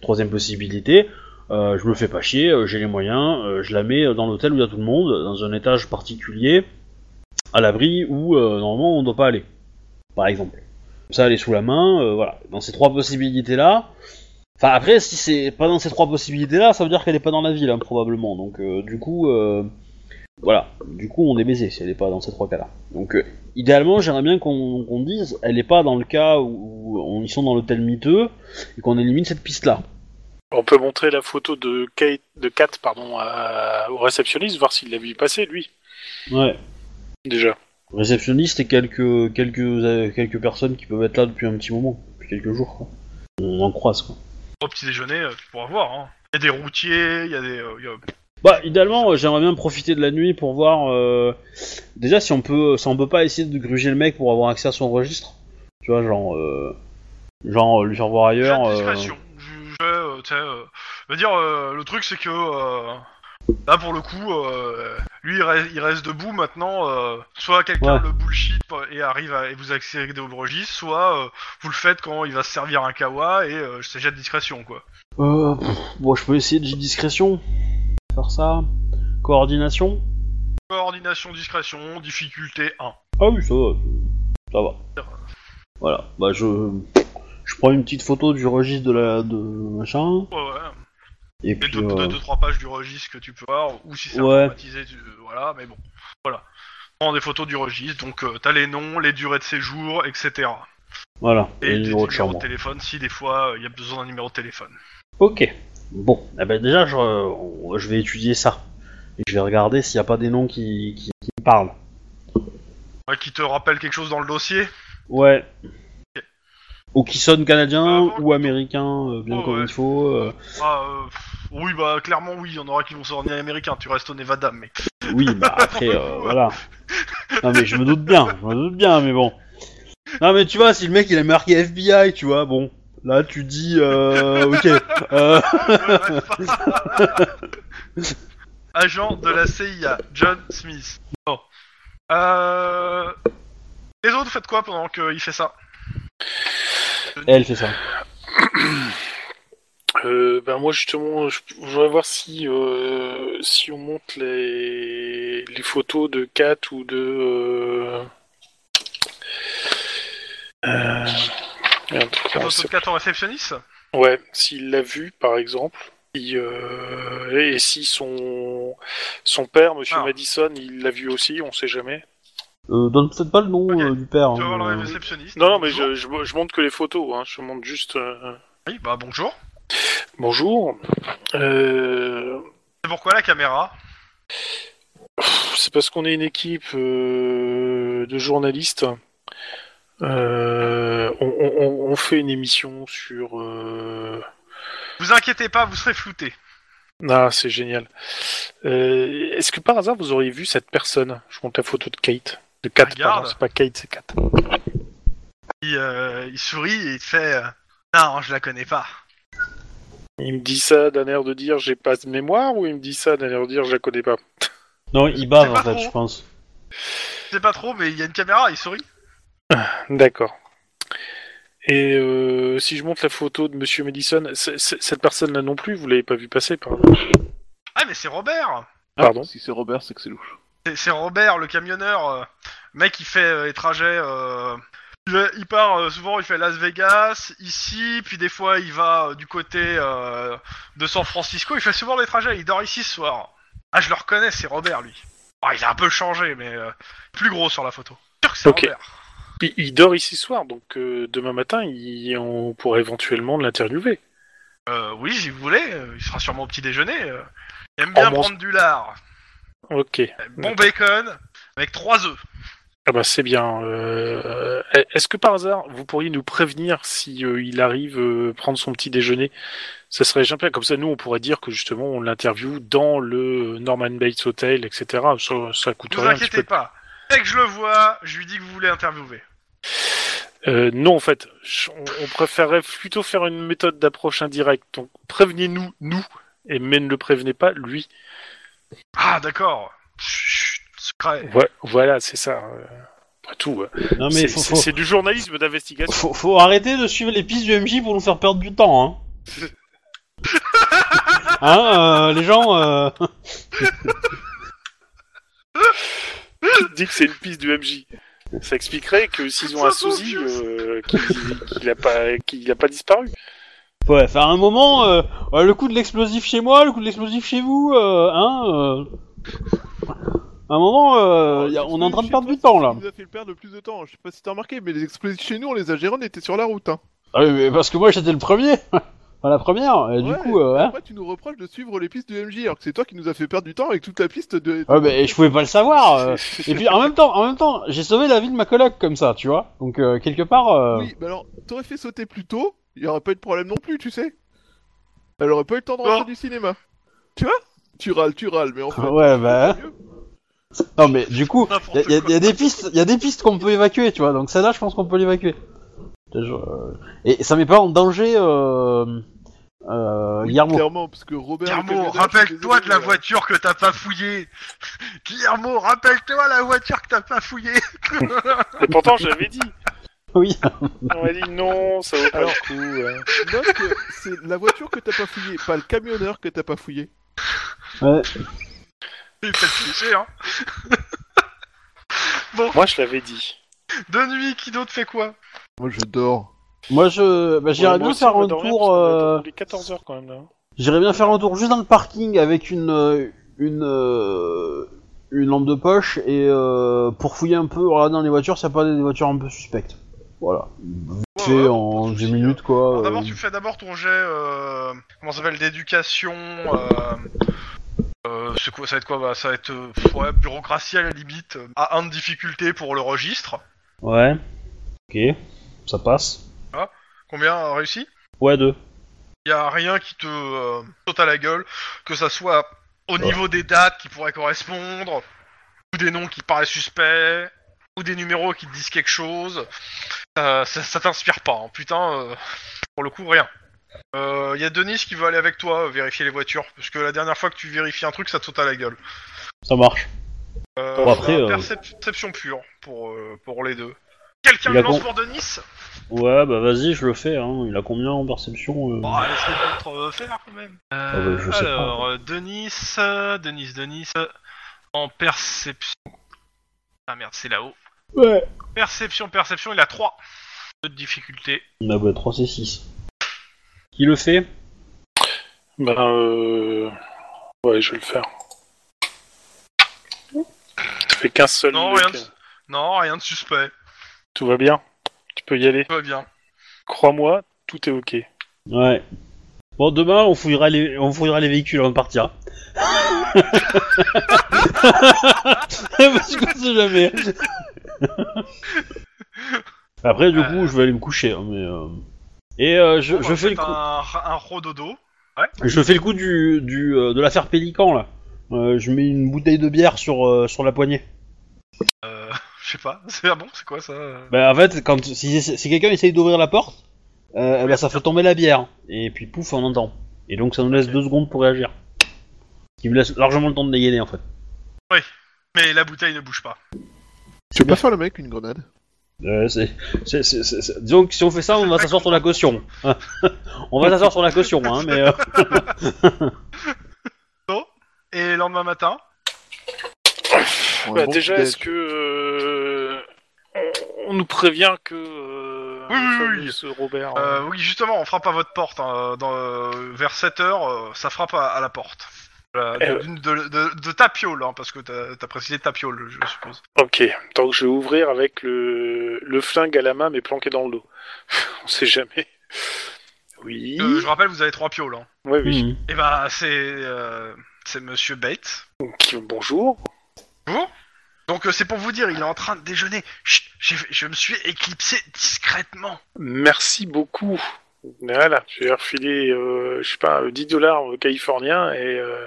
Troisième possibilité, euh, je me fais pas chier, euh, j'ai les moyens, euh, je la mets dans l'hôtel où il y a tout le monde, dans un étage particulier, à l'abri où euh, normalement on doit pas aller, par exemple. Comme ça, elle est sous la main, euh, voilà. Dans ces trois possibilités-là. Enfin, après, si c'est pas dans ces trois possibilités-là, ça veut dire qu'elle est pas dans la ville, hein, probablement. Donc, euh, du coup, euh, voilà. Du coup, on est baisé si elle est pas dans ces trois cas-là. Donc, euh, idéalement, j'aimerais bien qu'on qu'on dise, elle est pas dans le cas où, où on, ils sont dans l'hôtel miteux et qu'on élimine cette piste-là.
On peut montrer la photo de, Kate, de Kat pardon, à- au réceptionniste, voir s'il l'a vu passer, lui,
Ouais.
déjà.
Réceptionniste et quelques quelques euh, quelques personnes qui peuvent être là depuis un petit moment, depuis quelques jours. Quoi. On en croise quoi.
Au petit déjeuner, euh, tu pourras voir. hein. Il y a des routiers, il y a des. euh, il y a-
Bah, idéalement, euh, j'aimerais bien profiter de la nuit pour voir. euh, Déjà, si on peut, si on peut pas essayer de gruger le mec pour avoir accès à son registre, tu vois, genre, euh, genre euh, lui faire voir
Jeu
ailleurs.
de
euh,
discrétion. Je, je, euh, tu sais, euh, je veux dire, euh, le truc c'est que euh, là pour le coup, euh, lui il reste, il reste debout maintenant. euh, soit quelqu'un
Ouais.
le bullshit et arrive à, et vous accédez au registre, soit euh, vous le faites quand il va se servir un kawa et euh, c'est jet de discrétion quoi.
Euh, pff, bon, je peux essayer de discrétion, faire ça, coordination.
Coordination, discrétion, difficulté 1.
Ah oui, ça va, ça va. Voilà, bah je, je prends une petite photo du registre de la de machin
Ouais, ouais.
et
Les
puis
deux, deux,
euh,
deux, trois pages du registre que tu peux avoir, ou si c'est
Ouais.
automatisé, tu- euh, voilà, mais bon, voilà. Prends des photos du registre, donc euh, t'as les noms, les durées de séjour, etc.
voilà
Et,
et le
des
numéro de
numéros
chambre.
de téléphone si des fois euh, il y a besoin d'un numéro de téléphone.
Ok. Bon, eh ben déjà je, on- je vais étudier ça et je vais regarder s'il n'y a pas des noms qui, qui, qui me parlent.
Ouais, qui te rappelle quelque chose dans le dossier
Ouais. Ou qui sonnent canadiens
Ah, bon,
ou américains, euh, bien
Oh,
comme
ouais.
il faut. euh,
Ah, euh, pff, Oui, bah clairement oui, il y en aura qui vont sortir américain, tu restes au Nevada, mais.
Oui, bah après, euh, voilà. Non, mais je me doute bien, je me doute bien, mais bon. Non, mais tu vois, si le mec il a marqué FBI, tu vois, bon, là tu dis, euh, ok. euh,
Agent de la CIA, John Smith. Bon. Euh... Les autres, faites quoi pendant qu'il fait ça
elle fait ça.
Euh, ben moi justement, je je voudrais voir si euh, si on monte les les photos de Kat ou de. euh, euh, merde,
La
comment
photo de
c'est-
4 en réceptionniste
Ouais, s'il l'a vu, par exemple, il, euh, et si son, son père, Monsieur
Ah.
Madison, il l'a vu aussi, on sait jamais.
Euh, donne peut-être pas le nom
Ok.
euh, du père.
Tu vas voir
hein,
le
euh.
réceptionniste.
Non, non, mais
Bonjour.
je, je, je montre que les photos, hein, je montre juste. euh,
Oui, bah bonjour.
Bonjour. Euh,
C'est pourquoi la caméra
c'est parce qu'on est une équipe euh, de journalistes. Euh, on, on- on- on fait une émission sur. euh,
Vous inquiétez pas, vous serez flouté.
Ah, c'est génial. Euh, Est-ce que par hasard vous auriez vu cette personne Je montre la photo de Kate. De Kate,
Regarde.
pardon, c'est pas Kate, c'est Kate.
Il, euh, il sourit et il fait euh, Non, je la connais pas.
Il me dit ça d'un air de dire j'ai pas de mémoire ou il me dit ça d'un air de dire je la connais pas
Non, il bave
C'est pas
en fait,
trop.
je pense.
Je sais pas trop, mais il y a une caméra, il sourit.
D'accord. Et euh, si je montre la photo de Monsieur Madison, c'est- c'est- cette personne-là non plus, vous l'avez pas vu passer, pardon.
Ah, mais c'est Robert
Pardon.
Si c'est Robert, c'est que c'est louche.
C'est- C'est Robert, le camionneur. euh, mec, il fait euh, les trajets. euh, il, va- il part euh, souvent, il fait Las Vegas, ici, puis des fois, il va euh, du côté euh, de San Francisco. Il fait souvent les trajets. Il dort ici ce soir. Ah, je le reconnais, c'est Robert, lui. Ah, il a un peu changé, mais euh, plus gros sur la photo. Sûr que c'est
Ok.
Robert.
Il, il dort ici ce soir, donc euh, demain matin, il- on pourrait éventuellement l'interviewer.
Euh, oui, si vous voulez, euh, il sera sûrement au petit déjeuner. euh. Il aime bien
Oh, bon.
prendre du lard.
Ok.
Bon bacon avec trois œufs.
Ah bah c'est bien. Euh, euh, Est-ce que par hasard, vous pourriez nous prévenir si euh, il arrive euh, prendre son petit déjeuner Ça serait sympa. Comme ça, nous, on pourrait dire que justement, on l'interview dans le Norman Bates Hotel, etc. Ça, ça coûte
Ne vous
rien. tu peux-
inquiétez pas. Dès que je le vois, je lui dis que vous voulez interviewer.
Euh, non, en fait, je- on, on préférerait plutôt faire une méthode d'approche indirecte. Donc, prévenez-nous, nous, et mais ne le prévenez pas, lui.
Ah, d'accord. Chut, secret.
Ouais, voilà, c'est ça. euh, Après tout, euh,
Non mais
c'est
faut,
c'est-
faut,
c'est du journalisme d'investigation.
faut- faut arrêter de suivre les pistes du MJ pour nous faire perdre du temps. Hein. hein, euh, les gens. euh,
Il dit que c'est une piste du MJ. Ça expliquerait que s'ils ont un
Ça change
souci,
juste.
euh, qu'il qu'il a pas, qu'il a pas disparu.
Ouais, faire un moment, euh, ouais, le coup de l'explosif chez moi, le coup de l'explosif chez vous, euh, hein. euh. Un moment, euh, y a- on est en train de perdre du temps là.
Il nous a fait perdre le plus de temps. Je sais pas si t'as remarqué, mais les explosifs chez nous, on les a gérés, on était sur la route. Hein.
Ah oui, mais parce que moi j'étais le premier, enfin la première, et du
Ouais,
coup, euh, hein.
Après, tu nous reproches de suivre les pistes du MJ, alors que c'est toi qui nous a fait perdre du temps avec toute la piste de.
Ouais, mais je pouvais pas le savoir. euh. Et puis en même temps, en même temps, j'ai sauvé la vie de ma coloc comme ça, tu vois. Donc euh, quelque part, euh,
Oui, mais alors, t'aurais fait sauter plus tôt, il y aurait pas eu de problème non plus, tu sais. Elle aurait pas eu le temps de rentrer
Non.
du cinéma. Tu vois Tu râles, tu râles, mais en fait.
ouais, bah.
c'est mieux.
Non mais du coup, y a,
N'importe
y a-
quoi.
y a des pistes, y a des pistes qu'on peut évacuer, tu vois. Donc celle-là, je pense qu'on peut l'évacuer. Je- euh, Et ça met pas en danger, euh, euh, Guillermo.
Clairement, parce que Robert. le
Guillermo,
camionneur,
rappelle-toi
je suis désolé,
de la
mais, euh,
voiture que t'as pas fouillée. Guillermo, rappelle-toi la voiture que t'as pas fouillée.
Et pourtant, j'avais dit.
Oui.
On m'a dit non, ça vaut pas
Alors-
le coup. euh.
Note que c'est la voiture que t'as pas fouillée, pas le camionneur que t'as pas fouillé.
Il peut te lécher, hein.
Moi, je l'avais dit.
De nuit, qui d'autre fait quoi
Moi, je dors.
Moi, je, bah, j'irais
Ouais, moi
bien
aussi,
faire
on va
un
dormir,
tour.
parce qu'on a
euh,
attendu 14 heures quand même là.
J'irais bien faire un tour juste dans le parking avec une euh, une euh, une lampe de poche et euh, pour fouiller un peu, regarder dans les voitures, s'il n'y a pas des voitures un peu suspectes. Voilà.
Ouais,
fait
ouais,
en
pas de
10
soucis.
minutes quoi.
Alors
euh,
D'abord, tu fais d'abord ton jet. Euh, comment ça s'appelle D'éducation. Euh, euh, c'est quoi Ça va être quoi bah, Ça va être euh, pff, ouais, bureaucratie à la limite. euh, À 1 de difficulté pour le registre.
Ouais. Ok. Ça passe.
Combien euh, réussi
Ouais, deux.
Il y a rien qui te euh, saute à la gueule, que ça soit au niveau des dates qui pourraient correspondre, ou des noms qui te paraissent suspects, ou des numéros qui te disent quelque chose. Euh, ça ça t'inspire pas, hein. putain, euh, pour le coup, rien. Euh, Il y a Denis qui veut aller avec toi euh, vérifier les voitures, parce que la dernière fois que tu vérifies un truc, ça te saute à la gueule.
Ça marche.
Euh,
Bon, après,
euh,
euh,
percep- Perception pure pour, euh, pour les deux. Quelqu'un
Il a
me lance
con-
pour Denis
Ouais, bah vas-y, je le fais. Hein. Il a combien en perception euh
Bon, laisse les autres euh, faire quand même.
Ah bah, je sais
alors, euh, Denis, euh, Denis, Denis, euh, En perception. Ah merde, c'est là-haut.
Ouais.
Perception, perception, il a 3 de difficulté.
On a 3 C6. Qui le fait
Ben, euh... ouais, je vais le faire. Ça fait 15 seuls.
Non,
mec.
rien de- Non, rien de suspect.
Tout va bien. Tu peux y aller.
Tout va bien.
Crois-moi, tout est ok.
Ouais. Bon, demain, on fouillera les, on fouillera les véhicules avant de partir. Parce qu'on sait jamais. Après, du coup, je vais aller me coucher. hein, Mais, euh, Et euh, je,
Bon,
je
bah,
fais le
faites
coup,
un, un rododo.
je fais le coup du, du, euh, de l'affaire Pélican, là. Euh, je mets une bouteille de bière sur, euh, sur la poignée.
Euh, je sais pas. C'est ah bon, c'est quoi ça euh
Bah, en fait, quand, si, si quelqu'un essaye d'ouvrir la porte, euh, eh ben, ça fait tomber la bière. Et puis, pouf, on entend. Et donc, ça nous laisse
Ok.
deux secondes pour réagir. Ce Qui me laisse largement le temps de dégainer, en fait.
Mais la bouteille ne bouge pas.
Tu peux pas faire le mec une grenade
Euh, c'est- c'est- c'est- c'est- c'est- Disons que si on fait ça, on va s'asseoir sur la caution. on va s'asseoir sur la caution, hein, mais... euh,
Et le lendemain matin,
Ouais,
Bah,
bon,
déjà,
tu
est-ce que euh, on- on nous prévient que euh,
Oui, oui,
le
oui,
fameux, euh, Robert
euh, oui, justement, on frappe à votre porte. hein, dans, euh, vers 7h, ça frappe à, à la porte. Euh,
Eh,
d'une- de, de- de ta piole, hein, parce que t'as t'as précisé ta piole, je suppose.
euh, Ok, donc je vais ouvrir avec le, le flingue à la main mais planqué dans le dos. on sait jamais. Oui.
Euh, je rappelle, vous avez trois pioles. Hein.
Ouais, oui.
hmm.
Et bah, c'est euh, c'est Monsieur Bates.
Qui- Bonjour.
Bonjour. Donc euh, c'est pour vous dire, il est en train de déjeuner. Chut, j'ai- je me suis éclipsé discrètement.
Merci beaucoup. Voilà, je vais refiler, euh, je sais pas, 10 dollars californiens et euh,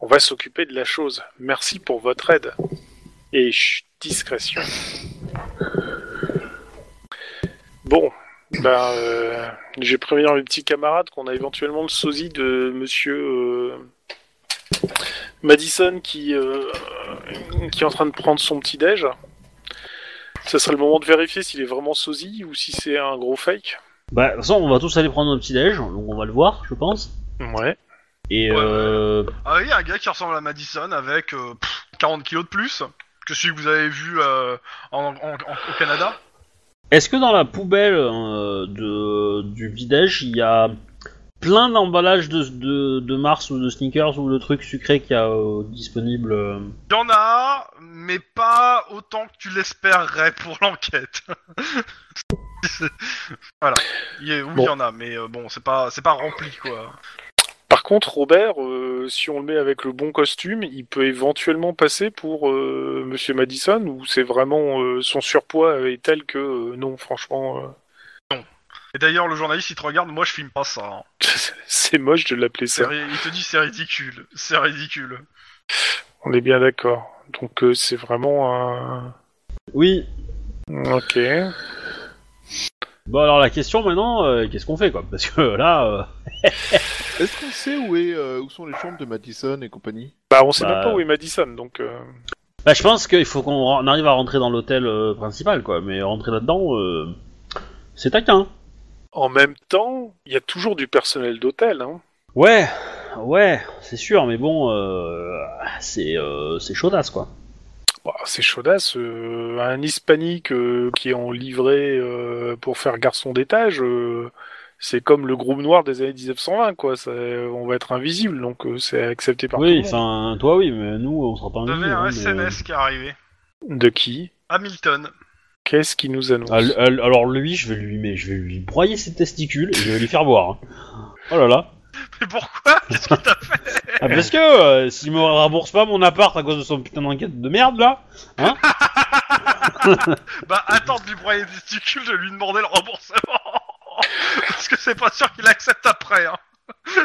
on va s'occuper de la chose. Merci pour votre aide. Et chut, discrétion. Bon, ben, euh, j'ai prévenu mes petits camarades qu'on a éventuellement le sosie de monsieur euh, Madison qui, euh, qui est en train de prendre son petit-déj. Ça serait le moment de vérifier s'il est vraiment sosie ou si c'est un gros fake.
Bah, de toute façon, on va tous aller prendre un petit-déj, donc on va le voir, je pense.
Ouais.
Et...
Ouais.
Euh...
Ah oui, un gars qui ressemble à Madison avec euh, pff, 40 kilos de plus que celui que vous avez vu euh, en- en- en- au Canada.
Est-ce que dans la poubelle euh, de, du bidège, il y a plein d'emballages de, de, de Mars ou de sneakers ou de trucs sucrés qu'il y a euh, disponible euh
Il y en a, mais pas autant que tu l'espérerais pour l'enquête. voilà. Il y a- oui, il
Bon.
y en a, mais euh, bon, c'est pas, c'est pas rempli quoi.
Par contre, Robert, euh, si on le met avec le bon costume, il peut éventuellement passer pour euh, Monsieur Madison ou c'est vraiment euh, son surpoids est tel que euh, non, franchement, euh,
Et d'ailleurs, le journaliste, il te regarde. Moi, je filme pas ça. hein.
c'est moche de l'appeler
C'est
ça.
ri- Il te dit, c'est ridicule. C'est ridicule.
On est bien d'accord. Donc euh, c'est vraiment un.
Oui.
Ok.
Bon, alors la question maintenant, euh, qu'est-ce qu'on fait, quoi Parce que là... euh,
Est-ce qu'on sait où, est, euh, où sont les chambres de Madison et compagnie
Bah on sait
Bah,
même pas où est Madison, donc. euh,
Bah, je pense qu'il faut qu'on ren- arrive à rentrer dans l'hôtel euh, principal, quoi. Mais rentrer là-dedans, euh, c'est taquin.
En même temps, il y a toujours du personnel d'hôtel. Hein.
Ouais, ouais, c'est sûr, mais bon, euh, c'est euh, c'est chaudasse, quoi.
Bah, c'est chaudasse. euh, un hispanique euh, qui est en livrée euh, pour faire garçon d'étage, euh, c'est comme le groupe noir des années 1920, quoi. ça- euh, on va être invisible, donc euh, c'est accepté par
oui,
tout le monde.
enfin, toi, oui, mais nous, on sera pas
Vous
invités.
avez un
hein, mais-
SMS qui est arrivé.
De qui
Hamilton.
Qu'est-ce qu'il nous annonce
Ah, l- al- alors lui, je vais lui, mais je vais lui broyer ses testicules et je vais lui faire boire. hein. Oh là là.
Mais pourquoi Qu'est-ce que t'as fait
Ah, parce que euh, s'il me rembourse pas mon appart à cause de son putain d'enquête de merde là,
Bah, attends de lui broyer les testicules, je lui demander le remboursement. Parce que c'est pas sûr qu'il accepte après. Hein.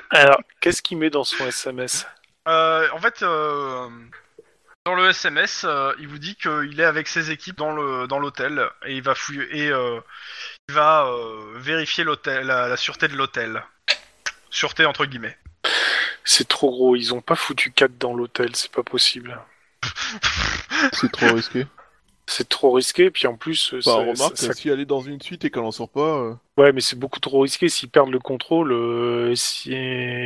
Alors, qu'est-ce qu'il met dans son SMS
Euh, en fait, euh, dans le SMS, euh, il vous dit qu'il est avec ses équipes dans le dans l'hôtel et il va fouiller et euh, il va euh, vérifier l'hôtel, la, la sûreté de l'hôtel, sûreté entre guillemets.
C'est trop gros. Ils ont pas foutu 4 dans l'hôtel. C'est pas possible.
C'est trop risqué.
C'est trop risqué, puis en plus, euh,
Bah,
ça-
remarque,
ça- ça-
si elle est dans une suite et qu'elle en sort pas, euh,
ouais, mais c'est beaucoup trop risqué s'ils perdent le contrôle. euh, si...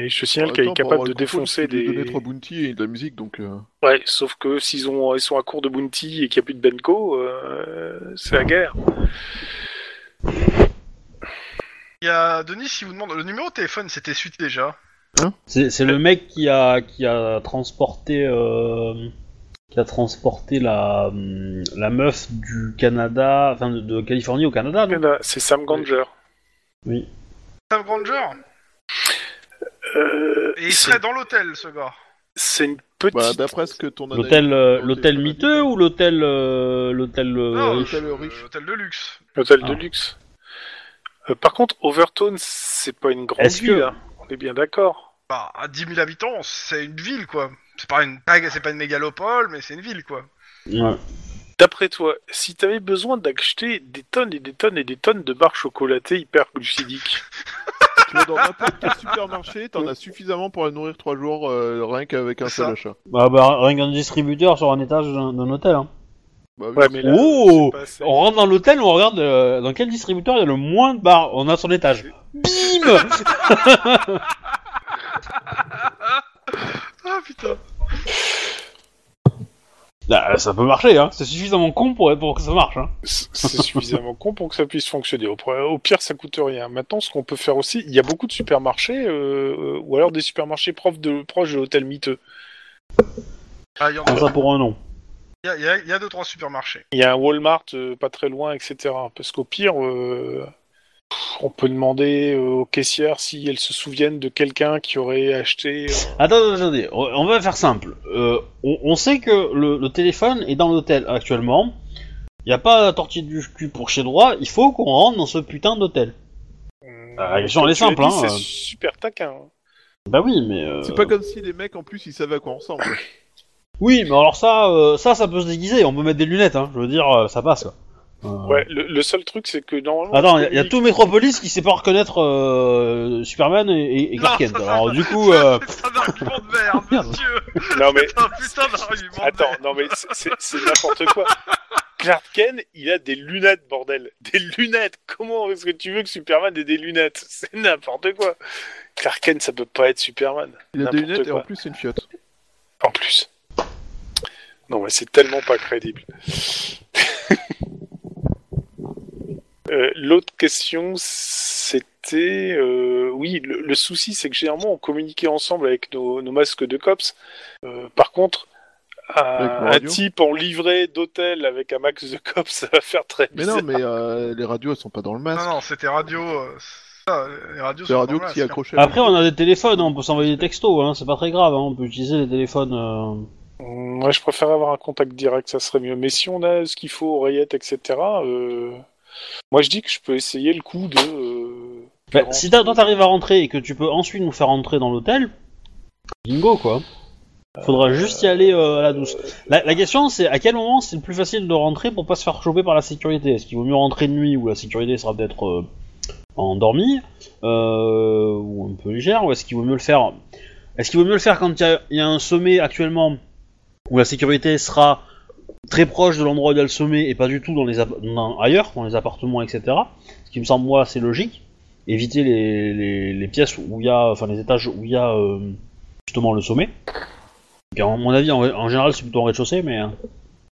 Je signale
en
qu'elle
même temps, Bah, pour
est capable
avoir
de
le contrôle,
défoncer
il faut lui
des.
donner trois bounty et de la musique, donc. euh,
Ouais, sauf que s'ils ont, ils sont à court de bounty et qu'il n'y a plus de Benko, euh, c'est la guerre.
Il y a Denis qui vous demande le numéro de téléphone, c'était suite déjà.
C'est c'est le mec qui a, qui a transporté, euh, qui a transporté la, hum, la meuf du Canada, enfin de, de Californie au Canada. Ah, non
Là, C'est Sam Ganger.
oui.
Sam Granger
Euh,
Et il
c'est-
serait dans l'hôtel, ce gars.
c'est une
Bah,
petite.
d'après ce que ton analyse-
L'hôtel, euh,
ton
l'hôtel
téléphone a dit-
miteux ou l'hôtel, euh, l'hôtel. euh,
Non,
riche
l'hôtel
euh,
riche.
L'hôtel de luxe.
L'hôtel de
Ah.
luxe. Euh, par contre, Overtone, c'est pas une grande
Est-ce que-
ville, hein. on est bien d'accord.
Bah, à 10 000 habitants, c'est une ville, quoi. C'est pas une, pas- c'est pas une mégalopole, mais c'est une ville, quoi.
Ouais.
D'après toi, si t'avais besoin d'acheter des tonnes et des tonnes et des tonnes de barres chocolatées hyper glucidiques,
Tu vas dans n'importe quel supermarché, t'en as suffisamment pour la nourrir trois jours, euh, rien qu'avec un
C'est ça.
seul achat.
Bah, bah, rien qu'un distributeur sur un étage d'un d'un hôtel. hein.
Bah, oui,
ouais, mais là,
Oh
c'est pas assez.
On rentre dans l'hôtel, on regarde euh, dans quel distributeur il y a le moins de bars. On a son étage. Bim
Ah putain.
Là, Ça peut marcher, hein. C'est suffisamment con pour, pour que ça marche. Hein.
C'est c'est suffisamment con pour que ça puisse fonctionner. Au, pro- au pire, ça coûte rien. Maintenant, ce qu'on peut faire aussi, il y a beaucoup de supermarchés, euh, euh, ou alors des supermarchés proches de, proches de l'hôtel miteux.
Ah, il y, en
Prends
a-
ça pour un nom.
il y a- il y a- il y a deux, trois supermarchés.
Il y a un Walmart euh, pas très loin, etc. Parce qu'au pire, euh, pff, on peut demander euh, aux caissières si elles se souviennent de quelqu'un qui aurait acheté. euh,
Attends, attendez, on va faire simple. Euh, on, on sait que le, le téléphone est dans l'hôtel actuellement. Il n'y a pas la tortille du cul pour chez droit. Il faut qu'on rentre dans ce putain d'hôtel. Ah, la question, elle est
Comme tu
simple,
l'as
hein,
dit,
euh.
C'est super taquin.
Bah oui, mais. euh,
C'est pas comme si les mecs en plus ils savaient à quoi on ressemble.
Oui, mais alors ça, euh, ça, ça peut se déguiser. On peut mettre des lunettes, hein. Je veux dire, euh, ça passe. quoi. Euh,
Ouais, le, le seul truc, c'est que normalement.
Attends,
on
Ah il y, a
communique-
tout Metropolis qui sait pas reconnaître euh, Superman et, et- et Clark
Non,
Kent.
ça, ça,
Alors
ça,
du coup, euh,
C'est un argument de merde,
Merde.
monsieur.
Non, mais
C'est un putain d'argument de
Attends,
merde.
non mais c'est- c'est c'est n'importe quoi. Clark Kent, il a des lunettes, bordel. Des lunettes. Comment est-ce que tu veux que Superman ait des lunettes C'est n'importe quoi. Clark Kent, ça peut pas être Superman.
Il a des
N'importe
lunettes et
quoi.
en plus c'est une fiotte.
En plus. Non mais c'est tellement pas crédible. Euh, L'autre question, c'était... euh, oui, le, le souci, c'est que généralement, on communiquait ensemble avec nos, nos masques de cops. Euh, par contre,
Avec
un,
nos
un
radios.
type en livrée d'hôtel avec un max de cops, ça va faire très
Mais
bizarre.
non, mais euh, les radios elles sont pas dans le
Non,
masque.
non, c'était radio. euh, ça, les radios sont
C'est les radios
dans le
qui
masque, hein.
accrochaient.
après, on a des téléphones. hein, On peut s'envoyer des textos. Hein. C'est pas très grave. Hein. On peut utiliser les téléphones. euh,
Moi, Mm, je préfère avoir un contact direct, ça serait mieux. Mais si on a ce qu'il faut, oreillette, etc., euh, moi, je dis que je peux essayer le coup de... euh,
Bah,
de
si
rentrer-
t'as- toi t'arrives à rentrer et que tu peux ensuite nous faire rentrer dans l'hôtel, bingo quoi. Faudra juste y aller euh, à la douce. La, la question c'est à quel moment c'est le plus facile de rentrer pour pas se faire choper par la sécurité Est-ce qu'il vaut mieux rentrer de nuit où la sécurité sera peut-être euh, endormie euh, ou un peu légère ou est-ce qu'il vaut mieux le faire Est-ce qu'il vaut mieux le faire quand il y a- il y, a un sommet actuellement où la sécurité sera très proche de l'endroit où il y a le sommet et pas du tout dans les app- dans- ailleurs, dans les appartements, etc. Ce qui me semble moi assez logique éviter les, les, les pièces où il y a, enfin les étages où il y a euh, justement le sommet. Car à mon avis, en, en général, c'est plutôt en rez-de-chaussée, mais euh,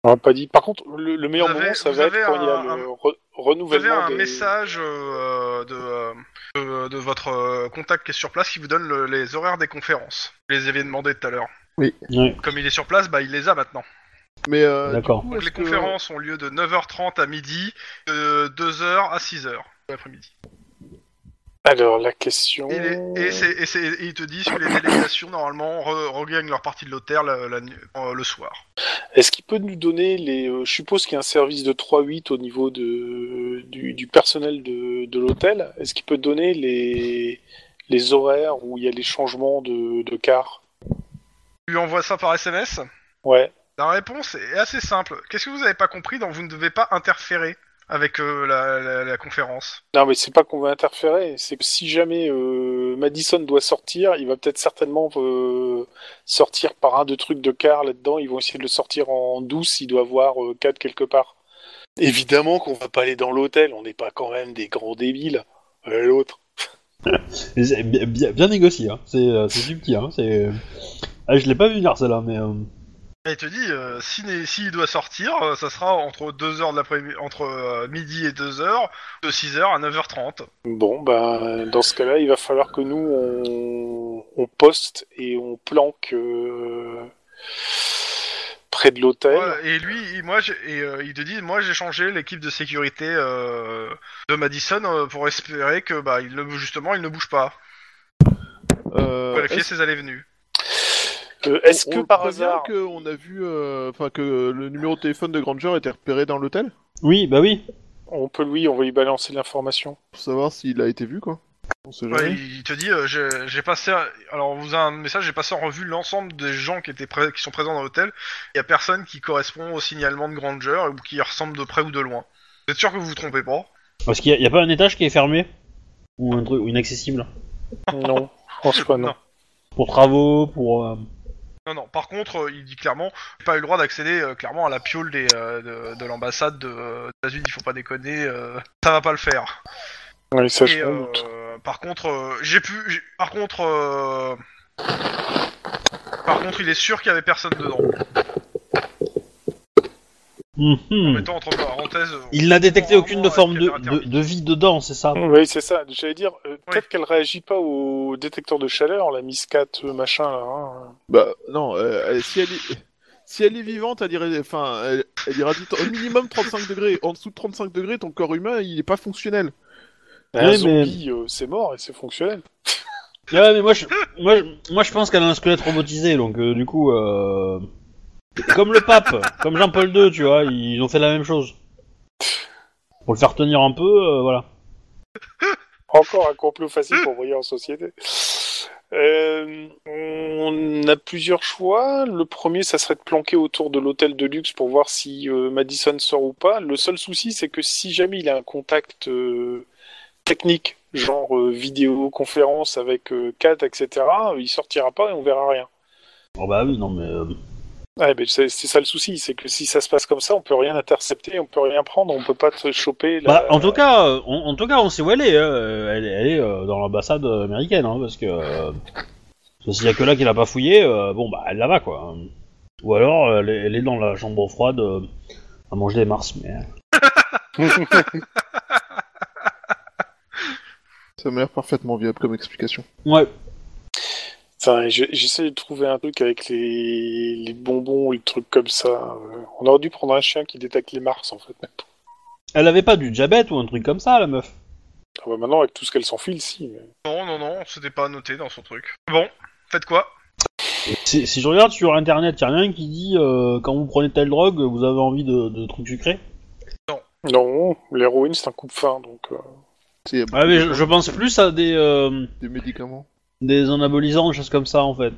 On l'a pas dit. Par contre, le, le meilleur
Vous avez-
moment, ça
vous
va être
avez
quand il y a
un-
le
un-
re-
Vous avez
renouvellement
un
des...
message euh, de, euh, de, de votre euh, contact qui est sur place qui vous donne le- les horaires des conférences. Vous les aviez demandé tout à l'heure.
ouais,
Comme il est sur place, bah il les a maintenant.
Mais euh,
d'accord.
du coup,
Donc
est-ce
les
que-
conférences ont lieu de 9h30 à midi, de 2h à 6h de l'après-midi.
Alors, la question...
Et,
Oh.
les- et c'est- et c'est- et ils te disent que les délégations normalement re- regagnent leur partie de l'hôtel la- la nu- euh, le soir.
Est-ce qu'il peut nous donner les... euh, Je suppose qu'il y a un service de 3-8 au niveau de... du, du personnel de, de l'hôtel. Est-ce qu'il peut donner les... les horaires où il y a les changements de, de car
Tu lui envoies ça par SMS
Ouais.
La réponse est assez simple. Qu'est-ce que vous n'avez pas compris dans vous ne devez pas interférer avec euh, la, la- la conférence
Non, mais c'est pas qu'on va interférer, c'est que si jamais euh, Madison doit sortir, il va peut-être certainement euh, sortir par un, deux trucs de car là-dedans, ils vont essayer de le sortir en douce, il doit avoir euh, quatre quelque part. Évidemment qu'on va pas aller dans l'hôtel, on n'est pas quand même des grands débiles. Euh, L'autre.
Mais c'est bi- bi- bien négocié, hein. c'est euh, c'est subtil. Hein. c'est- Ah, je l'ai pas vu venir celle-là, mais. euh,
Elle te dit, euh, si né- s'il doit sortir, euh, ça sera entre 2 heures de l'après-midi, entre euh, midi et 2h, de 6h à 9h30.
Bon, ben, dans ce cas-là, il va falloir que nous, on, on poste et on planque euh, près de l'hôtel.
Ouais, et lui, il- moi, j'ai- et, euh, il te dit, moi j'ai changé l'équipe de sécurité euh, de Madison euh, pour espérer que, bah, il ne- justement, il ne bouge pas.
Euh,
Vérifier ses allées venues.
Euh, Est-ce
on
que
le
par
prévient
hasard...
qu'on a vu, euh, enfin que le numéro de téléphone de Granger était repéré dans l'hôtel
Oui, bah oui.
On peut lui, on va lui balancer de l'information.
pour savoir s'il a été vu quoi. On sait
Ouais,
jamais.
il te dit, euh, j'ai j'ai passé, alors on vous a un message, j'ai passé en revue l'ensemble des gens qui étaient pré- qui sont présents dans l'hôtel. Il y a personne qui correspond au signalement de Granger ou qui y ressemble de près ou de loin. Vous êtes sûr que vous vous trompez pas
Parce qu'il n'y a, pas un étage qui est fermé Ou un truc ou inaccessible
Non, je pense pas, non.
Non.
Pour travaux, pour. euh,
Non, non. Par contre, euh, il dit clairement, j'ai pas eu le droit d'accéder euh, clairement à la piole des, euh, de, de l'ambassade de euh, des États-Unis. Il faut pas déconner, euh, ça va pas le faire.
Ouais, ça,
Et,
je m'en
euh,
doute.
par contre, euh, j'ai pu. j'ai- Par contre, euh, par contre, il est sûr qu'il y avait personne dedans.
mhm.
Mettons entre parenthèses. euh,
Il n'a détecté
on-
aucune
on-
de
avec
forme de,
caméra
de,
thermique.
de vie dedans, c'est ça
Oui, c'est ça. J'allais dire, euh, peut-être qu'elle réagit pas au détecteur de chaleur, la miscat euh, machin là. hein.
Bah non, euh, elle- si elle est si elle est vivante, elle irait, enfin, elle, elle ira vite- au minimum 35 degrés. En dessous de 35 degrés, ton corps humain, il est pas fonctionnel.
Un
mais-
zombie, euh, c'est mort et c'est fonctionnel.
Ouais, mais moi je, moi, je, moi, je pense qu'elle a un squelette robotisé, donc euh, du coup. euh, Comme le pape, comme Jean-Paul II, tu vois, ils ont fait la même chose. Pour le faire tenir un peu, euh, voilà.
Encore un complot facile pour briller en société. Euh, on a plusieurs choix. Le premier, ça serait de planquer autour de l'hôtel de luxe pour voir si euh, Madison sort ou pas. Le seul souci, c'est que si jamais il a un contact euh, technique, genre euh, vidéoconférence avec euh, Kat, etc., euh, il sortira pas et on verra rien.
Oh bah oui, non mais. euh,
Ouais, mais c'est c'est ça le souci, c'est que si ça se passe comme ça, on peut rien intercepter, on peut rien prendre, on peut pas te choper. la-
Bah, en tout cas, euh, on, en tout cas, on sait où elle est. hein. Euh, Elle, est- elle est euh, dans l'ambassade américaine, hein, parce que euh, parce que s'il y a que là qui l'a pas fouillé, euh, bon bah elle la va quoi. Ou alors euh, elle, est- elle est dans la chambre froide euh, à manger des mars. Mais euh.
Ça m'a l'air parfaitement viable comme explication.
ouais,
Enfin, je- j'essaie de trouver un truc avec les, les bonbons et le truc comme ça. Euh, On aurait dû prendre un chien qui détecte les Mars, en fait.
elle avait pas du diabète ou un truc comme ça, la meuf.
Ah bah maintenant, avec tout ce qu'elle s'enfile, si. mais-
Non, non, non, c'était pas noté dans son truc. Bon, faites quoi
Si, si je regarde sur internet, y a rien qui dit euh, quand vous prenez telle drogue, vous avez envie de, de trucs sucrés.
Non, l'héroïne, c'est un coupe-fin, donc... euh,
C'est
Ouais, mais je, je pense plus à des euh,
des médicaments.
des anabolisants, des choses comme ça en fait.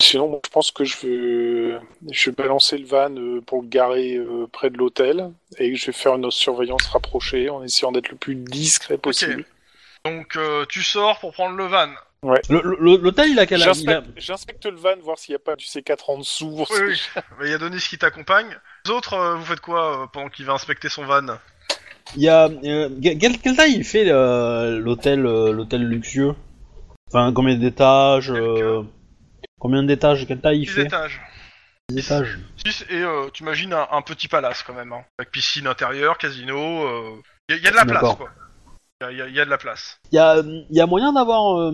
Sinon, bon, je pense que je vais, je vais balancer le van euh, pour le garer euh, près de l'hôtel, et je vais faire une surveillance rapprochée en essayant d'être le plus discret possible.
Donc, euh, tu sors pour prendre le van.
Le- le- le- L'hôtel, il a quel âge Il a-
J'inspecte j'inspecte le van, voir s'il n'y a pas du C4 en dessous. voir
Oui,
si-
oui. Mais il y a Denis qui t'accompagne. Les autres, euh, vous faites quoi euh, pendant qu'il va inspecter son van
Il y a euh, quelle, quelle taille il fait euh, l'hôtel euh, l'hôtel luxueux Enfin combien d'étages euh, Combien d'étages Quelle taille il
Six
fait
étages.
Six étages.
Six, et euh, tu imagines un, un petit palace quand même. hein. Avec piscine intérieure, casino. Il y, a de la place,
D'accord.
quoi. Il y, a- y a de la place.
Il y a euh, il y a moyen d'avoir euh,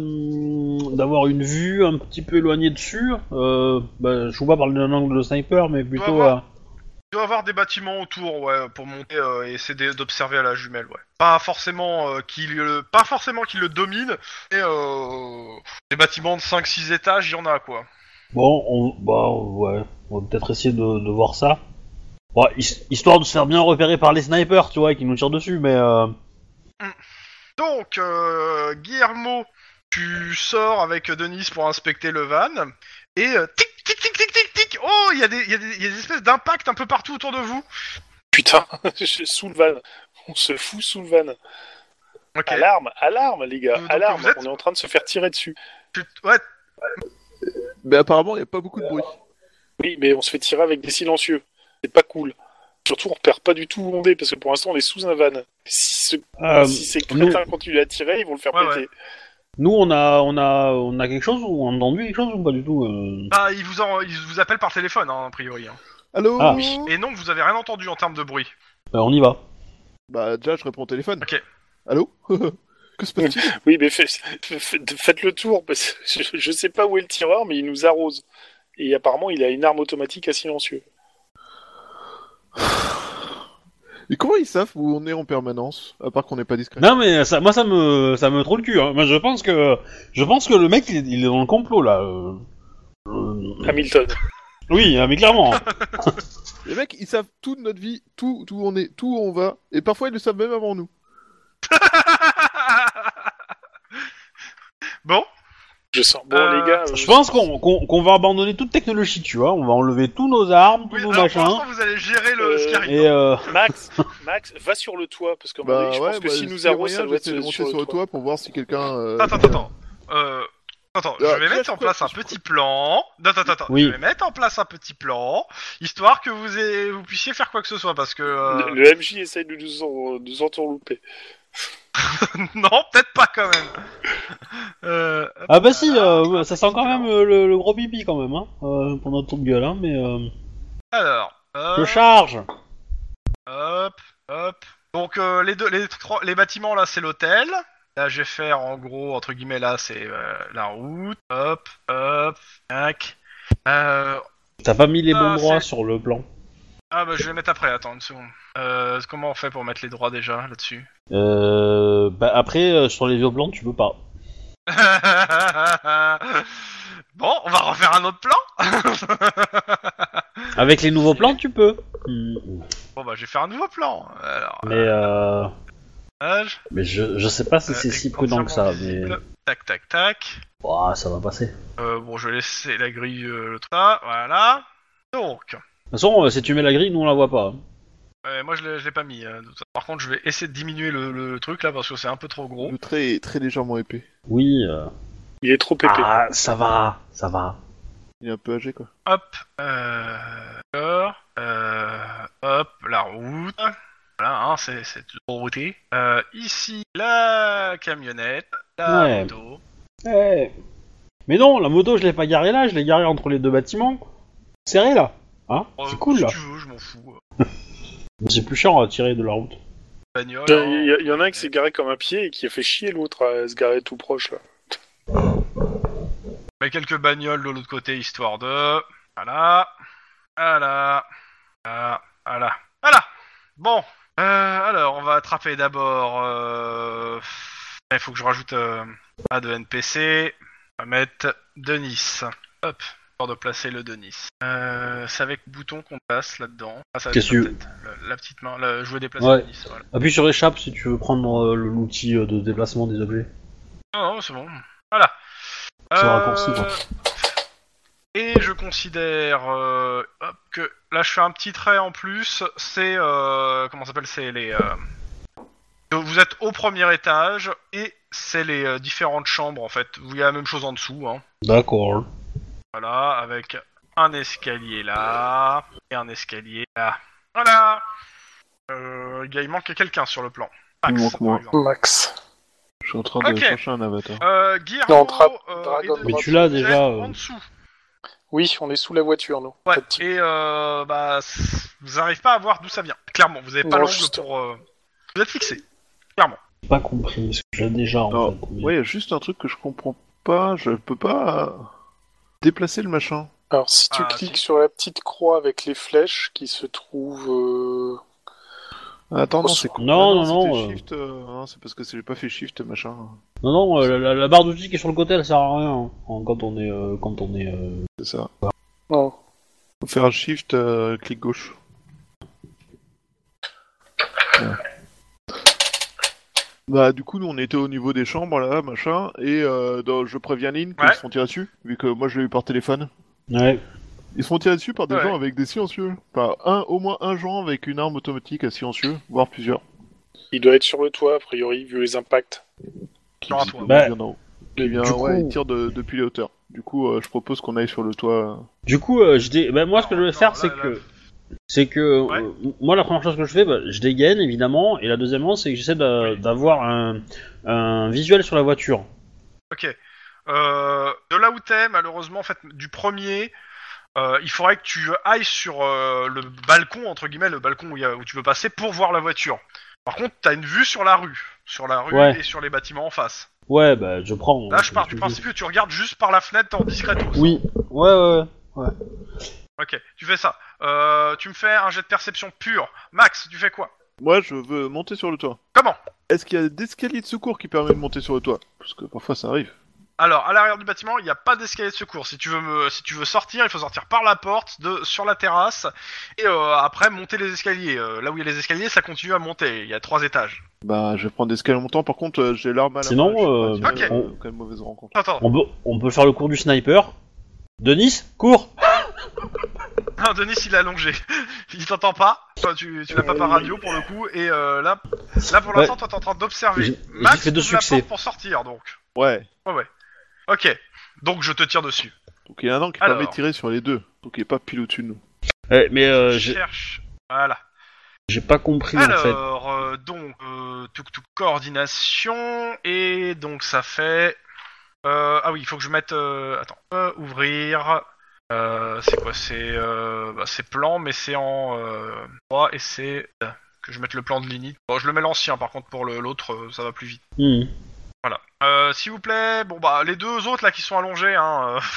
d'avoir une vue un petit peu éloignée dessus. Euh, bah, je vous pas parler d'un angle de sniper, mais plutôt
avoir-
à-
Il doit y avoir des bâtiments autour, ouais, pour monter euh, et essayer d'observer à la jumelle, ouais. Pas forcément euh, qu'il le- pas forcément qu'il le domine, et euh, des bâtiments de 5-6 étages, il y en a, quoi.
Bon, on, bah ouais, on va peut-être essayer de, de voir ça. Bon, his- histoire de se faire bien repérer par les snipers, tu vois, qui nous tirent dessus, mais euh,
Donc, euh, Guillermo, tu sors avec Denis pour inspecter le van, et euh, tic, tic, tic, tic, tic, tic, oh, il y, a des- il y a des il y a des espèces d'impacts un peu partout autour de vous.
Putain, je- sous le van. On se fout sous le van.
Ok.
Alarme, alarme, les gars,
Euh, Donc,
alarme.
vous êtes-
On est en train de se faire tirer dessus.
Tu- ouais,
Mais apparemment, il n'y a pas beaucoup de bruit.
Oui, mais on se fait tirer avec des silencieux. c'est pas cool. Surtout, on perd pas du tout où on est, parce que pour l'instant, on est sous un van. Si, ce...
Ah,
Euh,
si ces
nous-
crétins continuent à tirer, ils vont le faire
Ouais,
péter.
Nous, on a, on a, on a quelque chose ou on a entendu quelque chose ou pas du tout euh
Bah, ils vous, en- ils vous appellent par téléphone, hein, a priori. hein.
Allô
Ah, oui.
Et non, vous avez rien entendu en termes de bruit.
Bah, On y va.
Bah déjà, je réponds au téléphone.
Ok.
Allô Que se passe-t-il
Oui, mais faites- faites faites le tour, parce que je, je sais pas où est le tireur, mais il nous arrose. Et apparemment, il a une arme automatique à silencieux.
Et comment ils savent où on est en permanence À part qu'on n'est pas discret.
Non mais ça, moi ça me, ça me trouve le cul. Hein. Moi je pense que, je pense que le mec il, est- il est dans le complot là. euh. Euh,
Hamilton.
Oui, hein, mais clairement.
Les mecs, ils savent tout de notre vie, tout, tout où on est, tout où on va, et parfois ils le savent même avant nous.
bon,
Je sens. Bon,
Euh,
les gars.
Je
euh,
pense qu'on qu'on- qu'on va abandonner toute technologie, tu vois. On va enlever tous nos armes, tous
oui,
nos
alors pour
machins.
l'instant, vous allez gérer le
Euh,
ce qui arrive.
Et euh,
Max, Max, va sur le toit, parce que
Bah
je pense
ouais,
que
bah,
si
s'il
nous
y a
arrose,
moyen,
ça doit être
j'essaie de
sur,
monter
le toit.
pour voir si quelqu'un. euh,
Attends, attends, attends. Euh, attends, je
Ah,
vais
je
mettre en
crois-
place un
je
petit plan. Non, Attends, attends, attends.
Oui.
Je vais mettre en place un petit plan, histoire que vous, ayez- vous puissiez faire quoi que ce soit, parce que... euh,
Le, le MJ essaye de nous, en, de nous entourlouper.
non, peut-être pas quand même. Euh, hop.
ah bah si, euh, ça sent quand même euh, le, le gros pipi quand même, hein, euh, pour notre trou de gueule, hein. Mais euh,
alors...
je
hop,
charge.
Hop, hop. Donc euh, les deux, les trois, les bâtiments là, c'est l'hôtel. Là, je vais faire en gros entre guillemets là, c'est euh, la route. Hop, hop, tac. Euh,
T'as pas mis les bons
Ah,
droits
c'est-
sur le plan.
ah bah je vais mettre après. Attends une seconde. Euh, comment on fait pour mettre les droits déjà là-dessus
Euh, bah après euh, sur les vieux plans tu peux pas.
Bon, on va refaire un autre plan.
Avec les nouveaux plans tu peux. Mm.
bon bah, je vais faire un nouveau plan. Alors,
Mais euh,
âge,
mais je, je sais pas si
euh,
c'est si prudent que ça. Mais
visible. Tac, tac, tac.
Ouah, ça va passer. De
Euh, bon, je vais laisser la grille euh, le ça, voilà. Donc,
toute façon euh, si tu mets la grille nous on la voit pas. hein.
euh, moi je l'ai je l'ai pas mis. euh, de toute façon. Par contre, je vais essayer de diminuer le, le truc là parce que c'est un peu trop gros.
Le trait est très légèrement épais.
Oui. euh,
Il est trop épais.
Ah ça va, ça va.
Il est un peu âgé quoi.
Hop, euh, d'accord, euh, hop, la route. Voilà, hein, c'est c'est tout routé. Euh, ici, la camionnette, la
Ouais.
moto.
Eh. Mais non la moto je l'ai pas garée là, je l'ai garée entre les deux bâtiments. Serré là. Hein
Euh,
C'est cool
Si
là.
tu veux, je m'en fous. euh,
C'est plus chiant à tirer de la route.
Bagnole.
Il y, a- il y en a un qui
qui
s'est garé comme un pied et qui a fait chier l'autre à se garer tout proche. là.
Mets quelques bagnoles de l'autre côté histoire de. Voilà. Voilà. Voilà. Voilà. Voilà. Bon. Euh, alors, on va attraper d'abord. euh, Il faut que je rajoute euh, A de NPC. On va mettre Denis. Hop. Histoire de placer le Denis. Euh, c'est avec bouton qu'on passe là-dedans. Ah, ça va être
Qu'est-ce
la
que-
tête. Le- La petite main. Le jouet déplacer
Ouais.
Denis. Voilà.
Appuie sur échappe si tu veux prendre euh, l'outil euh, de déplacement des objets.
Non, non, Ah, c'est bon. Voilà. Euh,
C'est un raccourci, quoi.
Et je considère euh, hop, que là je fais un petit trait en plus. C'est euh, comment ça s'appelle C'est les. euh, donc vous êtes au premier étage et c'est les euh, différentes chambres en fait. Vous il y a la même chose en dessous. Hein.
D'accord.
Voilà, avec un escalier là et un escalier là. Voilà. Euh, il y a- il manque quelqu'un sur le plan. Max,
Il manque
par
moi.
exemple.
Max.
Je suis en train
Ok.
de chercher un avatar.
Euh, Guillermo,
Non, Dra-
euh,
Dragon
et
Mais
de-
tu l'as
vous êtes
déjà. euh,
En dessous.
Oui, on est sous la voiture, nous.
Ouais,
Pas de type.
et euh, bah, c- vous n'arrivez pas à voir d'où ça vient. Clairement, vous n'avez pas
Non,
l'angle
juste-
pour. euh, Vous êtes fixé.
pas compris, parce que je l'ai déjà en
Alors,
fait. mais-
Ouais, il y a juste un truc que je comprends pas. Je peux pas euh, déplacer le machin.
Alors, si tu
Ah,
cliques sur la petite croix avec les flèches qui se trouve. euh,
Ah, Attends, non,
Oh,
c'est con.
non,
Ah
non,
c'était
non, euh.
shift, euh, non, c'est parce que c'est- j'ai pas fait shift machin.
Non, non, euh, la, la- la barre d'outils qui est sur le côté, elle sert à rien hein, en- quand on est. euh, quand on est euh,
C'est ça.
Non.
Faut faire un shift, euh, clic gauche. Voilà. Bah du coup nous on était au niveau des chambres là machin et euh, dans- je préviens Lynn qu'ils
Ouais.
se font tirer dessus vu que moi je l'ai eu par téléphone.
Ouais.
Ils se font tirer dessus par des
Ouais.
gens avec des silencieux. Enfin un au moins un genre avec une arme automatique à silencieux voire plusieurs.
Il doit être sur le toit, a priori, vu les impacts.
Qui
Sur un
visiblement
toit.
vient d'en haut.
Bah,
Eh bien
du coup-
ouais ils tirent de- depuis les hauteurs. Du coup euh, je propose qu'on aille sur le toit.
Du coup, euh, je dis- ben, moi, ce que je vais
Non,
faire,
là,
c'est
là,
que. c'est que
Ouais.
euh, m- moi la première chose que je fais, bah, je dégaine évidemment, et la deuxième chose, c'est que j'essaie d'a- d'avoir un, un visuel sur la voiture.
Ok. Euh, de là où t'es, malheureusement, en fait, du premier, euh, il faudrait que tu ailles sur euh, le balcon, entre guillemets, le balcon où, il y a- où tu peux passer pour voir la voiture. Par contre, t'as une vue sur la rue. Sur la rue
Ouais.
et sur les bâtiments en face.
Ouais, bah je prends.
Là, je pars
euh,
du principe que tu regardes juste par la fenêtre en discretos.
Oui, ouais, ouais. ouais.
Ok, tu fais ça. Euh, tu me fais un jet de perception pur. Max, tu fais quoi
Moi, je veux monter sur le toit.
Comment
Est-ce qu'il y a des escaliers de secours qui permettent de monter sur le toit Parce que parfois ça arrive.
Alors, à l'arrière du bâtiment, il n'y a pas d'escalier de secours. Si tu veux, me- si tu veux sortir, il faut sortir par la porte, de, sur la terrasse, et euh, après monter les escaliers. Euh, là où il y a les escaliers, ça continue à monter. Il y a trois étages.
Bah, je vais prendre des escaliers en montant. Par contre, euh, j'ai l'arme à la
Sinon,
main, je sais pas
euh,
si,
ok.
euh, quand même mauvaise rencontre.
Attends,
On peut, on peut faire le cours du sniper. Denis, cours
attends. Denis, il est allongé. il t'entend pas. Toi, tu, tu l'as pas par radio pour le coup. Et euh, là, là pour
Ouais.
l'instant, toi, t'es en train d'observer.
J'ai- j'ai
Max,
fait deux
ouvre la
succès.
porte pour sortir, donc.
Ouais.
Ok. Donc, je te tire dessus.
Donc il y en a un qui
Alors.
permet de tirer sur les deux. Donc il est pas pile au-dessus de nous.
Ouais, Mais euh, j'ai
Cherche. Voilà.
j'ai pas compris en fait.
Alors, euh, donc, euh, tuk tuk coordination, et donc ça fait. euh, ah oui, il faut que je mette. euh, attends, euh, ouvrir. euh, c'est quoi C'est euh, bah, c'est plan, mais c'est en euh, 3 et c'est. euh, que je mette le plan de limite. Bon, je le mets l'ancien, par contre, pour le- l'autre, euh, ça va plus vite.
Hmm.
Voilà. Euh, S'il vous plaît, bon bah, les deux autres là qui sont allongés, hein. euh,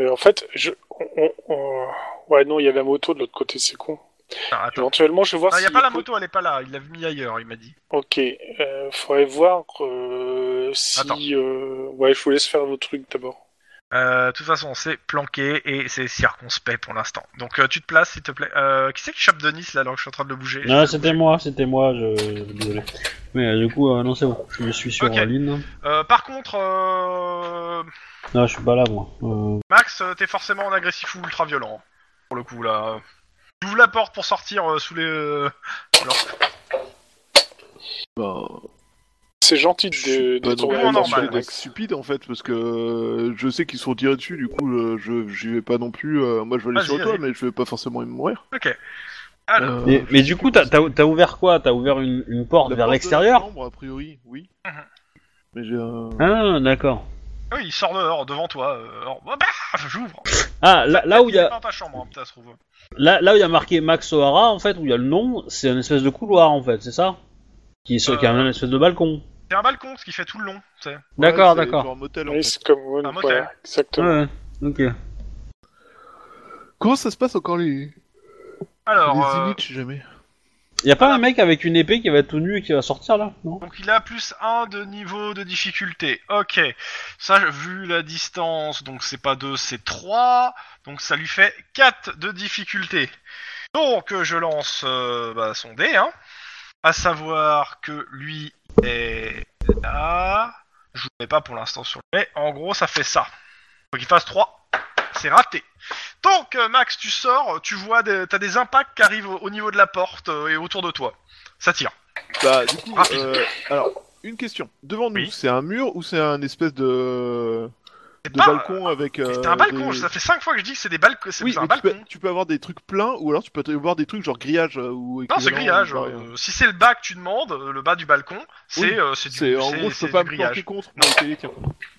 Euh, en fait, je. on- on- on- Ouais, non, il y a la moto de l'autre côté, c'est con.
Ah, attends.
Éventuellement, je vais voir
Ah,
si.
y a pas la moto, elle est pas là, il l'a mis ailleurs, il m'a dit.
Ok, euh, faudrait voir euh,
Attends.
si. euh, Ouais, je vous laisse faire vos trucs d'abord.
Euh, de toute façon, c'est planqué et c'est circonspect pour l'instant. Donc euh, tu te places, s'il te plaît. Euh, qui c'est qui chope Denis là alors que je suis en train de le bouger
Non, c'était moi, c'était moi, je... désolé. Mais euh, du coup, euh, non, c'est bon, je me suis sur
Ok.
la ligne.
Euh, Par contre, euh,
Non, je suis pas là, moi. Euh,
Max, euh, t'es forcément en agressif ou ultra violent. Pour le coup là. J'ouvre la porte pour sortir euh, sous les. euh,
Bah,
C'est gentil
je suis
de,
pas non
de
plus
tourner
trouver
dans
un
la
normal,
une
normal.
attaque stupide en fait parce que euh, je sais qu'ils sont tirés dessus. Du coup, euh, je j'y vais pas non plus. euh, moi, je vais aller
Vas-y,
sur le toit,
vas-y.
mais je vais pas forcément y mourir.
Ok. Alors,
Euh,
mais, mais du coup, t'as t'as- t'as ouvert quoi T'as ouvert une, une
la
porte
porte
vers
de
l'extérieur
la chambre, A priori, oui.
Mhm.
Mais j'ai. euh,
Ah, d'accord.
euh, il sort dehors devant toi. euh, alors, bah, bah, j'ouvre.
Ah, là, là où il y
est
a,
Dans ta chambre, hein, ça se trouve.
là, là où il y a marqué Max O'Hara, en fait, où il y a le nom, c'est un espèce de couloir, en fait, c'est ça qui est, sur-
Euh.
qui a un espèce de balcon.
C'est un balcon, ce qui fait tout le long. tu sais.
ouais,
D'accord,
c'est
d'accord.
genre un motel, en
Oui,
fait.
c'est comme One,
Un motel.
voilà, exactement.
Ouais, ok.
Comment ça se passe encore les les
Alors, euh,
Zenith, si jamais
Y a pas un mec avec une épée qui va être tout nu et qui va sortir là Non
Donc il a plus 1 de niveau de difficulté. Ok. Ça, vu la distance, donc c'est pas 2, c'est 3. Donc ça lui fait 4 de difficulté. Donc euh, je lance euh, bah, son dé. Hein. À savoir que lui est là. Je vous mets pas pour l'instant sur le mais en gros ça fait ça. Faut qu'il fasse 3. C'est raté. Donc euh, Max, tu sors, tu vois, des... t'as des impacts qui arrivent au au niveau de la porte euh, et autour de toi. Ça tire.
Bah, du coup,
Rapide.
euh, alors, une question. Devant nous,
Ah, Oui.
c'est un mur ou c'est un espèce de,
C'est
de
pas-
balcon avec. euh,
Ah, C'est un balcon,
des-
ça fait 5 fois que je dis que c'est des balcons, c'est
Oui,
un
mais tu peux,
balcon.
tu peux avoir des trucs pleins ou alors tu peux avoir des trucs genre grillage euh, ou.
Non, c'est
équivalent,
grillage.
ou-
euh, si c'est le bas que tu demandes, euh, le bas du balcon, c'est euh, c'est du
C'est en
c'est-
gros, je
c'est
peux pas
du
me
grillage,
planquer contre. mais ok, tiens.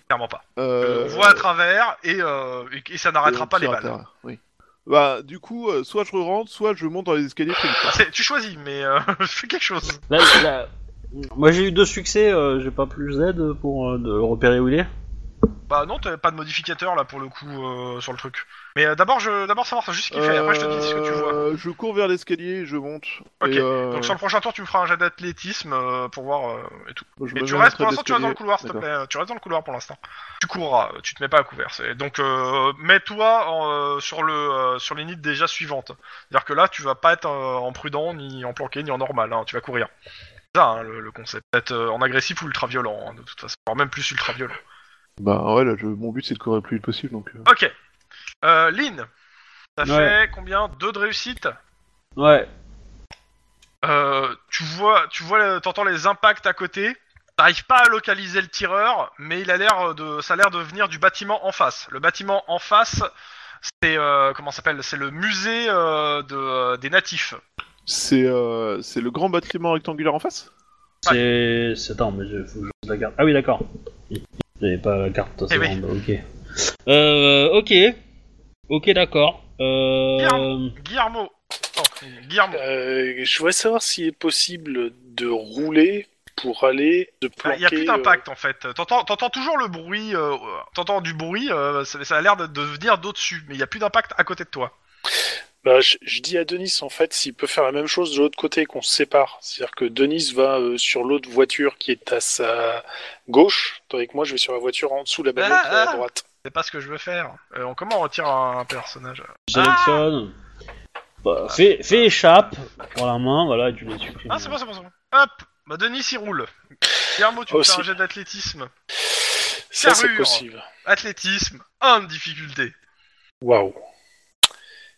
clairement pas.
Euh,
On voit à travers et, euh, et- et ça n'arrêtera
et
pas
on
les
tire à
balles.
terre, Oui. Bah, du coup, euh, soit je rentre, soit je monte dans les escaliers. très vite.
Ah, c'est- tu choisis, mais euh, je fais quelque chose.
Là, là- Moi j'ai eu deux succès, euh, j'ai pas plus d'aide pour euh, de repérer où il est.
Bah non, t'as pas de modificateur là pour le coup euh, sur le truc. Mais euh, d'abord, je d'abord savoir juste ce qu'il fait. Après, je te dis ce que tu vois.
Euh, Je cours vers l'escalier, je monte.
Ok,
et, euh,
Donc sur le prochain tour, tu me feras un jet d'athlétisme euh, pour voir euh, et tout.
je me
Mais tu
mets à
restes pour
l'entrée de
l'instant, tu restes dans le couloir, s'il te
D'accord.
plaît. Euh, Tu restes dans le couloir pour l'instant. Tu courras, euh, tu te mets pas à couvert. c'est- Donc euh, mets-toi en, euh, sur le euh, sur les nids déjà suivantes. C'est-à-dire que là, tu vas pas être euh, en prudent, ni en planqué, ni en normal. hein, tu vas courir. C'est ça hein, le, le concept. Être euh, en agressif ou ultra violent, hein, de toute façon. Voire même plus ultra violent.
Bah ouais, là, je- mon but c'est de courir le plus vite possible, donc... euh,
Ok. Euh, Lynn, ça
Ouais.
fait combien Deux de réussite
Ouais.
Euh, tu vois, tu vois, le- t'entends les impacts à côté. T'arrives pas à localiser le tireur, mais il a l'air de, ça a l'air de venir du bâtiment en face. Le bâtiment en face c'est euh, comment ça s'appelle C'est le musée euh, de, euh, des natifs.
C'est euh, c'est le grand bâtiment rectangulaire en face
C'est. c'est- Attends, mais je... faut que je la carte. Ah oui, d'accord. J'avais pas la carte, c'est
Eh
bon,
oui.
bah, ok. Euh, ok. Ok, d'accord. Euh...
Bien. Guillermo. Oh, Guillermo.
Euh, je voudrais savoir s'il est possible de rouler pour aller de
Ah,
planquer.
Il y a plus
euh,
d'impact en fait. T'entends, t'entends toujours le bruit. euh, t'entends du bruit. euh, ça, ça a l'air de, de venir d'au-dessus, mais il y a plus d'impact à côté de toi.
bah, je, je dis à Denis en fait s'il peut faire la même chose de l'autre côté qu'on se sépare. C'est-à-dire que Denis va euh, sur l'autre voiture qui est à sa gauche, tandis que moi je vais sur la voiture en dessous la bagnole
Ah,
qui est à
ah.
droite.
C'est pas ce que je veux faire. Euh, on- comment on retire un, un personnage
Sélectionne. Bah, fais, fais échappe pour la main, voilà, et tu l'as supprimé.
Ah, c'est bon, c'est bon, c'est bon. Hop. Bah, Denis il roule. Guillermo, tu me fais
Aussi.
un jet d'athlétisme.
Ça c'est
Carrure.
possible.
Athlétisme, 1 de difficulté.
Waouh.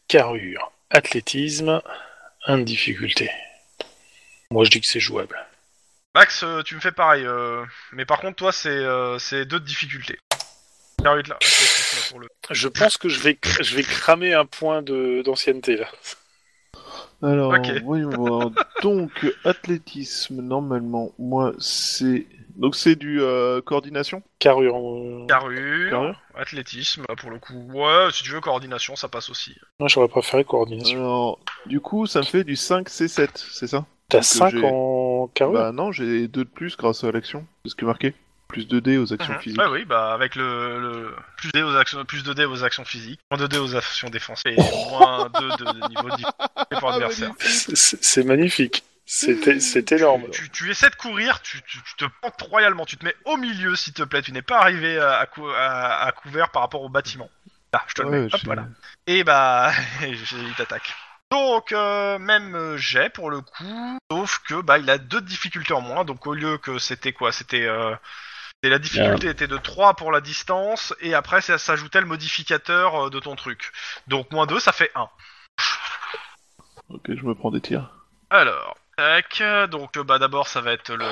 Carrure, athlétisme, 1 de difficulté. Moi je dis que c'est jouable.
Max, euh, tu me fais pareil. euh, mais par contre, toi, c'est euh, c'est 2 de difficulté. Carrure de la- athlétisme pour le-
Je pense que je vais, cr- je vais cramer un point de- d'ancienneté là.
Alors,
Ok.
voyons voir. Donc, athlétisme, normalement, moi, c'est... Donc, c'est du euh, coordination
Carrure. euh,
Carrure,
Carrure.
athlétisme, là, pour le coup. Ouais, si tu veux, coordination, ça passe aussi.
Moi j'aurais préféré coordination.
Alors, du coup, ça me fait du 5C7, c'est ça
T'as
que
5
j'ai-
en
Ah
carrure
Bah non, j'ai 2 de plus grâce à l'action. C'est ce qui est marqué. Plus 2D aux actions
Mhm.
physiques.
Ouais, oui, bah avec le, le- plus, de dés aux actions, plus de dés aux actions physiques, moins de dés aux actions défensives et moins 2 de, de niveau de difficulté pour l'adversaire.
C'est- C'est c'est magnifique. C'était- C'est énorme.
Tu, tu essaies de courir, tu, tu- tu te plantes royalement, tu te mets au milieu s'il te plaît, tu n'es pas arrivé à, à cou- à- à couvert par rapport au bâtiment. Là, je te le
Ouais,
mets, hop,
c'est-
voilà. Et bah, il t'attaque. Donc, euh, même jet pour le coup, sauf que bah, il a deux difficultés en moins. Donc, au lieu que c'était quoi C'était. euh, c'était la difficulté était de 3 pour la distance, et après, ça s'ajoutait le modificateur euh, de ton truc. Donc, moins 2, ça fait 1.
Ok, je me prends des tirs.
Alors, tac, euh, donc euh, bah d'abord ça va être le...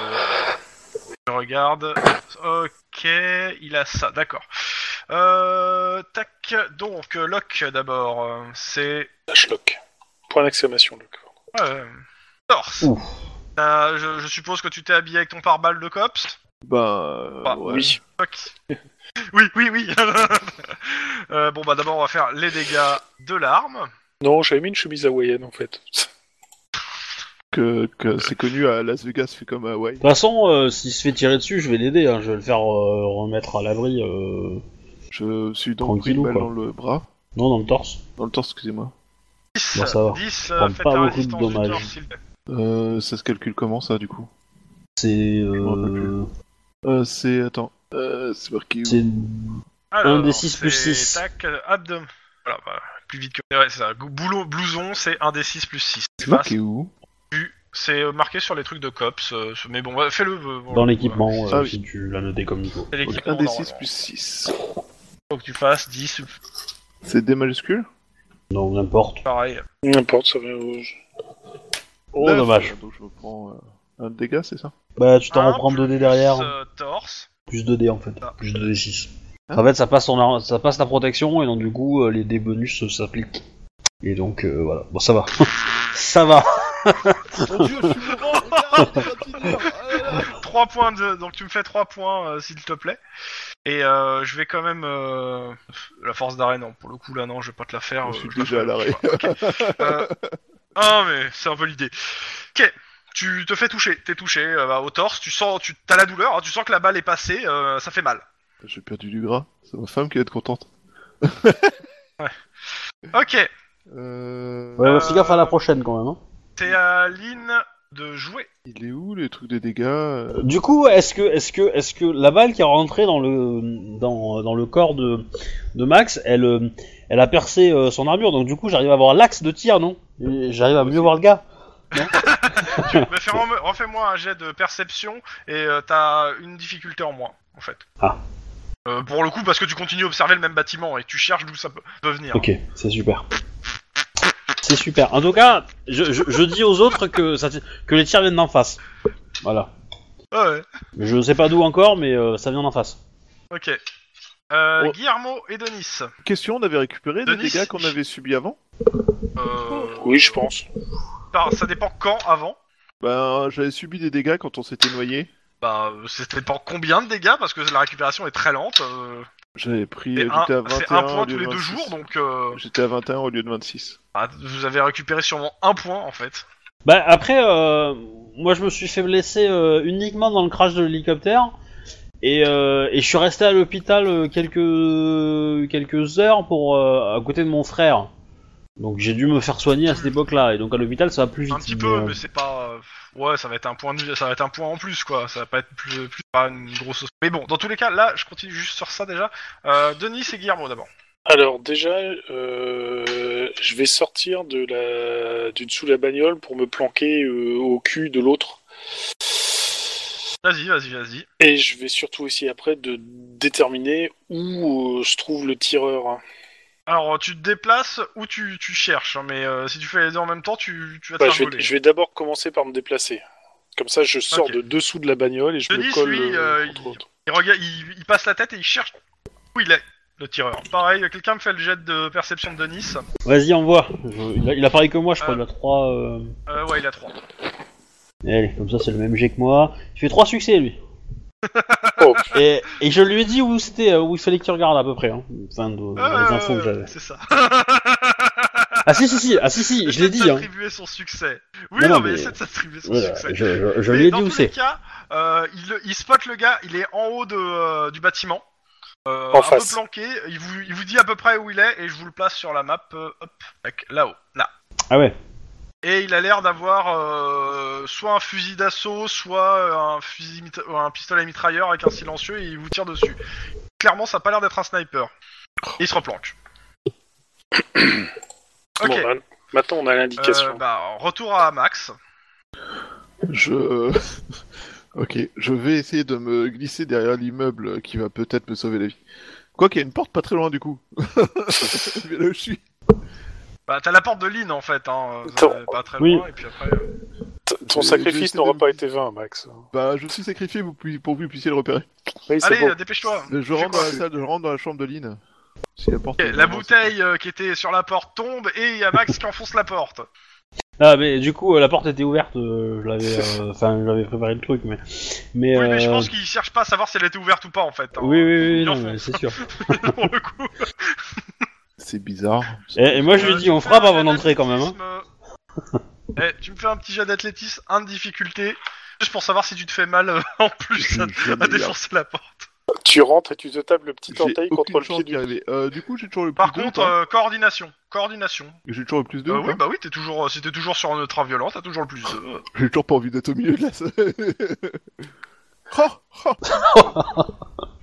Je regarde. Ok, il a ça, d'accord. Euh, tac, donc euh, Locke d'abord, euh, c'est...
Lâche Locke. Point d'exclamation Locke.
Euh, torse.
Ouf.
Euh, je, je suppose que tu t'es habillé avec ton pare-balles de cops
Bah, euh,
Bah,
ouais.
Oui.
Fuck. Oui, oui, oui. Euh, bon bah d'abord on va faire les dégâts de l'arme.
Non, j'avais mis une chemise hawaïenne en fait.
Que, que c'est connu à Las Vegas, fait comme à Hawaï.
De toute façon, euh, s'il se fait tirer dessus, je vais l'aider, hein, je vais le faire euh, remettre à l'abri. euh,
Je suis donc pris
Tranquillou,
une balle
quoi.
dans le bras.
Non, dans le torse.
Dans le torse, excusez-moi.
10,
Bon, ça va.
10
Prends
euh, faites
pas
la
beaucoup de
résistance du
dommages.
torse, s'il te plaît.
Euh, ça se calcule comment, ça, du coup
C'est.
m'en rappelle
Euh...
Euh, c'est... Attends. Euh, c'est marqué où
C'est.
Alors,
Un des six plus
c'est
six.
Tac, euh, abdomen. Voilà, bah, plus vite que. Ouais, c'est ça. Gou- boulot- blouson, c'est 1 des 6 plus 6.
C'est marqué où
C'est euh, marqué sur les trucs de cops. euh, sur- mais bon, bah, fais-le. euh, bon,
Dans l'équipement, euh,
Ah oui.
si tu l'as noté comme il faut.
voilà. C'est
Donc,
l'équipement.
1 des
normalement.
6 plus 6.
Faut que tu fasses 10,
C'est D majuscule
Non, n'importe.
pareil.
N'importe, ça vient euh, au-
Oh,
Neuf. Ah,
dommage.
Donc je me prends euh, un dégât, c'est ça
Bah, tu t'en
Un
reprends 2
plus,
dés derrière.
euh, torse.
Plus 2 dés en fait.
Ah.
Plus 2 dés 6.
Hein
en fait, ça passe, ton ar- ça passe ta protection et donc du coup, euh, les dés bonus euh, s'appliquent. Et donc, euh, voilà. Bon, ça va. ça va.
Mon dieu, je suis mort Regarde, j'ai un petit dur. Ah là là.
3 points de. Donc tu me fais 3 points, euh, s'il te plaît. Et euh, je vais quand même. euh, La force d'arrêt, non. Pour le coup, là, non, je vais pas te la faire. euh,
Je suis
la
déjà
ferai
à
la
l'arrêt.
Euh, Ah mais c'est un peu l'idée. Ok, tu te fais toucher, t'es touché euh, bah, au torse, tu sens, tu t'as la douleur, hein, tu sens que la balle est passée, euh, ça fait mal.
J'ai perdu du gras. C'est ma femme qui va être contente.
Ok,
Euh...
Ouais, fais gaffe à la prochaine quand même. hein.
c'est à Lynn de jouer.
Il est où les trucs des dégâts euh,
Du coup, est-ce que, est-ce que, est-ce que la balle qui est rentrée dans le, dans, dans le corps de, de Max, elle, euh, elle a percé euh, son armure, donc du coup, j'arrive à voir l'axe de tir, non Et J'arrive à mieux voir le gars.
tu me fais- rem- refais-moi un jet de perception et euh, t'as une difficulté en moins, en fait.
Ah.
Euh, pour le coup, parce que tu continues à observer le même bâtiment et tu cherches d'où ça peut, peut venir.
Ok, c'est super. C'est super. En tout cas, je, je, je dis aux autres que, ça, que les tirs viennent d'en face. Voilà.
Ah Ouais,
Je sais pas d'où encore, mais euh, ça vient d'en face.
ok. Euh,
Oh.
Guillermo et Denis.
Question, on avait récupéré des
Denis,
dégâts qu'on avait subis avant
Euh,
Oui, je pense.
par- ça dépend quand avant.
Ben, j'avais subi des dégâts quand on s'était noyé.
Bah, euh, ça dépend combien de dégâts, parce que la récupération est très lente. euh,
J'avais pris. euh,
c'est
J'étais
un,
à 21
c'est un
au
point
lieu
tous
de
les deux
26.
jours, donc euh,
J'étais à 21 au lieu de 26.
bah, vous avez récupéré sûrement un point en fait.
Bah après, euh, moi je me suis fait blesser euh, uniquement dans le crash de l'hélicoptère et, euh, et je suis resté à l'hôpital euh, quelques quelques heures pour euh, à côté de mon frère. Donc j'ai dû me faire soigner à cette époque-là et donc à l'hôpital ça va plus vite.
Un petit
mais,
peu,
euh,
mais c'est pas. euh, Ouais, ça va être un point de, ça va être un point en plus, quoi. Ça va pas être plus, euh, plus pas une grosse. Mais bon, dans tous les cas, là, je continue juste sur ça déjà. Euh, Denis et Guillermo d'abord.
Alors déjà, euh, je vais sortir de la du dessous de la bagnole pour me planquer euh, au cul de l'autre.
Vas-y, vas-y, vas-y.
Et je vais surtout essayer après de déterminer où euh, se trouve le tireur.
Alors, euh, tu te déplaces ou tu, tu cherches, hein, mais euh, si tu fais les deux en même temps, tu, tu vas te
Bah,
faire
je vais,
voler.
je vais d'abord commencer par me déplacer. Comme ça, je sors
Ok.
de dessous de la bagnole et je
Denis,
me colle
lui,
euh,
euh,
contre l'autre.
Il, regarde, il, il passe la tête et il cherche où il est, le tireur. Pareil, quelqu'un me fait le jet de perception de Denis.
Vas-y envoie. Je- il, a, il a pareil que moi, je crois
Euh.
il a 3... Euh...
Euh, ouais, il a 3.
Allez, comme ça c'est le même jet que moi. Il fait 3 succès lui.
Oh,
Et, et je lui ai dit où c'était, euh, où il fallait qu'il regarde à peu près. Hein. Enfin, de, les infos que j'avais.
Euh, c'est ça.
Ah si si si, ah si si, je l'ai dit. Hein.
Attribuer son succès. Oui,
Non,
non,
non,
mais,
mais-
essaie de s'attribuer son
Voilà,
succès.
je, je, je
Mais
lui ai
dans
dit où
tous les
c'est.
cas, euh, il, le- il spot le gars, il est en haut de, euh, du bâtiment, euh,
En
un
face.
peu planqué, il vous, il vous dit à peu près où il est, et je vous le place sur la map, euh, hop, tac, là-haut, là.
Ah ouais.
Et il a l'air d'avoir euh, soit un fusil d'assaut, soit un, fusil, mit- euh, un pistolet mitrailleur avec un silencieux, et il vous tire dessus. Clairement, ça a pas l'air d'être un sniper. Et il se replanque. ok,
bon, bah, maintenant, on a
euh,
l'indication.
bah, retour à Max.
Je. euh, ok, je vais essayer de me glisser derrière l'immeuble qui va peut-être me sauver la vie. Quoi qu'il y a une porte pas très loin du coup. Mais là où je suis.
Bah, t'as la porte de Lynn en fait, hein, euh,
Attends.
pas très
Oui.
loin, et puis après. euh,
T- Ton
je- je vais
sacrifice
essayer
n'aura
de-
pas été vain, Max.
Bah, je me suis sacrifié pour, pu- pour que vous puissiez le repérer.
Oui, c'est
Allez,
bon.
euh, dépêche-toi.
Mais je
Fais
rentre
quoi
dans la salle, je rentre dans la chambre de Lynn. Si la porte.
Ok,
est
La
vraiment-
bouteille euh, qui était sur la porte tombe et il y a Max qui enfonce la porte.
Ah mais du coup euh, la porte était ouverte, euh, je l'avais, euh, enfin je l'avais préparé le truc mais, mais,
Oui, mais je
euh,
pense qu'il cherche pas à savoir si elle était ouverte ou pas en fait. hein,
oui oui oui,
Ils
non,
en font.
mais c'est sûr.
pour le coup.
C'est bizarre.
Eh, Et, et moi je lui
Euh,
dis on
tu me fais un
frappe avant
jet
d'entrer quand même. Hein.
d'athlétisme, euh. Eh, tu me fais un petit jet d'athlétisme, un de difficulté, juste pour savoir si tu te fais mal euh, en plus
Je
à,
n'ai jamais
à défoncer la porte.
Tu rentres et tu te tapes le petit
J'ai
orteil
aucune
contre le
chance
pied
d'y
du.
arriver. Euh, du coup, j'ai toujours le plus
Par
deux,
contre,
quoi.
euh, coordination. Coordination.
J'ai toujours le plus 2
Euh, oui, bah oui, t'es toujours, euh, si t'es toujours sur un train violent, t'as toujours le plus deux.
J'ai toujours pas envie d'être au milieu de la salle. oh, oh.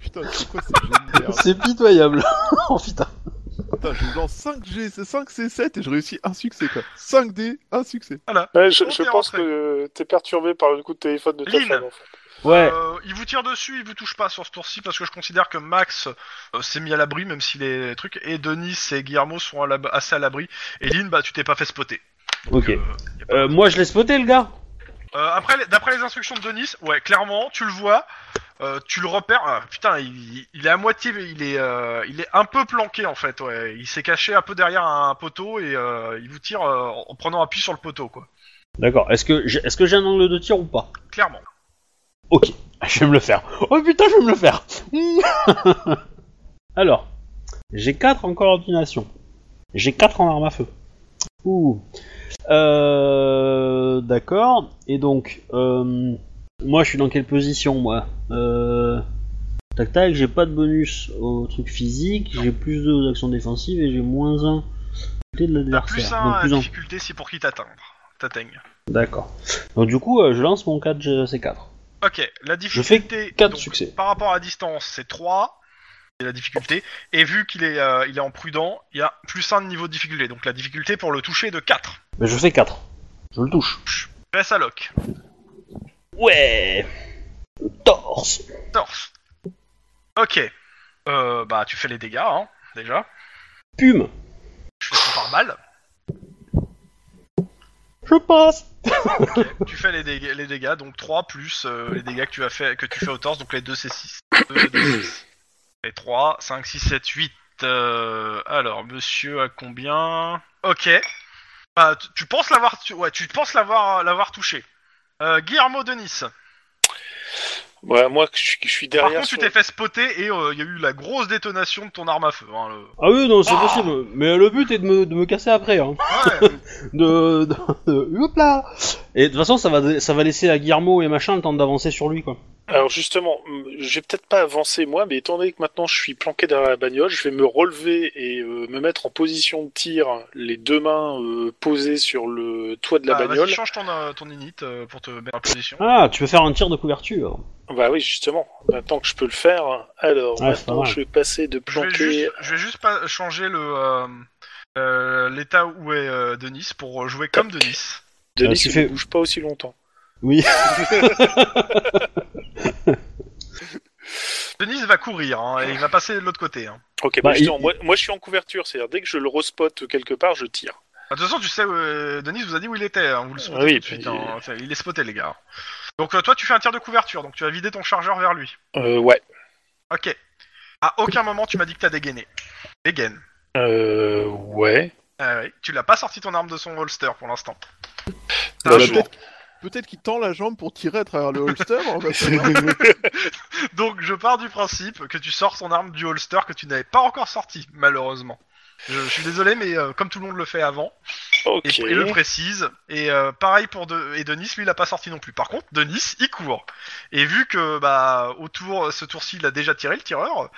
Putain, c'est quoi ces jeux de merde
C'est pitoyable. oh putain.
Putain, je lance 5 G, 5 C7 et je réussis un succès quoi. 5 D, un succès.
Ouais, je,
On
je
t'est
pense
rentré.
que t'es perturbé par le coup de téléphone de ta
Lynn.
femme. En fait.
Ouais.
Euh, il vous tire dessus, il vous touche pas sur ce tour-ci parce que je considère que Max euh, s'est mis à l'abri, même si les trucs et Denis et Guillermo sont à l'ab- assez à l'abri. Et Lynn, bah tu t'es pas fait spotter.
Ok.
Euh, y a pas-
Euh, moi je l'ai spoté le gars.
Euh, après, les- d'après les instructions de Denis, ouais, clairement, tu le vois, euh, tu le repères. Ah, putain, il, il est à moitié, il est, euh, il est un peu planqué en fait. Ouais, il s'est caché un peu derrière un poteau et euh, il vous tire euh, en prenant appui sur le poteau, quoi.
D'accord. Est-ce que j'ai- est-ce que j'ai un angle de tir ou pas
Clairement.
Ok. Je vais me le faire. Oh putain je vais me le faire. Alors j'ai 4 en coordination. J'ai 4 en arme à feu. Ouh. Euh, D'accord. Et donc, euh, moi, je suis dans quelle position, moi euh, Tac tac, j'ai pas de bonus au truc physique, j'ai plus 2 aux actions défensives et j'ai moins 1 côté de
T'as
l'adversaire.
plus
Donc,
un à
plus un.
difficulté, c'est pour qui t'atteindre, t'atteignes.
D'accord. Donc du coup, euh, je lance mon 4 C4.
Ok, la
Je fais
difficulté.
4
donc,
succès.
Par rapport à la distance, c'est 3, c'est la difficulté. Et vu qu'il est, euh, il est en prudent, il y a plus 1 de niveau de difficulté. Donc la difficulté pour le toucher est de 4.
Mais je fais 4. Je le touche.
Baisse à lock.
Ouais Le torse
Torse. Ok. Euh, bah, tu fais les dégâts, hein, déjà.
Pume
Tu fais tout par balle.
Je passe
Tu fais les, dég- les dégâts, donc 3 plus euh, les dégâts que tu, as fait, que tu fais au torse, donc les 2 c'est 6. Et 3, 5, 6, 7, 8. euh, alors, monsieur à combien Ok. Bah, tu, tu penses l'avoir tu, ouais, tu penses l'avoir l'avoir touché. Euh, Guillermo Denis.
Ouais, moi, je suis, je suis
Par
derrière.
contre, tu
sur-
t'es fait spotter et euh, il y a eu la grosse détonation de ton arme à feu. hein, le-
Ah oui, non, c'est
Ah
possible. Mais le but est de me, de me casser après. Hein.
Ouais,
De, de, de- hop là Et de toute façon, ça va, ça va laisser à Guillermo et machin le temps d'avancer sur lui, quoi.
Alors justement, hum, je vais peut-être pas avancer moi, mais étant donné que maintenant je suis planqué derrière la bagnole, je vais me relever et euh, me mettre en position de tir, les deux mains euh, posées sur le toit de la
bah, vas-y,
bagnole.
change ton, euh, ton init euh, pour te mettre en position.
Ah, tu peux faire un tir de couverture.
Bah oui, justement. Maintenant que je peux le faire, hein. alors
Ouais, c'est pas
maintenant
mal.
je vais passer de
Je vais,
planqué.
juste, je vais juste pas changer le euh, euh, l'état où est euh, Denis pour jouer comme Denis.
Denis,
Euh, tu
il
fais-
ne bouge pas aussi longtemps.
Denis va courir hein, et il va passer de l'autre côté. hein.
Ok,
Bah,
bah, justement,
il-
moi, moi, je suis en couverture, c'est-à-dire dès que je le respot quelque part, je tire.
Bah, de toute façon, tu sais, euh, Denis vous a dit où il était. hein, vous le spottez
Ah oui,
tout de suite.
puis-
hein. Enfin, Il est spoté, les gars. Donc euh, toi, tu fais un tir de couverture, donc tu vas vider ton chargeur vers lui.
Euh, ouais.
Ok. À aucun moment, tu m'as dit que t'as dégainé. Dégaine.
Euh, ouais.
Ah oui, tu l'as pas sorti ton arme de son holster pour l'instant.
Bah,
Un
je-
jour.
Peut-être qu'il tend la jambe pour tirer à travers le holster. on va savoir.
Donc je pars du principe que tu sors ton arme du holster que tu n'avais pas encore sorti, malheureusement. Je, je suis désolé, mais euh, comme tout le monde le fait avant, et,
Ok.
et le précise. Et euh, pareil pour de, et Denis, lui, il a pas sorti non plus. Par contre, Denis, il court. Et vu que bah au tour, ce tour-ci, il a déjà tiré le tireur,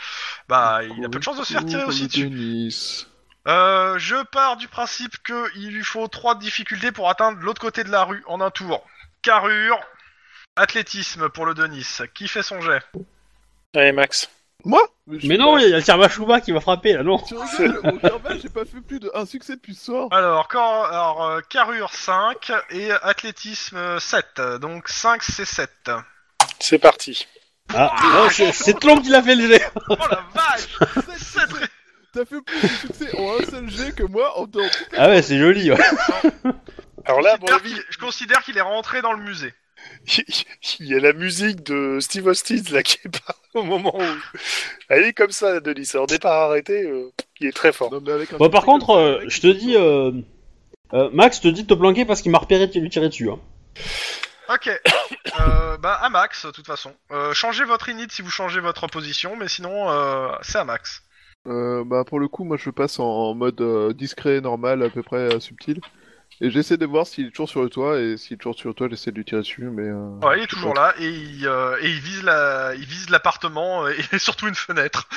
bah il a peu de chance de se faire tirer
Coucou,
aussi dessus.
Denis.
Euh, je pars du principe que il lui faut trois difficultés pour atteindre l'autre côté de la rue en un tour. Carrure, athlétisme pour le Denis. Qui fait son jet
Allez, Max.
Moi je sais
Mais non,
pas.
il y a le Tirbachouba qui va frapper, là, non
Tu rigoles, au carnaval, j'ai pas fait plus de un succès depuis ce soir.
Alors, quand, alors euh, carrure 5 et athlétisme euh, 7. Donc 5 c'est 7.
C'est parti.
Ah, non, c'est- c'est Tlon qui l'a fait le jet
Oh la vache C'est 7
T'as fait plus de succès en un seul jet que moi en deux.
Ah ouais, c'est joli, ouais.
Alors là, à mon avis,
Je considère qu'il est rentré dans le musée.
il y a la musique de Steve Austin là qui est pas au moment où. Elle est comme ça, Denis. Au départ arrêté, euh, il est très fort.
Non, mais avec un
Bon, par
succès
contre,
comme ça,
euh,
mec,
je te dis... euh, euh, Max te dit de te planquer parce qu'il m'a repéré de lui tirer dessus. Hein.
Ok. Euh, bah à max, de toute façon. Euh, changez votre init si vous changez votre position, mais sinon, euh, c'est à max.
Euh, bah pour le coup, moi je passe en, en mode euh, discret, normal, à peu près euh, subtil. Et j'essaie de voir s'il est toujours sur le toit, et s'il est toujours sur le toit, j'essaie de lui tirer dessus, mais... euh,
Ouais, il est toujours là et il, euh, et il vise la, il vise l'appartement euh, et surtout une fenêtre.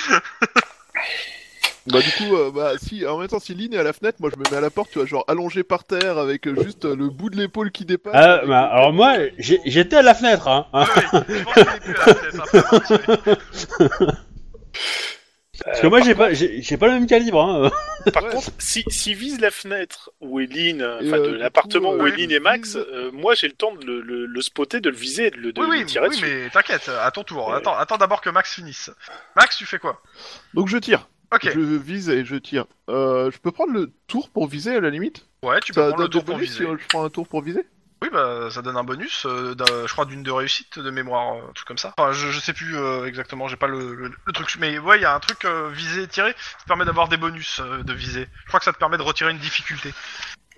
Bah du coup, euh, bah si, en même temps, si Lynn est à la fenêtre, moi je me mets à la porte, tu vois, genre allongé par terre, avec euh, juste euh, le bout de l'épaule qui dépasse.
Ah, bah, alors moi, j'ai- j'étais à la fenêtre, hein. hein.
Ouais, je pense qu'il est plus là, peut-être, après Max, ouais.
Parce que moi, j'ai pas, j'ai j'ai pas le même calibre, hein.
Par
Ouais.
contre, si, si vise la fenêtre où est Lynn, euh,
Et,
enfin de
euh, du
l'appartement
coup,
où
euh,
est Lynn et Max,
vise-
euh, moi j'ai le temps de le, le- le spotter, de le viser, et de le, de
Oui,
lui
oui,
tirer
oui,
dessus.
mais t'inquiète, à ton tour.
Euh.
Attends, attends d'abord que Max finisse. Max, tu fais quoi
Donc je tire,
Ah. Ok.
je vise et je tire. Euh, je peux prendre le tour pour viser à la limite
Ouais, tu peux
Ça
prendre le
donne
tour
des
pour
bonus
viser.
si euh, je prends un tour pour viser
Oui, bah ça donne un bonus, euh, d'un- je crois d'une de réussite de mémoire, euh, un truc comme ça. Enfin, je, je sais plus euh, exactement, j'ai pas le, le- le truc. Mais ouais, il y a un truc euh, visé, tiré, ça te permet d'avoir des bonus euh, de viser. Je crois que ça te permet de retirer une difficulté.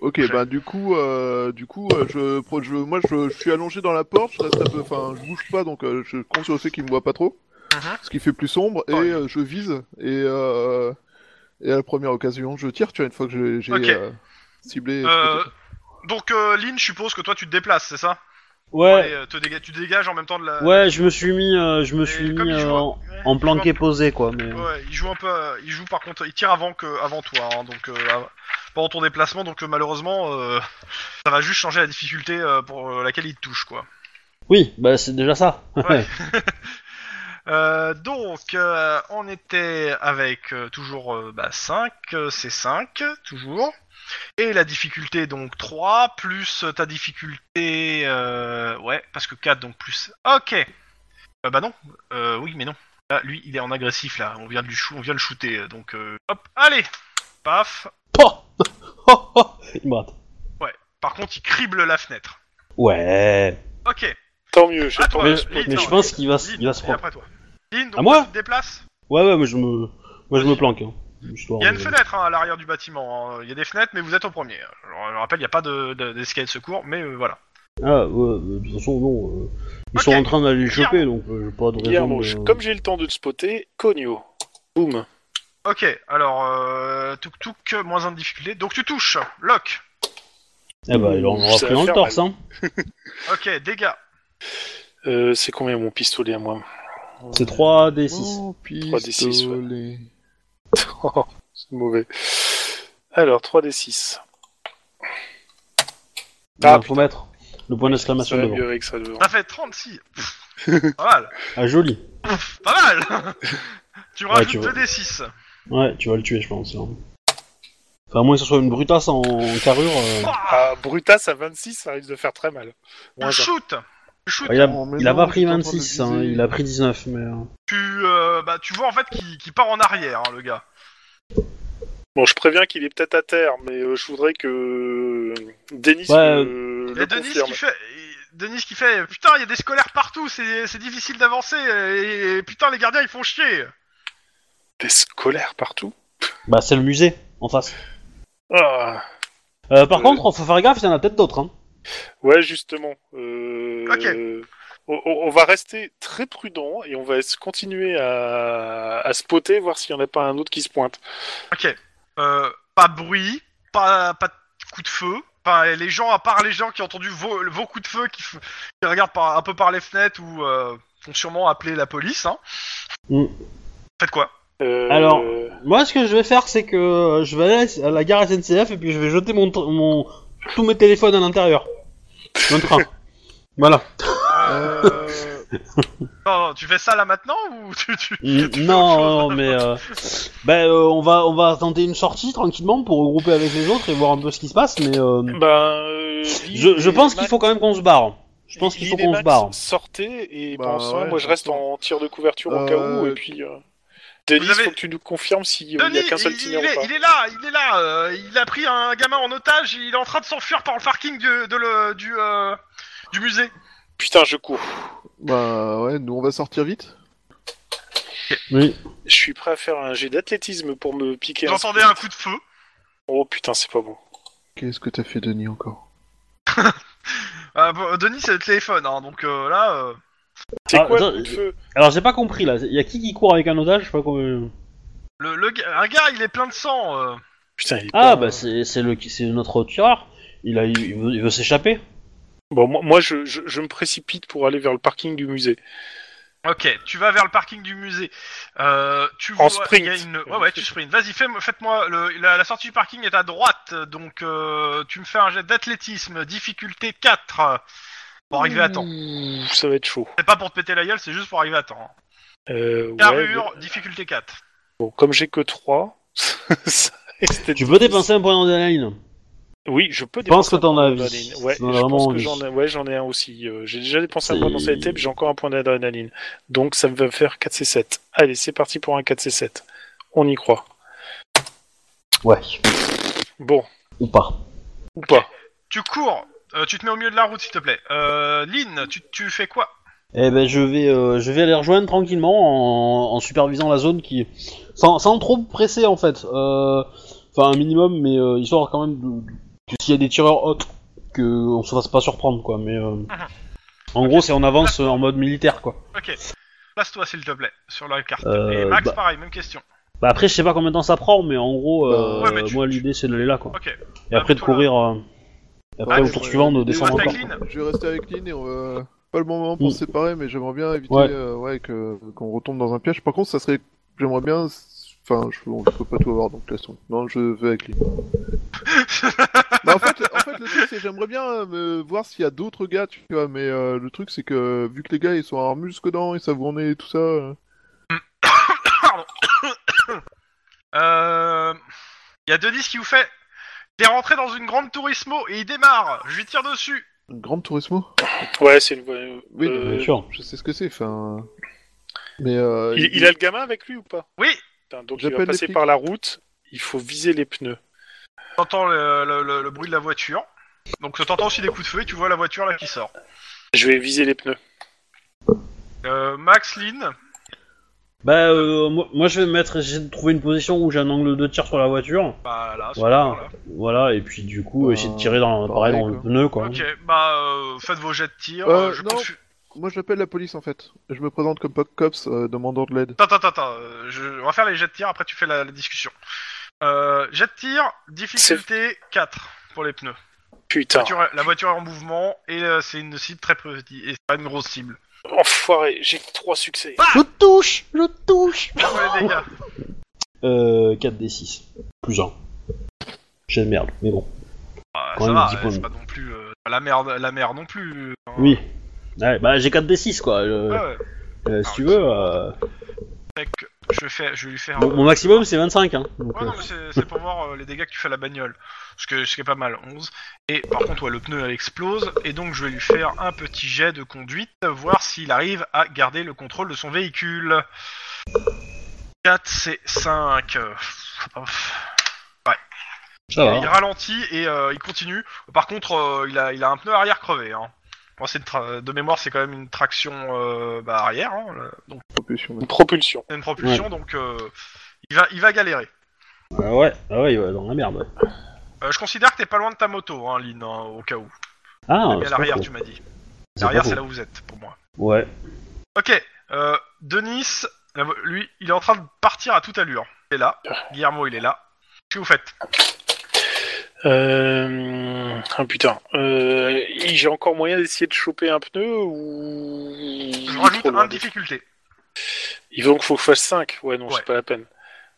Ok,
Ok.
bah du coup, euh, du coup, euh, je, pro- je, moi, je, je suis allongé dans la porte, je reste un peu, enfin, je bouge pas, donc euh, je compte sur ceux qui me voient pas trop,
Mhm.
ce qui fait plus sombre, et
Ouais.
euh, je vise, et, euh, et à la première occasion, je tire. Tu vois, une fois que j'ai- j'ai
Ok.
euh, ciblé.
Euh, donc, euh, Lynn, je suppose que toi tu te déplaces, c'est ça
Ouais,
Et, euh, te déga- Tu dégages en même temps de la.
ouais, je me suis mis, euh, je me
Et
suis
comme
mis
il
euh,
joue un-
en,
ouais,
en
il joue un-
planqué posé, quoi. Mais...
Ouais, il joue un peu. euh, il joue par contre. Il tire avant que avant toi, hein, donc euh, av- pendant ton déplacement, donc euh, malheureusement, euh, ça va juste changer la difficulté euh, pour euh, laquelle il te touche, quoi.
Oui, bah c'est déjà ça.
Ouais. Euh, donc, euh, on était avec euh, toujours euh, bah, 5, euh, c'est 5, toujours. Et la difficulté, donc 3, plus ta difficulté. euh, ouais, parce que 4, donc plus. Ok Euh, Bah non, Euh, oui, mais non. Là, lui, il est en agressif, là. On vient de, lui chou- on vient de le shooter, euh, donc euh, hop, allez Paf
Poh Il me rate.
Par contre, il crible la fenêtre.
Ouais.
Ok
Tant mieux, j'ai
Ah,
le temps
toi,
de
Mais,
le spotter.
Lynn,
mais
non,
je pense qu'il va, s-
Lynn,
il va se
et
prendre.
après toi. Lynn, donc,
À moi
tu te déplaces
Ouais, ouais, mais je me, moi je me planque. hein. Histoire
Il y a
de-
une fenêtre hein, à l'arrière du bâtiment. hein. Il y a des fenêtres, mais vous êtes au premier. Je le rappelle, il n'y a pas de- de- d'escalier de, secours, mais euh, voilà.
Ah, ouais, euh, de toute façon, non. euh, Ils
Ok.
sont en train d'aller le
Guillermo.
choper, donc euh, j'ai pas de raison.
Guillermo,
de-
je- comme j'ai le temps de te spotter, Cogno. Boum.
Ok, alors, euh, tuk tuk, moins un de difficulté. Donc tu touches, lock.
Eh bah, il en aura
Ça va
pris dans le
faire
torse, hein.
Ok, dégâts.
Euh, c'est combien mon pistolet à moi
C'est 3 d 6.
Oh,
3D6, ouais.
pistolet.
C'est mauvais. Alors, 3d6. Ah,
faut mettre le point
Ça
d'exclamation
va
devant.
mieux avec ça devant.
Ça fait 36. Pff, pas mal.
Ah, joli.
Pas mal Tu me
Ouais,
rajoutes
tu vois.
2d6.
Ouais, tu vas le tuer, je pense. hein. Enfin, à moins que ce soit une brutasse en, en carrure. euh.
Ah, Brutas à 26, ça risque de faire très mal.
Tu
Moins un.
shoot Tu shoot
Ah, Il a,
Oh, mais
il a
non,
pas pris
j'étais en train de
26, hein,
viser.
il a pris 19, mais. euh,
tu, euh, bah, tu vois en fait qu'il qu'il part en arrière, hein, le gars.
Bon, je préviens qu'il est peut-être à terre, mais euh, je voudrais que euh, Denis
Ouais, euh,
me- le,
Il y a Denis
confirme.
qui fait. et Denis qui fait Putain, il y a des scolaires partout, c'est c'est difficile d'avancer, et, et putain, les gardiens ils font chier.
Des scolaires partout.
Bah, c'est le musée, en face.
Ah.
Euh, par
Euh.
contre, faut faire gaffe, il y en a peut-être d'autres. Hein.
Ouais, justement. euh,
Ok.
on, on- on va rester très prudent et on va s- continuer à, à spotter, voir s'il n'y en a pas un autre qui se pointe.
Ok. Euh, pas de bruit, pas, pas de coup de feu. Enfin, les gens, à part les gens qui ont entendu vos, vos coups de feu, qui, f- qui regardent par- un peu par les fenêtres ou euh, ont sûrement appelé la police, hein.
Mm.
Faites quoi
Euh,
Alors. Moi, ce que je vais faire, c'est que euh, je vais aller à la gare SNCF et puis je vais jeter mon, tr- mon tous mes téléphones à l'intérieur. Dans le train. voilà.
Euh...
Non, non, tu fais ça là maintenant ou tu, tu-
Mm,
tu fais autre chose
non, mais euh, ben, euh, on va on va tenter une sortie tranquillement pour regrouper avec les autres et voir un peu ce qui se passe. Mais euh,
ben, euh, Lynn
je, je
et
pense qu'il
Max-
faut quand même qu'on se barre. Je pense qu'il faut
Lynn et
qu'on se
Max,
barre.
Sortez et
Bah,
pensons,
ouais,
moi je reste en tir de couverture au cas où.
Euh,
Et puis, euh, Denis,
Vous avez-
faut que tu nous confirmes s'il n'y
Denis,
a qu'un seul
il,
tigre
il
ou
est,
pas.
il est là, il est là. euh, il a pris un gamin en otage, il est en train de s'enfuir par le parking du, de le- du, euh, du musée.
Putain, je cours.
Bah ouais, nous on va sortir vite.
Oui.
Je suis prêt à faire un jet d'athlétisme pour me piquer. un
J'entendais
sprint.
un coup de feu.
Oh putain, c'est pas bon.
Qu'est-ce que t'as fait, Denis, encore
Euh, bon, Denis, c'est le téléphone, hein, donc euh, là. euh,
C'est
Ah,
quoi
attends,
le coup de
je-
feu
Alors j'ai pas compris là. Y a qui qui court avec un otage Je sais pas comment-
Le, le gars- un gars, il est plein de sang. euh.
Putain, il est pas-
Ah bah c'est c'est le c'est notre tireur. Il a il veut, il veut s'échapper.
Bon, moi, moi, je, je, je me précipite pour aller vers le parking du musée.
Ok, tu vas vers le parking du musée. Euh, tu
En
vois,
sprint.
il y a une- Ouais, ouais, tu sprint. Vas-y, fais, faites-moi. le- La, la sortie du parking est à droite, donc euh, tu me fais un jet d'athlétisme, difficulté 4, euh, pour arriver à temps.
Ouh, ça va être chaud.
C'est pas pour te péter la gueule, c'est juste pour arriver à temps. hein.
Euh, ouais,
Carrure,
mais-
difficulté 4.
Bon, comme j'ai que 3... ça risque d'être
Tu
difficile.
peux dépenser un point d'adrénaline.
Oui, je peux
Je pense
dépenser
que
un
t'en as
point
envie.
d'adrénaline. Ouais,
T'en as
je
vraiment
pense que
envie.
j'en ai... Ouais, j'en ai un aussi. Euh, j'ai déjà dépensé un
C'est-
point dans cette étape, j'ai encore un point d'adrénaline. Donc ça va faire 4C7. Allez, c'est parti pour un 4C7. On y croit.
Ouais.
Bon,
Ou pas.
ou pas.
Tu cours, euh, tu te mets au milieu de la route, s'il te plaît. Euh, Lynn, tu, tu fais quoi
Eh ben je vais euh, je vais les rejoindre tranquillement en, en supervisant la zone qui sans, sans trop presser en fait. Euh, Enfin un minimum mais euh, histoire quand même de- que s'il y a des tireurs autres que on se fasse pas surprendre quoi. Mais euh, en gros c'est on avance euh, en mode militaire quoi.
Ok. Place-toi, s'il te plaît, sur la carte.
Euh,
Et Max,
bah-
pareil, même question.
Bah après je sais pas combien de temps ça prend mais en gros euh,
Ouais, mais tu-
moi l'idée c'est d'aller là quoi.
Ok.
Et après de
Toi, là.
courir. euh, et après
Ah,
au
mais
tour
ouais,
suivant de
mais
descendre
ouais,
encore.
avec Lynn.
Je vais rester avec Lynn et on va... Pas le bon moment pour
Mm.
se séparer, mais j'aimerais bien éviter
Ouais.
euh, ouais, que qu'on retombe dans un piège. Par contre, ça serait... J'aimerais bien... Enfin, je, on peut pas tout avoir, donc de toute façon. Non, je vais avec Lynn. Bah, en, fait, en fait, le truc, c'est j'aimerais bien euh, me voir s'il y a d'autres gars, tu vois, mais euh, le truc, c'est que vu que les gars, ils sont armés jusque dents, ils savent où on est et tout ça... euh,
Euh... Il y a Denis qui vous fait. T'es rentré dans une grande Turismo et il démarre. Je lui tire dessus.
Une grande Turismo
Ouais, c'est le...
Oui,
euh,
Bien sûr.
Je sais ce que c'est, enfin... Mais... Euh,
Il, il a le gamin avec lui ou pas
Oui.
Putain, donc il
J'appelle
va
les
passer
flics.
par la route, il faut viser les pneus.
T'entends le, le- le- le bruit de la voiture. Donc t'entends aussi des coups de feu et tu vois la voiture là qui sort.
Je vais viser les pneus.
Euh, Max, Lynn.
Bah, euh, moi, moi, je vais me mettre, essayer de trouver une position où j'ai un angle de tir sur la voiture.
Bah, là, c'est
Voilà.
bon, là.
Voilà, et puis du coup,
Bah,
essayer de tirer dans,
pareil,
pareil, dans le
quoi.
pneu, quoi.
Ok, bah, euh, faites vos jets de tir.
Euh,
euh, je
non.
confus-
Moi, j'appelle la police en fait. Je me présente comme Pop Cops euh, demandant de l'aide.
Attends, attends, attends. euh, je- On va faire les jets de tir, après tu fais la, la discussion. Euh, jet de tir, difficulté 4 pour les pneus. La
Putain,
voiture, la voiture est en mouvement et euh, c'est une cible très petite. Et c'est pas une grosse cible.
enfoiré, j'ai que trois succès.
Ah
Je touche Je touche
Faites les dégâts.
Euh, 4d6. Plus 1. J'ai de merde, mais bon.
Ah,
Quand
ça
même,
va,
dix
euh,
points.
c'est pas non plus euh, la merde, la merde non plus. euh, hein.
Oui. Ouais, bah, j'ai 4d6, quoi. euh,
Ouais, Ah ouais. Ah,
euh, si tu veux, euh,
Fait que je, fais, je vais lui faire.
mon,
euh,
mon maximum, c'est 25, hein. donc,
Ouais,
euh,
non, mais c'est c'est pour voir euh, les dégâts que tu fais à la bagnole. Ce que ce qui est pas mal, 11. Et par contre, ouais, le pneu elle explose. Et donc, je vais lui faire un petit jet de conduite, voir s'il arrive à garder le contrôle de son véhicule. 4, c'est 5.
ça va. hein.
Il ralentit et euh, il continue. Par contre, euh, il, a, il a un pneu arrière crevé. Hein. Bon, c'est une tra- de mémoire, c'est quand même une traction euh, bah, arrière. hein, là. donc,
Propulsion.
Une propulsion.
c'est une propulsion, donc euh, il, va, il va galérer.
Ah ouais, ah ouais, il va dans la merde. ouais.
Euh, je considère que t'es pas loin de ta moto, hein, Lynn, hein, au cas où.
Ah,
Mais à
c'est pas
l'arrière,
faux,
tu m'as dit.
c'est pas
L'arrière,
faux.
c'est là où vous êtes, pour moi.
Ouais.
Ok, euh, Denis, la vo- lui, il est en train de partir à toute allure. Il est là. Guillermo, il est là. Qu'est-ce que vous faites
Ah, Euh... Ah putain, euh... j'ai encore moyen d'essayer de choper un pneu ou...
Je
Il est
rajoute
trop loin
un de
de-
difficulté.
Il faut faut que je fasse 5, ouais non,
Ouais.
c'est pas la peine.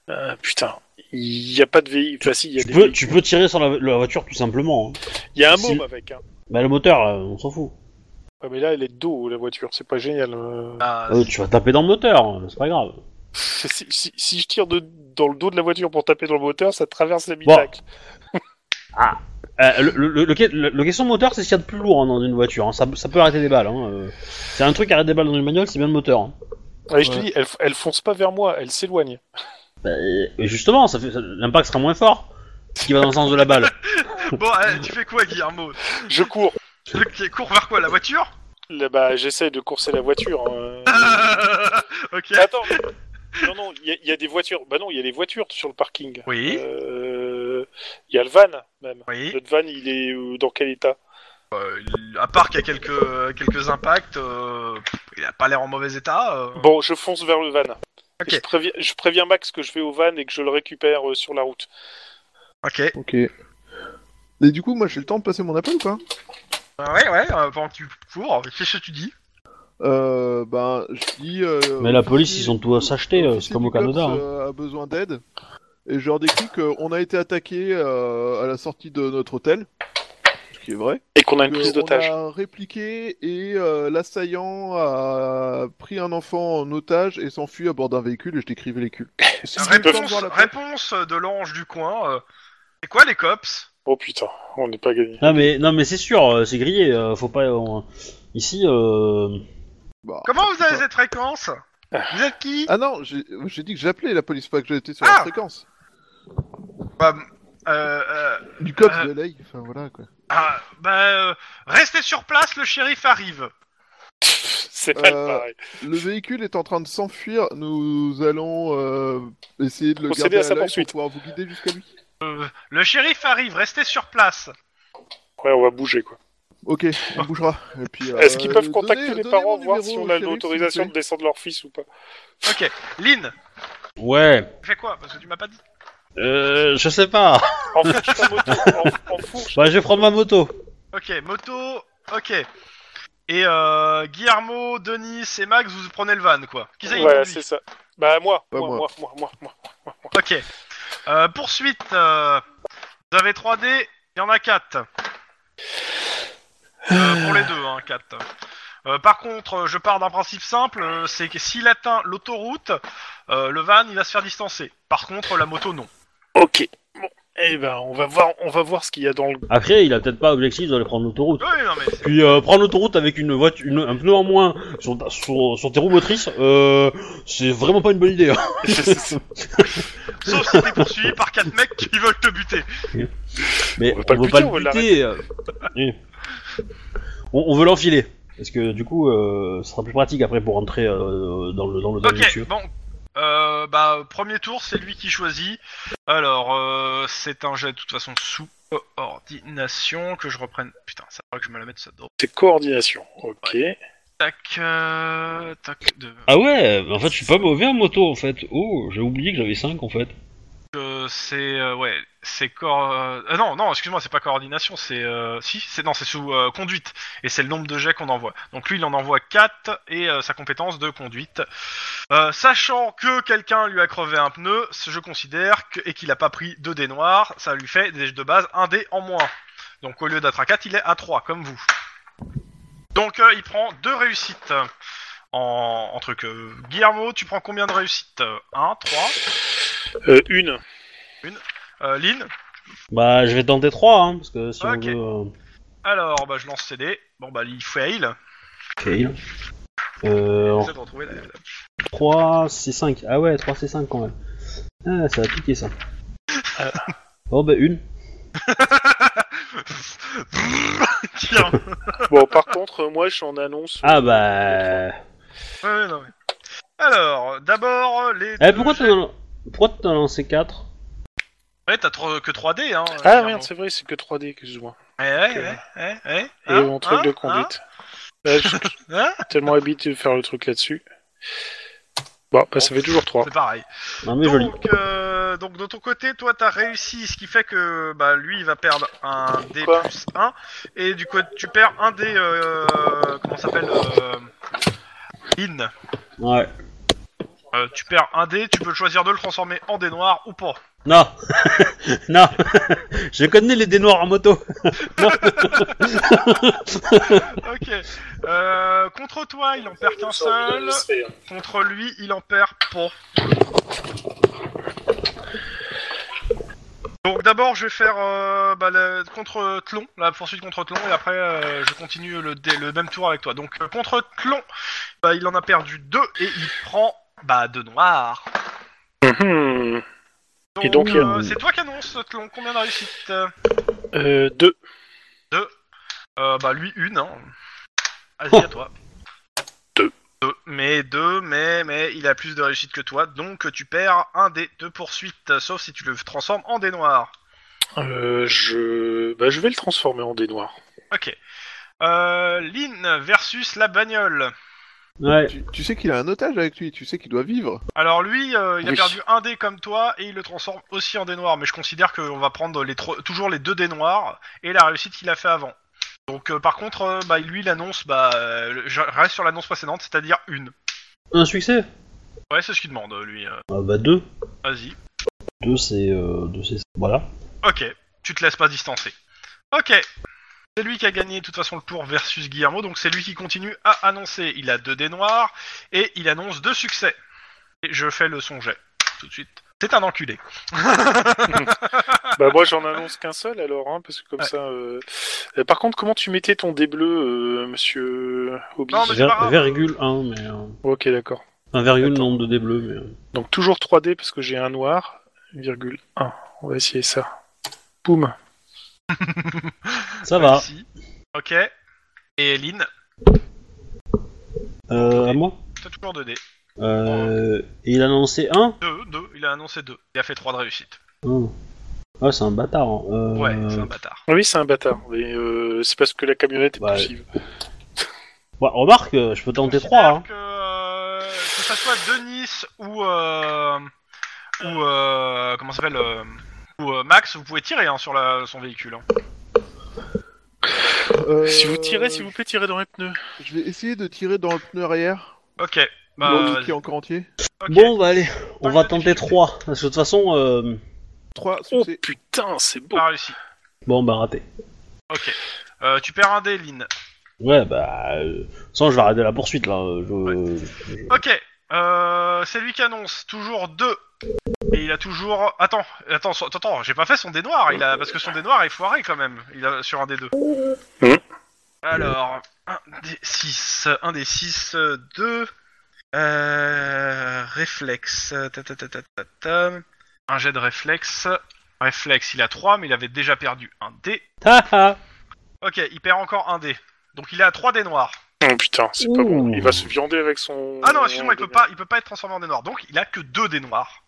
Euh, putain, il n'y a pas de véhicule, enfin si, il y a
Tu
des
peux,
véhicules.
tu peux tirer sur la, la voiture, tout simplement. hein.
Il y a un
si-
môme avec, hein.
Bah, le moteur, euh, on s'en fout.
Ouais, mais là, elle est de dos, la voiture, c'est pas génial. euh.
Ah,
Euh, tu vas taper dans le moteur, hein, c'est pas grave.
Si, si- si je tire de- dans le dos de la voiture pour taper dans le moteur, ça traverse l'habitacle.
Euh, le, le, le, le- le question moteur, c'est ce qu'il y a de plus lourd hein, dans une voiture. hein. Ça, ça peut arrêter des balles. Hein. euh. C'est un truc qui arrête des balles dans une bagnole, c'est bien le moteur. hein.
Ouais, je te
Ouais.
dis, elle, f- elle fonce pas vers moi, elle s'éloigne.
Bah, et et justement, ça fait, ça- l'impact sera moins fort. Ce qui va dans le sens de la balle.
Bon, allez, tu fais quoi, Guillermo
Je cours.
Tu cours vers quoi La voiture
Là, bah, j'essaie de courser la voiture. euh.
Ah. Ok.
Attends. Non, non, il y, a- il y a des voitures. Bah non, il y a des voitures sur le parking.
Oui,
Euh, Il y a le van, même.
oui.
Notre van, il est euh, dans quel état
Euh, il- à part qu'il y a quelques, quelques impacts, euh, il a pas l'air en mauvais état. euh.
Bon, je fonce vers le van.
Ok.
Et Je, préviens, je préviens Max que je vais au van et que je le récupère euh, sur la route.
Ok.
Ok. Et du coup, moi, j'ai le temps de passer mon appel ou pas
Ah Ouais, ouais, euh, pendant que tu cours, qu'est-ce que tu dis
Euh, ben, je dis. euh,
Mais la police,
officier-
ils ont tous acheté, euh,
officier
c'est comme au
du COPS,
Canada, hein.
euh, a besoin d'aide. Et je leur décris qu'on a été attaqué euh, à la sortie de notre hôtel. Ce qui est vrai.
Et qu'on a une
Que
prise
on
d'otage.
a répliqué et euh, l'assaillant a pris un enfant en otage et s'enfuit à bord d'un véhicule et je décrivais les culs. Si j'ai eu le temps de
Réponse,
voir la-
réponse de l'ange du coin. euh, c'est quoi les cops
Oh putain, on n'est pas gagné.
Non, mais, non, mais c'est sûr, euh, c'est grillé. euh, faut pas. on- Ici, euh...
Bah,
Comment vous avez
putain.
cette fréquence Vous êtes qui
Ah non, j'ai j'ai dit que j'appelais la police, pas que j'étais sur
Ah
la fréquence.
bah, euh, euh,
Du cops
Euh.
de l'œil, enfin voilà quoi.
ah, bah, euh, Restez sur place, le shérif arrive.
C'est mal
Euh,
pareil.
Le véhicule est en train de s'enfuir, nous allons euh, essayer de le
Procéder
garder
à sa
l'œil
poursuite.
pour pouvoir vous guider jusqu'à lui.
Euh, le shérif arrive, restez sur place.
Ouais, on va bouger quoi.
Ok, on bougera. Et puis, euh,
Est-ce qu'ils peuvent
donnez-
contacter les
donnez
parents,
mon
voir
numéro
si on
au
a
shérif, s'il vous
l'autorisation de
plaît.
descendre leur fils ou pas
Ok, Lynn,
Ouais.
tu fais quoi Parce que tu m'as pas dit.
Euh, je sais pas.
Enfourche ta moto, en- enfourche.
Bah, je vais prendre ma moto.
Ok, moto, ok. Et euh, Guillermo, Denis et Max, vous prenez le van, quoi. Qui c'est qui
Voilà,
conduit
c'est ça. Bah moi,
Pas
moi,
moi.
moi, moi, moi, moi.
Ok. Euh, poursuite, euh, vous avez 3D, il y en a 4. pour les deux, hein, 4. par contre, euh, je pars d'un principe simple, euh, c'est que s'il atteint l'autoroute, euh, le van, il va se faire distancer. Par contre, la moto, non.
Ok. Bon, eh ben, on va voir, on va voir ce qu'il y a dans le.
Après, il a peut-être pas objectif d'aller prendre l'autoroute.
Oui, non, mais c'est-
Puis euh, prendre l'autoroute avec une voiture, une- un pneu en moins sur, ta- sur, sur tes roues motrices, euh, c'est vraiment pas une bonne idée. hein.
Sauf si t'es poursuivi par 4 mecs qui veulent te buter.
Mais
On
on
veut
veut
pas le
pas
buter, on veut
le buter. euh, oui. on, on veut l'enfiler. Parce que du coup, euh, ce sera plus pratique après pour rentrer euh, dans le dans le dans le
Ok,
dessus.
bon, Euh, bah, premier tour, c'est lui qui choisit. Alors, euh, c'est un jet de toute façon sous coordination que je reprenne. Putain, ça va que je me la mette ça dedans.
C'est coordination. Ok.
Tac, euh, tac, de...
Ah ouais, en fait, je suis pas mauvais en moto, en fait. Oh, j'ai oublié que j'avais 5, en fait.
Euh, c'est euh, ouais, c'est cor. euh, ah non, non, excuse-moi, c'est pas coordination, c'est euh, si, c'est non, c'est sous euh, conduite et c'est le nombre de jets qu'on envoie. Donc lui, il en envoie 4 et euh, sa compétence de conduite. Euh, sachant que quelqu'un lui a crevé un pneu, ce- je considère que, et qu'il a pas pris 2 dés noirs, ça lui fait des- de base un dé en moins. Donc au lieu d'être à 4, il est à 3 comme vous. Donc euh, il prend deux réussites en, en truc. Euh, Guillermo, tu prends combien de réussites 1, 3.
Euh, une.
Euh, Lynn
Bah, je vais tenter 3, hein, parce que si
Ok.
on veut.
Alors, bah, je lance CD. Bon, bah, il fail.
euh, fail. Euh,
J'essaie de retrouver la-
3, c'est 5. Ah ouais, 3, c'est 5 quand même. Ah, ça va piquer ça.
Euh.
Bon, bah, une.
Tiens.
Bon, par contre, euh, moi, je suis en annonce.
Ah bah.
Ouais, non, mais- Alors, d'abord, les.
Eh,
deux
pourquoi
jets-
t'en pourquoi t'en as lancé 4
Ouais, t'as trop- que 3D, hein.
Ah
Guillermo.
merde, c'est vrai, c'est que 3D, excuse-moi.
Eh, ouais, ouais, ouais, ouais.
Et
Hein,
mon truc
hein,
de
hein,
conduite. Ouais, je suis
hein
tellement habitué de faire le truc là-dessus. Bon, bah, ça fait toujours 3.
C'est pareil.
Non, mais joli.
Donc, euh, donc, de ton côté, toi, t'as réussi, ce qui fait que bah, lui, il va perdre un D
Quoi
plus 1. Et du coup, tu perds un D. Euh, comment ça s'appelle euh, In.
Ouais.
Euh, tu perds un dé, tu peux choisir de le transformer en dé noir ou pas.
Non Non Je connais les dés noirs en moto
Ok. Euh, contre toi, il en perd qu'un seul. Contre lui, il en perd pas. Donc d'abord, je vais faire euh, bah, la- contre Tlon, la poursuite contre Tlon, et après, euh, je continue le, dé- le même tour avec toi. Donc euh, contre Tlon, bah, il en a perdu deux et il prend bah, deux noirs.
Mhm.
Donc,
Et donc, il y a-
euh, c'est toi qui annonce Tlon, combien de réussites
Euh, deux.
Euh, bah lui une. Hein. Vas-y à toi.
Oh. Deux.
Deux. Mais deux, mais mais il a plus de réussite que toi, donc tu perds un des deux poursuites, euh, sauf si tu le transformes en dé noir.
Euh, je... Bah, je vais le transformer en dé noir.
Ok. Euh, Lynn versus la bagnole.
Ouais.
Tu, tu sais qu'il a un otage avec lui, tu sais qu'il doit vivre.
Alors lui, euh, il a
Oui.
perdu un dé comme toi et il le transforme aussi en dé noir, mais je considère qu'on va prendre les tro- toujours les deux dés noirs et la réussite qu'il a fait avant. Donc euh, par contre, euh, bah, lui l'annonce, bah, euh, le- je reste sur l'annonce précédente, c'est-à-dire une.
Un succès
Ouais, c'est ce qu'il demande lui. euh.
Ah bah, deux.
Vas-y.
Deux, c'est. Euh, deux, c'est. Voilà.
Ok, tu te laisses pas distancer. Ok, c'est lui qui a gagné de toute façon le tour versus Guillermo, donc c'est lui qui continue à annoncer. Il a deux dés noirs et il annonce deux succès. Et je fais le son jet tout de suite. C'est un enculé.
Bah moi j'en annonce qu'un seul alors, hein, parce que comme ça. euh, euh, Par contre, comment tu mettais ton dé bleu, euh, Monsieur Hobby
Non, mais c'est
Ver-
pas grave.
virgule 1, mais. euh,
Ok, d'accord.
Enfin, virgule nombre de dés bleus, mais. euh,
Donc toujours 3D parce que j'ai un noir, virgule 1. On va essayer ça. Boum.
Ça va.
Merci. Ok. Et Lynn,
Euh, à moi
t'as toujours deux dés.
Euh, et il a annoncé 1
Deux, deux, il a annoncé deux. Il a fait trois de réussite.
Ah, c'est un bâtard. hein. Euh,
Ouais, c'est un bâtard.
Ah Oui, c'est un bâtard, mais euh, c'est parce que la camionnette est
Ouais.
poussive.
bah, remarque, euh, je peux tenter 3.
Considère
Hein.
Que, euh, que ça soit Denis ou. euh, ou. euh, comment ça s'appelle euh, Ou euh, Max, vous pouvez tirer hein, sur la- son véhicule. hein.
Euh,
Si vous tirez, s'il vous plaît, tirez dans les pneus.
Je vais essayer de tirer dans le pneu arrière,
Ok. Bah,
l'autre
vas-y.
qui est encore entier.
Ok.
Bon, bah allez, on
Pas
va
de
tenter 3. Parce que de toute façon, euh,
3
Oh
succès.
putain, c'est beau.
Pas réussi.
bon, bah raté.
Ok. Euh, tu perds un dé, Lynn.
Ouais, bah. euh, Sans, je vais arrêter la poursuite là. euh, Je... je-
Ok. Euh, c'est lui qui annonce. Toujours 2. Et il a toujours. Attends, attends, so- attends, attends, j'ai pas fait son dé noir. Il a... Parce que son dé noir est foiré quand même. Il a sur un dé 2.
Mhm.
Alors, 1 dé 6. 1 dé 6, 2. euh, réflexe. Ta, ta, ta, ta, ta, ta. Un jet de réflexe. Réflexe, il a 3, mais il avait déjà perdu un dé.
Ah, ah.
Ok, il perd encore un dé. Donc il est à 3 dés noirs.
Oh putain, c'est pas
Ouh.
bon. Il va se viander avec son.
Ah non, excuse-moi, il peut pas, il peut pas être transformé en dé noir, donc il a que deux dés noirs.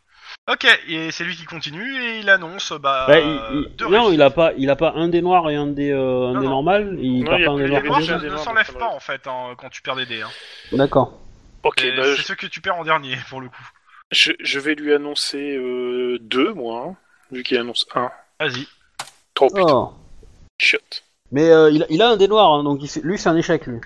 Ok, et c'est lui qui continue et il annonce bah,
Bah, il- il-
deux
non,
réussites.
il a pas, il a pas un dé noir et un dé, euh, un
Non,
dé
non.
normal. Il
Non,
perd
il y a
pas un
plus
dé
les
Les
noir.
dés
pour
manches
deux
déjà,
ne
non,
s'enlèvent
non,
pas
non.
en fait hein, quand tu perds des dés. hein.
D'accord.
Ok,
Et
bah,
Euh, c'est
je,
ceux que tu perds en dernier pour le coup.
je- je vais lui annoncer euh, deux, moi, hein, vu qu'il annonce un.
Vas-y.
Trop putain,
Oh.
shit.
Mais euh, il, a- il a un dé noir, hein, donc il fait- lui c'est un échec lui.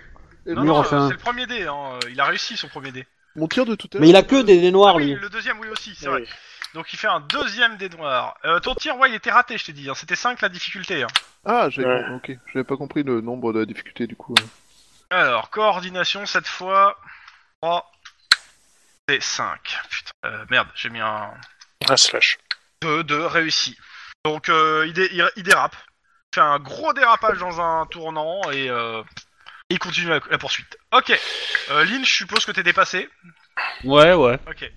Et
Non,
lui,
non,
refait
euh,
un.
c'est le premier dé. Hein. euh, Il a réussi son premier dé.
Mon tir de tout à l'heure.
Mais il a que des dés noirs
Ah oui,
lui.
le deuxième oui aussi, c'est
Ah
vrai.
oui.
Donc il fait un deuxième dé noir. Euh, ton tir, ouais, il était raté, je t'ai dit. hein, C'était 5 la difficulté. hein.
Ah, j'avais
Ouais.
com- ok. J'avais pas compris le nombre de la difficulté du coup.
Alors, coordination cette fois. 3 et 5. Putain, euh, merde, j'ai mis un.
Un Ah, slash.
2, 2, réussi. Donc euh, il, dé- il, il dérape. Il fait un gros dérapage dans un tournant et euh, il continue la, la poursuite. Ok. Euh, Lynn, je suppose que t'es dépassé.
Ouais ouais.
Ok.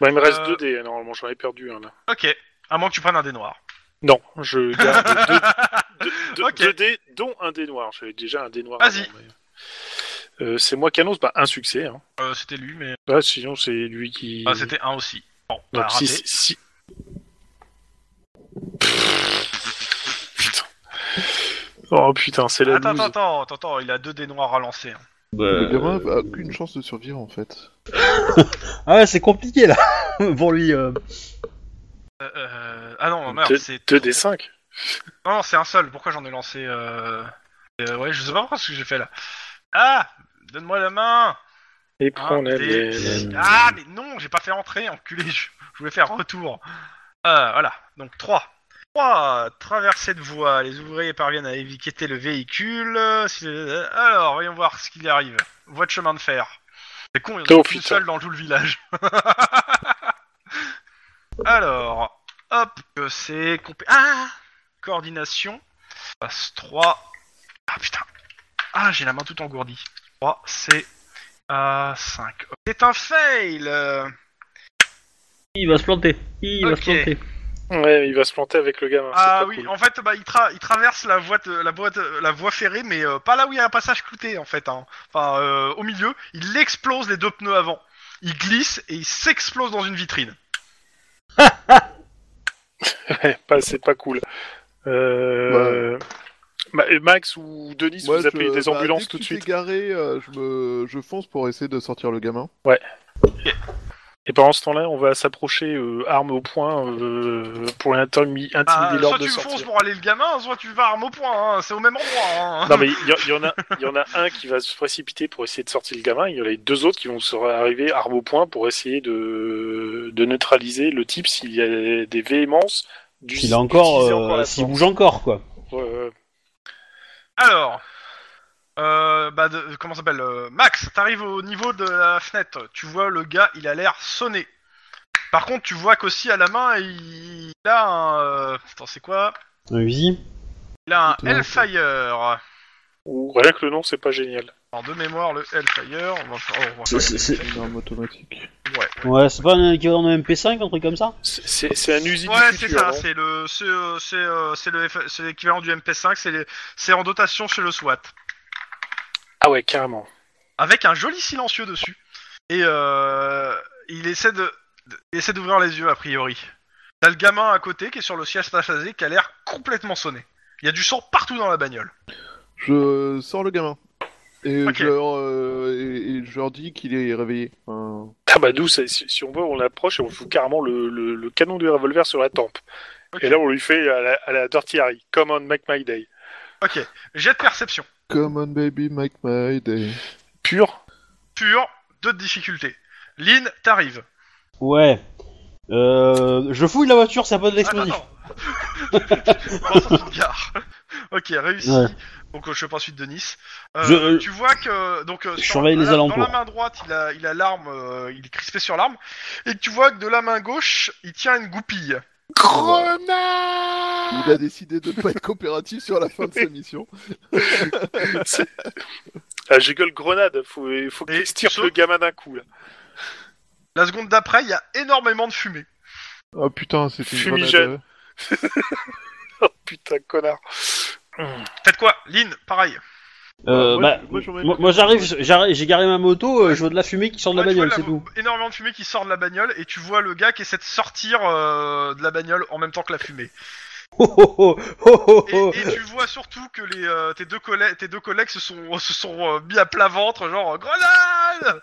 Bah, il me reste
Euh,
deux dés, normalement, j'en ai perdu un là.
Ok. À moins que tu prennes un dé noir.
Non, je garde deux, deux- deux-
Ok.
deux dés, dont un dé noir. J'avais déjà un dé noir.
Vas-y.
avant, mais- Euh, c'est moi qui annonce bah, un succès. Hein.
Euh, c'était lui, mais.
Bah, sinon, c'est lui qui.
Ah, c'était un aussi. Bon, bah,
Donc, si,
raté.
si- Putain. Oh putain, c'est la
Attends,
loose.
attends, attends, attends, attends, il a deux dés noirs à lancer. hein.
Bah, Euh,
Le gamin a aucune chance de survivre en fait.
Ah ouais, c'est compliqué là pour lui. euh.
Euh, euh, Ah non, merde,
Deux-
c'est.
2 des 5
Non, non, c'est un seul. Pourquoi j'en ai lancé euh... euh, Ouais, je sais pas pourquoi ce que j'ai fait là. Ah Donne-moi la main
Et
Un,
prends la
des-
mienne.
Ah, mais non, j'ai pas fait entrer, enculé, je, je voulais faire retour. Euh, voilà, donc 3. 3. Traverser de voie. Les ouvriers parviennent à éviter le véhicule. Euh, si- euh, Alors, voyons voir ce qu'il arrive. Voie de chemin de fer. C'est con, il y en
Oh,
a qu'une
putain.
seule dans tout le village. Alors, hop, que c'est... compé- Ah Coordination. Passe 3. Ah putain. Ah, j'ai la main toute engourdie. 3, c'est... à 5. C'est un fail euh.
Il va se planter. Il va
Ok.
se planter.
Ouais, il va se planter avec le gamin. c'est
Ah
pas
oui,
cool.
en fait, bah, il, tra- il traverse la voie, de- la, voie de- la voie ferrée, mais euh, pas là où il y a un passage clouté, en fait. hein. Enfin, euh, au milieu, il explose les deux pneus avant. Il glisse et il s'explose dans une vitrine.
Ouais, pas- c'est pas cool. Euh... Ma- et Max ou Denis,
Moi,
vous
je-
appelez des
bah,
ambulances
dès que
tout de
tu t'es
suite.
garé, euh, je, me... je fonce pour essayer de sortir le gamin.
Et pendant ce temps-là, on va s'approcher, euh, arme au point, euh, pour intimi- intimider
Ah,
l'ordre
soit
de
tu
sortie.
fonces pour aller le gamin, soit tu vas arme au point, hein, c'est au même endroit. hein.
Non mais il y, a- il y en a, il y en a un qui va se précipiter pour essayer de sortir le gamin. Il y en a les deux autres qui vont se arriver arme au point pour essayer de, de neutraliser le type s'il y a des véhémences. Du,
Il a encore,
d'utiliser
euh,
la
s'il
force.
bouge encore quoi.
Ouais, ouais.
Alors, euh, bah, de- comment ça s'appelle euh, Max, t'arrives au niveau de la fenêtre, tu vois le gars, il a l'air sonné. Par contre, tu vois qu'aussi à la main, il, il a un... euh, Attends, c'est quoi
Un Uzi.
Il a un
Tout à fait.
Hellfire.
Ou rien que le nom, c'est pas génial.
Alors, de mémoire, le Hellfire, on va faire... oh, on va faire-
C'est- c'est- c'est-
Une arme automatique.
Ouais,
Ouais, c'est pas un équivalent de MP5, un truc comme ça
C'est- C'est c'est un usine
Ouais,
du
c'est
futur.
hein.
ça,
non
c'est le, c'est, euh, c'est, euh, c'est le, F- c'est l'équivalent du MP5, c'est, les- c'est en dotation chez le SWAT,
ah ouais, carrément.
avec un joli silencieux dessus. Et euh, il essaie de, de- il essaie d'ouvrir les yeux a priori. T'as le gamin à côté qui est sur le siège tachassé qui a l'air complètement sonné. Il y a du sang partout dans la bagnole.
Je sors le gamin. Et,
Ok.
je, leur, euh, et, et je leur dis qu'il est réveillé. Enfin,
Ah bah nous, c'est- si, si on veut, on l'approche et on fout carrément le, le- le canon du revolver sur la tempe.
Ok.
Et là, on lui fait à la, à la Dirty Harry. Come on, make my day.
Ok, jet de perception.
Come on baby, make my day.
Pur.
Pur, deux de difficulté. Lynn, t'arrives.
Ouais. Euh, je fouille la voiture, ça peut être
Attends,
l'explosif.
attends. Dans le sens d'une gare. Ok, réussi.
Ouais.
Donc euh, je fais pas suite de Nice. Euh,
Je- euh,
tu vois que donc euh,
je
sur-
surveille les
dans la- Dans
alentours.
la main droite, il a il a l'arme, euh, il est crispé sur l'arme, et que tu vois que de la main gauche, il tient une goupille.
Grenade
Il a décidé de ne pas être coopératif sur la fin de sa mission.
Ah, je gueule grenade, faut, faut
Et
qu'il extirpe
sauf-
le gamin d'un coup là.
La seconde d'après, il y a énormément de fumée.
Oh putain, c'est une grenade.
Fumigène. Oh putain, connard.
Faites quoi, Lynn Pareil.
Euh,
Ouais, moi,
bah,
je- moi,
moi,
j'en mets-
moi, j'arrive, j'arrive- j'ai garé ma moto, euh, je vois de la fumée qui sort de la
Ouais, Ah, tu vois
bagnole,
la-
c'est tout.
Énormément de fumée qui sort de la bagnole et tu vois le gars qui essaie de sortir euh, de la bagnole en même temps que la fumée.
Oh, oh, oh, oh, oh,
Et,
oh.
et tu vois surtout que les, euh, tes, deux collègues, tes deux collègues se sont, se sont euh, mis à plat ventre, genre grenade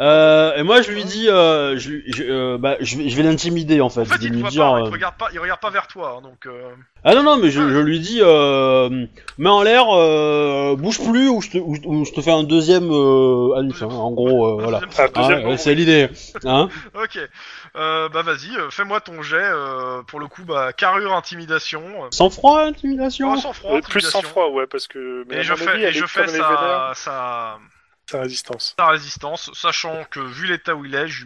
Euh, et moi je lui dis, euh, je, lui- je- euh, bah, je vais, je vais l'intimider en fait.
En fait,
Je vais
il te
lui
voit
dire,
pas, il te
euh,
regarde pas, il regarde pas vers toi, hein, donc. euh,
Ah non non mais je, je lui dis, euh, mets en l'air, euh, bouge plus ou je te, ou je- ou je te fais un deuxième euh, anus, hein, en gros, euh, voilà.
deuxième-
Ah,
Hein,
deuxième,
euh, c'est l'idée. Hein
Ok. Euh, bah vas-y, euh, fais-moi ton jet. euh, pour le coup, bah carrure intimidation.
Sans froid, intimidation.
Oh, sans froid,
Euh, plus
intimidation.
sans froid, ouais, parce que.
Et
à
je
mon avis,
fais, et
elle est
je fais
comme les vénères,
sa, sa,
Sa résistance.
sa résistance, sachant que vu l'état où il est, je,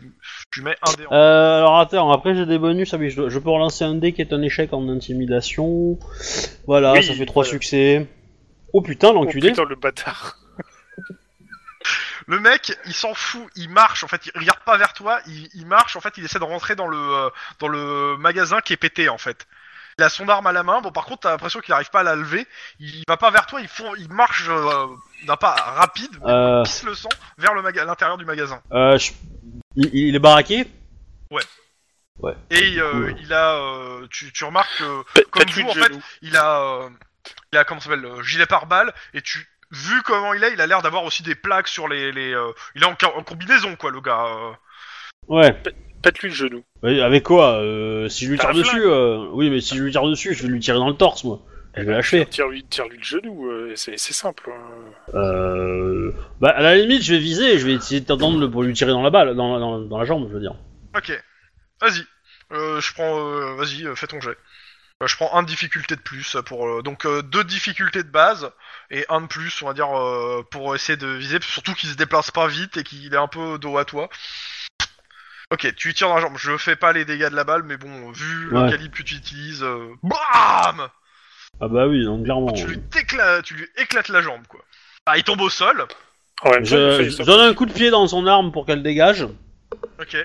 je mets un dé en
Euh, alors attends, après j'ai des bonus, ah oui, je, dois- je peux relancer un dé qui est un échec en intimidation. Voilà,
Oui,
ça fait trois
voilà.
succès. Oh putain,
Oh,
l'enculé.
putain, le bâtard.
Le mec, il s'en fout, il marche, en fait, il regarde pas vers toi, il, il marche, en fait, il essaie de rentrer dans le, euh, dans le magasin qui est pété, en fait. Il a son arme à la main, bon, par contre, t'as l'impression qu'il arrive pas à la lever, il va pas vers toi, il, fond- il marche euh, d'un pas rapide, mais
Euh,
pisse le sang vers le maga- l'intérieur du magasin.
euh, je- il, il est baraqué
Et euh,
Cool.
il a, euh, tu, tu remarques que, comme
Pète-lui
vous,
le
en fait,
genou.
il a, euh, il a comment ça s'appelle, euh, gilet pare-balles, et tu, vu comment il est, il a l'air d'avoir aussi des plaques sur les, les euh, il est en, en combinaison, quoi, le gars. euh.
Ouais.
Pète-lui le genou.
Oui, avec quoi euh, Si je lui
T'as
tire
un
dessus, euh, oui, mais si je lui tire dessus, je vais lui tirer dans le torse, moi.
Eh
Je
ben,
vais lâcher.
Tire-lui tire -lui le genou, euh, c'est c'est simple. hein.
Euh... Bah, à la limite, je vais viser, et je vais essayer d'attendre le- pour lui tirer dans la balle, dans, dans, dans la jambe, je veux dire.
Ok. Vas-y. Euh, je prends. euh, Vas-y, euh, fais ton jet. Euh, je prends un de difficulté de plus euh, pour euh, donc euh, deux difficultés de base et un de plus, on va dire, euh, pour essayer de viser. Surtout qu'il se déplace pas vite et qu'il est un peu dos à toi. Ok, tu lui tires dans la jambe. Je fais pas les dégâts de la balle, mais bon, vu
Ouais.
le calibre que tu utilises, euh, bam,
Ah bah oui, donc clairement.
tu lui, t'écla- tu lui éclates la jambe, quoi. Ah, il tombe au sol.
En même temps, il fait
Je,
une
je
sorte
donne un coup de pied dans son arme pour qu'elle dégage,
Ok.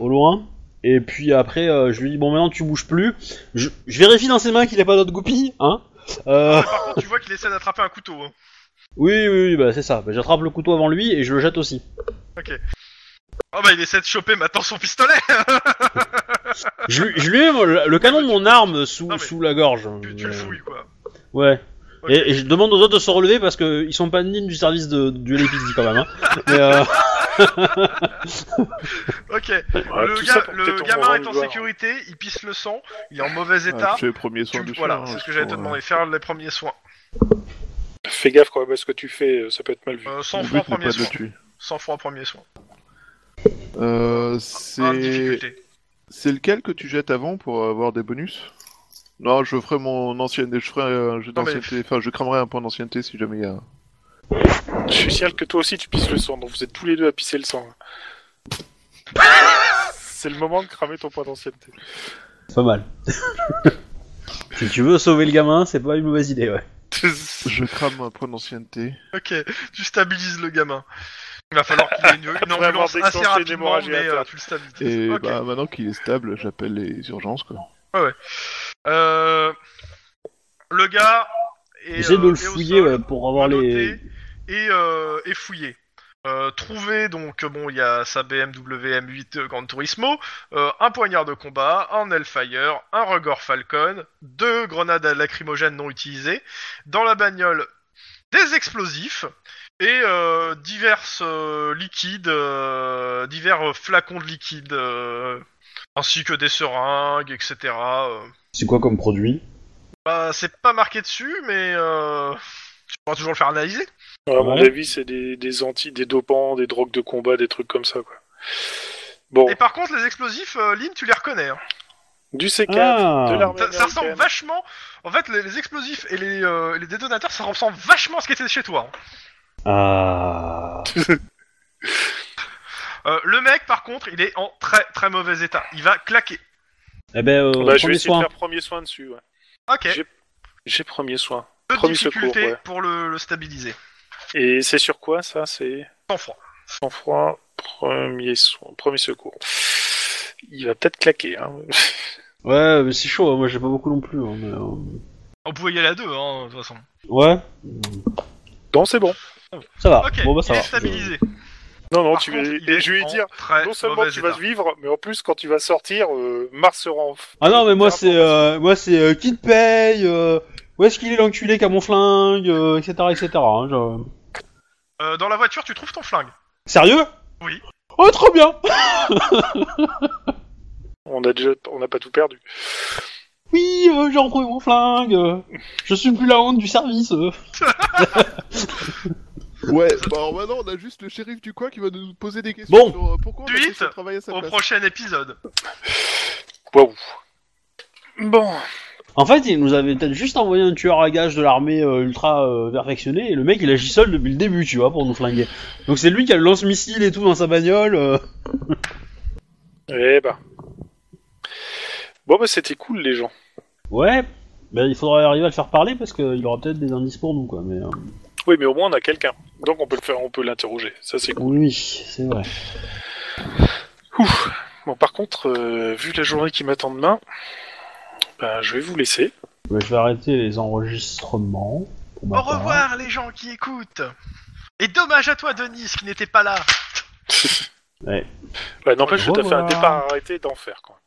au loin. Et puis après, euh, je lui dis, bon, maintenant tu bouges plus. Je, je vérifie dans ses mains qu'il a pas d'autres goupilles, hein euh,
Par contre, tu vois qu'il essaie d'attraper un couteau. hein.
oui, oui, oui, bah c'est ça. Bah, J'attrape le couteau avant lui et je le jette aussi.
Oh bah, il essaie de choper maintenant son pistolet.
Je, lui- je lui mets le, le canon de mon arme sous,
Non, mais
sous la gorge.
tu, tu le
Euh,
fouilles, quoi.
Ouais.
Ok.
Et, et je demande aux autres de se relever parce que ils sont pas dignes du service de, du LAPD quand même. Hein. Mais, euh,
Ok.
de-
Ah,
Ouais,
le
tout
gars-
ça pour
le
peut-être
gamin
envoyer
est en
voir.
sécurité, il pisse le sang, il est en mauvais
Ah,
état.
je fais les premiers soins
Tu-
du
voilà,
soir,
c'est
hein,
ce que j'allais
je
te
crois,
demander, faire les premiers soins.
Fais gaffe quand même à ce que tu fais, euh, ça peut être mal vu.
Euh,
hein.
sans
Le
froid,
but n'est
premier
pas
soin.
de le tuer.
Sans froid, premier soin.
Euh,
Un de
c'est...
Ah, difficulté.
c'est lequel que tu jettes avant pour avoir des bonus Non, je ferai mon ancienne... Je ferai un jeu
Non, mais-
d'ancienneté... Enfin, je cramerai un point d'ancienneté si jamais il y a...
Je suis sûr que toi aussi tu pisses le sang, donc vous êtes tous les deux à pisser le sang. hein. C'est le moment de cramer ton point d'ancienneté.
c'est pas mal. si tu veux sauver le gamin, c'est pas une mauvaise idée, ouais.
Je crame un point d'ancienneté.
Ok, tu stabilises le gamin. Il va falloir qu'il ait une, une
avoir
ambulance
déclenché
assez
une
rapidement,
hémorragie
mais euh,
interne.
tu le stabilises.
Et
Ok.
bah, maintenant qu'il est stable, j'appelle les urgences, quoi.
Euh, le gars est,
J'essaie de
euh,
le
est au
fouiller
sol,
ouais, pour avoir les.
menotté et, euh, et fouillé. Euh, trouver donc euh, bon il y a sa BMW M8 euh, Gran Turismo, euh, un poignard de combat, un Hellfire, un Rugor Falcon, deux grenades à lacrymogène non utilisées, dans la bagnole des explosifs et euh, divers euh, liquides, euh, divers euh, flacons de liquide euh, ainsi que des seringues etc. euh.
C'est quoi comme produit
Bah, c'est pas marqué dessus mais euh, tu pourras toujours le faire analyser.
Ouais, À mon
Ouais.
avis, c'est des, des anti, des dopants, des drogues de combat, des trucs comme ça, quoi. Bon,
Et par contre, les explosifs, euh, Lynn, tu les reconnais. hein.
du C4,
Ah.
de l'armée
Ça, ça ressemble
américaine.
vachement. En fait, les, les explosifs et les, euh, les détonateurs, ça ressemble vachement à ce qui était chez toi. hein.
Ah.
Euh, le mec, par contre, il est en très très mauvais état. Il va claquer.
Eh ben, euh,
Bah, je vais
premier
essayer
soin.
de faire premier soin dessus. ouais.
Ok.
J'ai- J'ai premier soin.
Deux
premier
difficultés
secours, ouais.
pour le, le stabiliser.
Et c'est sur quoi ça C'est
Sans froid.
sans froid, premier soin, premier secours. Il va peut-être claquer. Hein.
Ouais, mais c'est chaud, hein, moi j'ai pas beaucoup non plus. hein, mais, euh,
On pouvait y aller à deux, hein, de toute façon.
Ouais.
Non, c'est bon.
Ça va.
Ok,
bon, bah, ça
il est
va.
stabilisé.
Non, non,
Par
tu
contre,
et-
il
et
est
je vais
en
lui dire,
très
non seulement
mauvais
tu vas
état.
vivre, mais en plus, quand tu vas sortir, euh, Mars sera en. f-
Ah non, mais moi, c'est euh, moi c'est euh, qui te paye euh, Où est-ce qu'il est l'enculé qui a mon flingue euh, Etc. etc. hein, je-
Euh, dans la voiture, tu trouves ton flingue.
Sérieux
Oui.
Oh, trop bien
On a déjà, on n'a pas tout perdu.
Oui, euh, j'ai retrouvé mon flingue euh, Je suis plus la honte du service euh.
Ouais, bah alors maintenant on a juste le shérif du coin qui va nous poser des questions
Bon.
sur euh, pourquoi on a
Suite
fait ce travail à sa
Au
place.
prochain épisode.
Waouh. Bon.
En fait, il nous avait peut-être juste envoyé un tueur à gage de l'armée euh, ultra euh, perfectionné, et le mec il agit seul depuis le début, tu vois, pour nous flinguer. Donc c'est lui qui a le lance-missile et tout dans sa bagnole. euh.
Eh ben. Bon, bah, c'était cool, les gens.
Ouais, ben, il faudra arriver à le faire parler parce qu'il aura peut-être des indices pour nous, quoi. Mais, euh,
Oui, mais au moins, on a quelqu'un. Donc, on peut le faire, on peut l'interroger. Ça, c'est cool.
Oui, c'est vrai.
Ouf. Bon, par contre, euh, vu la journée qui m'attend demain, ben, je vais vous laisser.
Ben, je vais arrêter les enregistrements. pour ma
Au
part.
revoir, les gens qui écoutent. Et dommage à toi, Denis, qui n'était pas là.
Ouais.
Bah, n'empêche,
Au
je t'ai fait un
revoir.
départ arrêté d'enfer, quoi.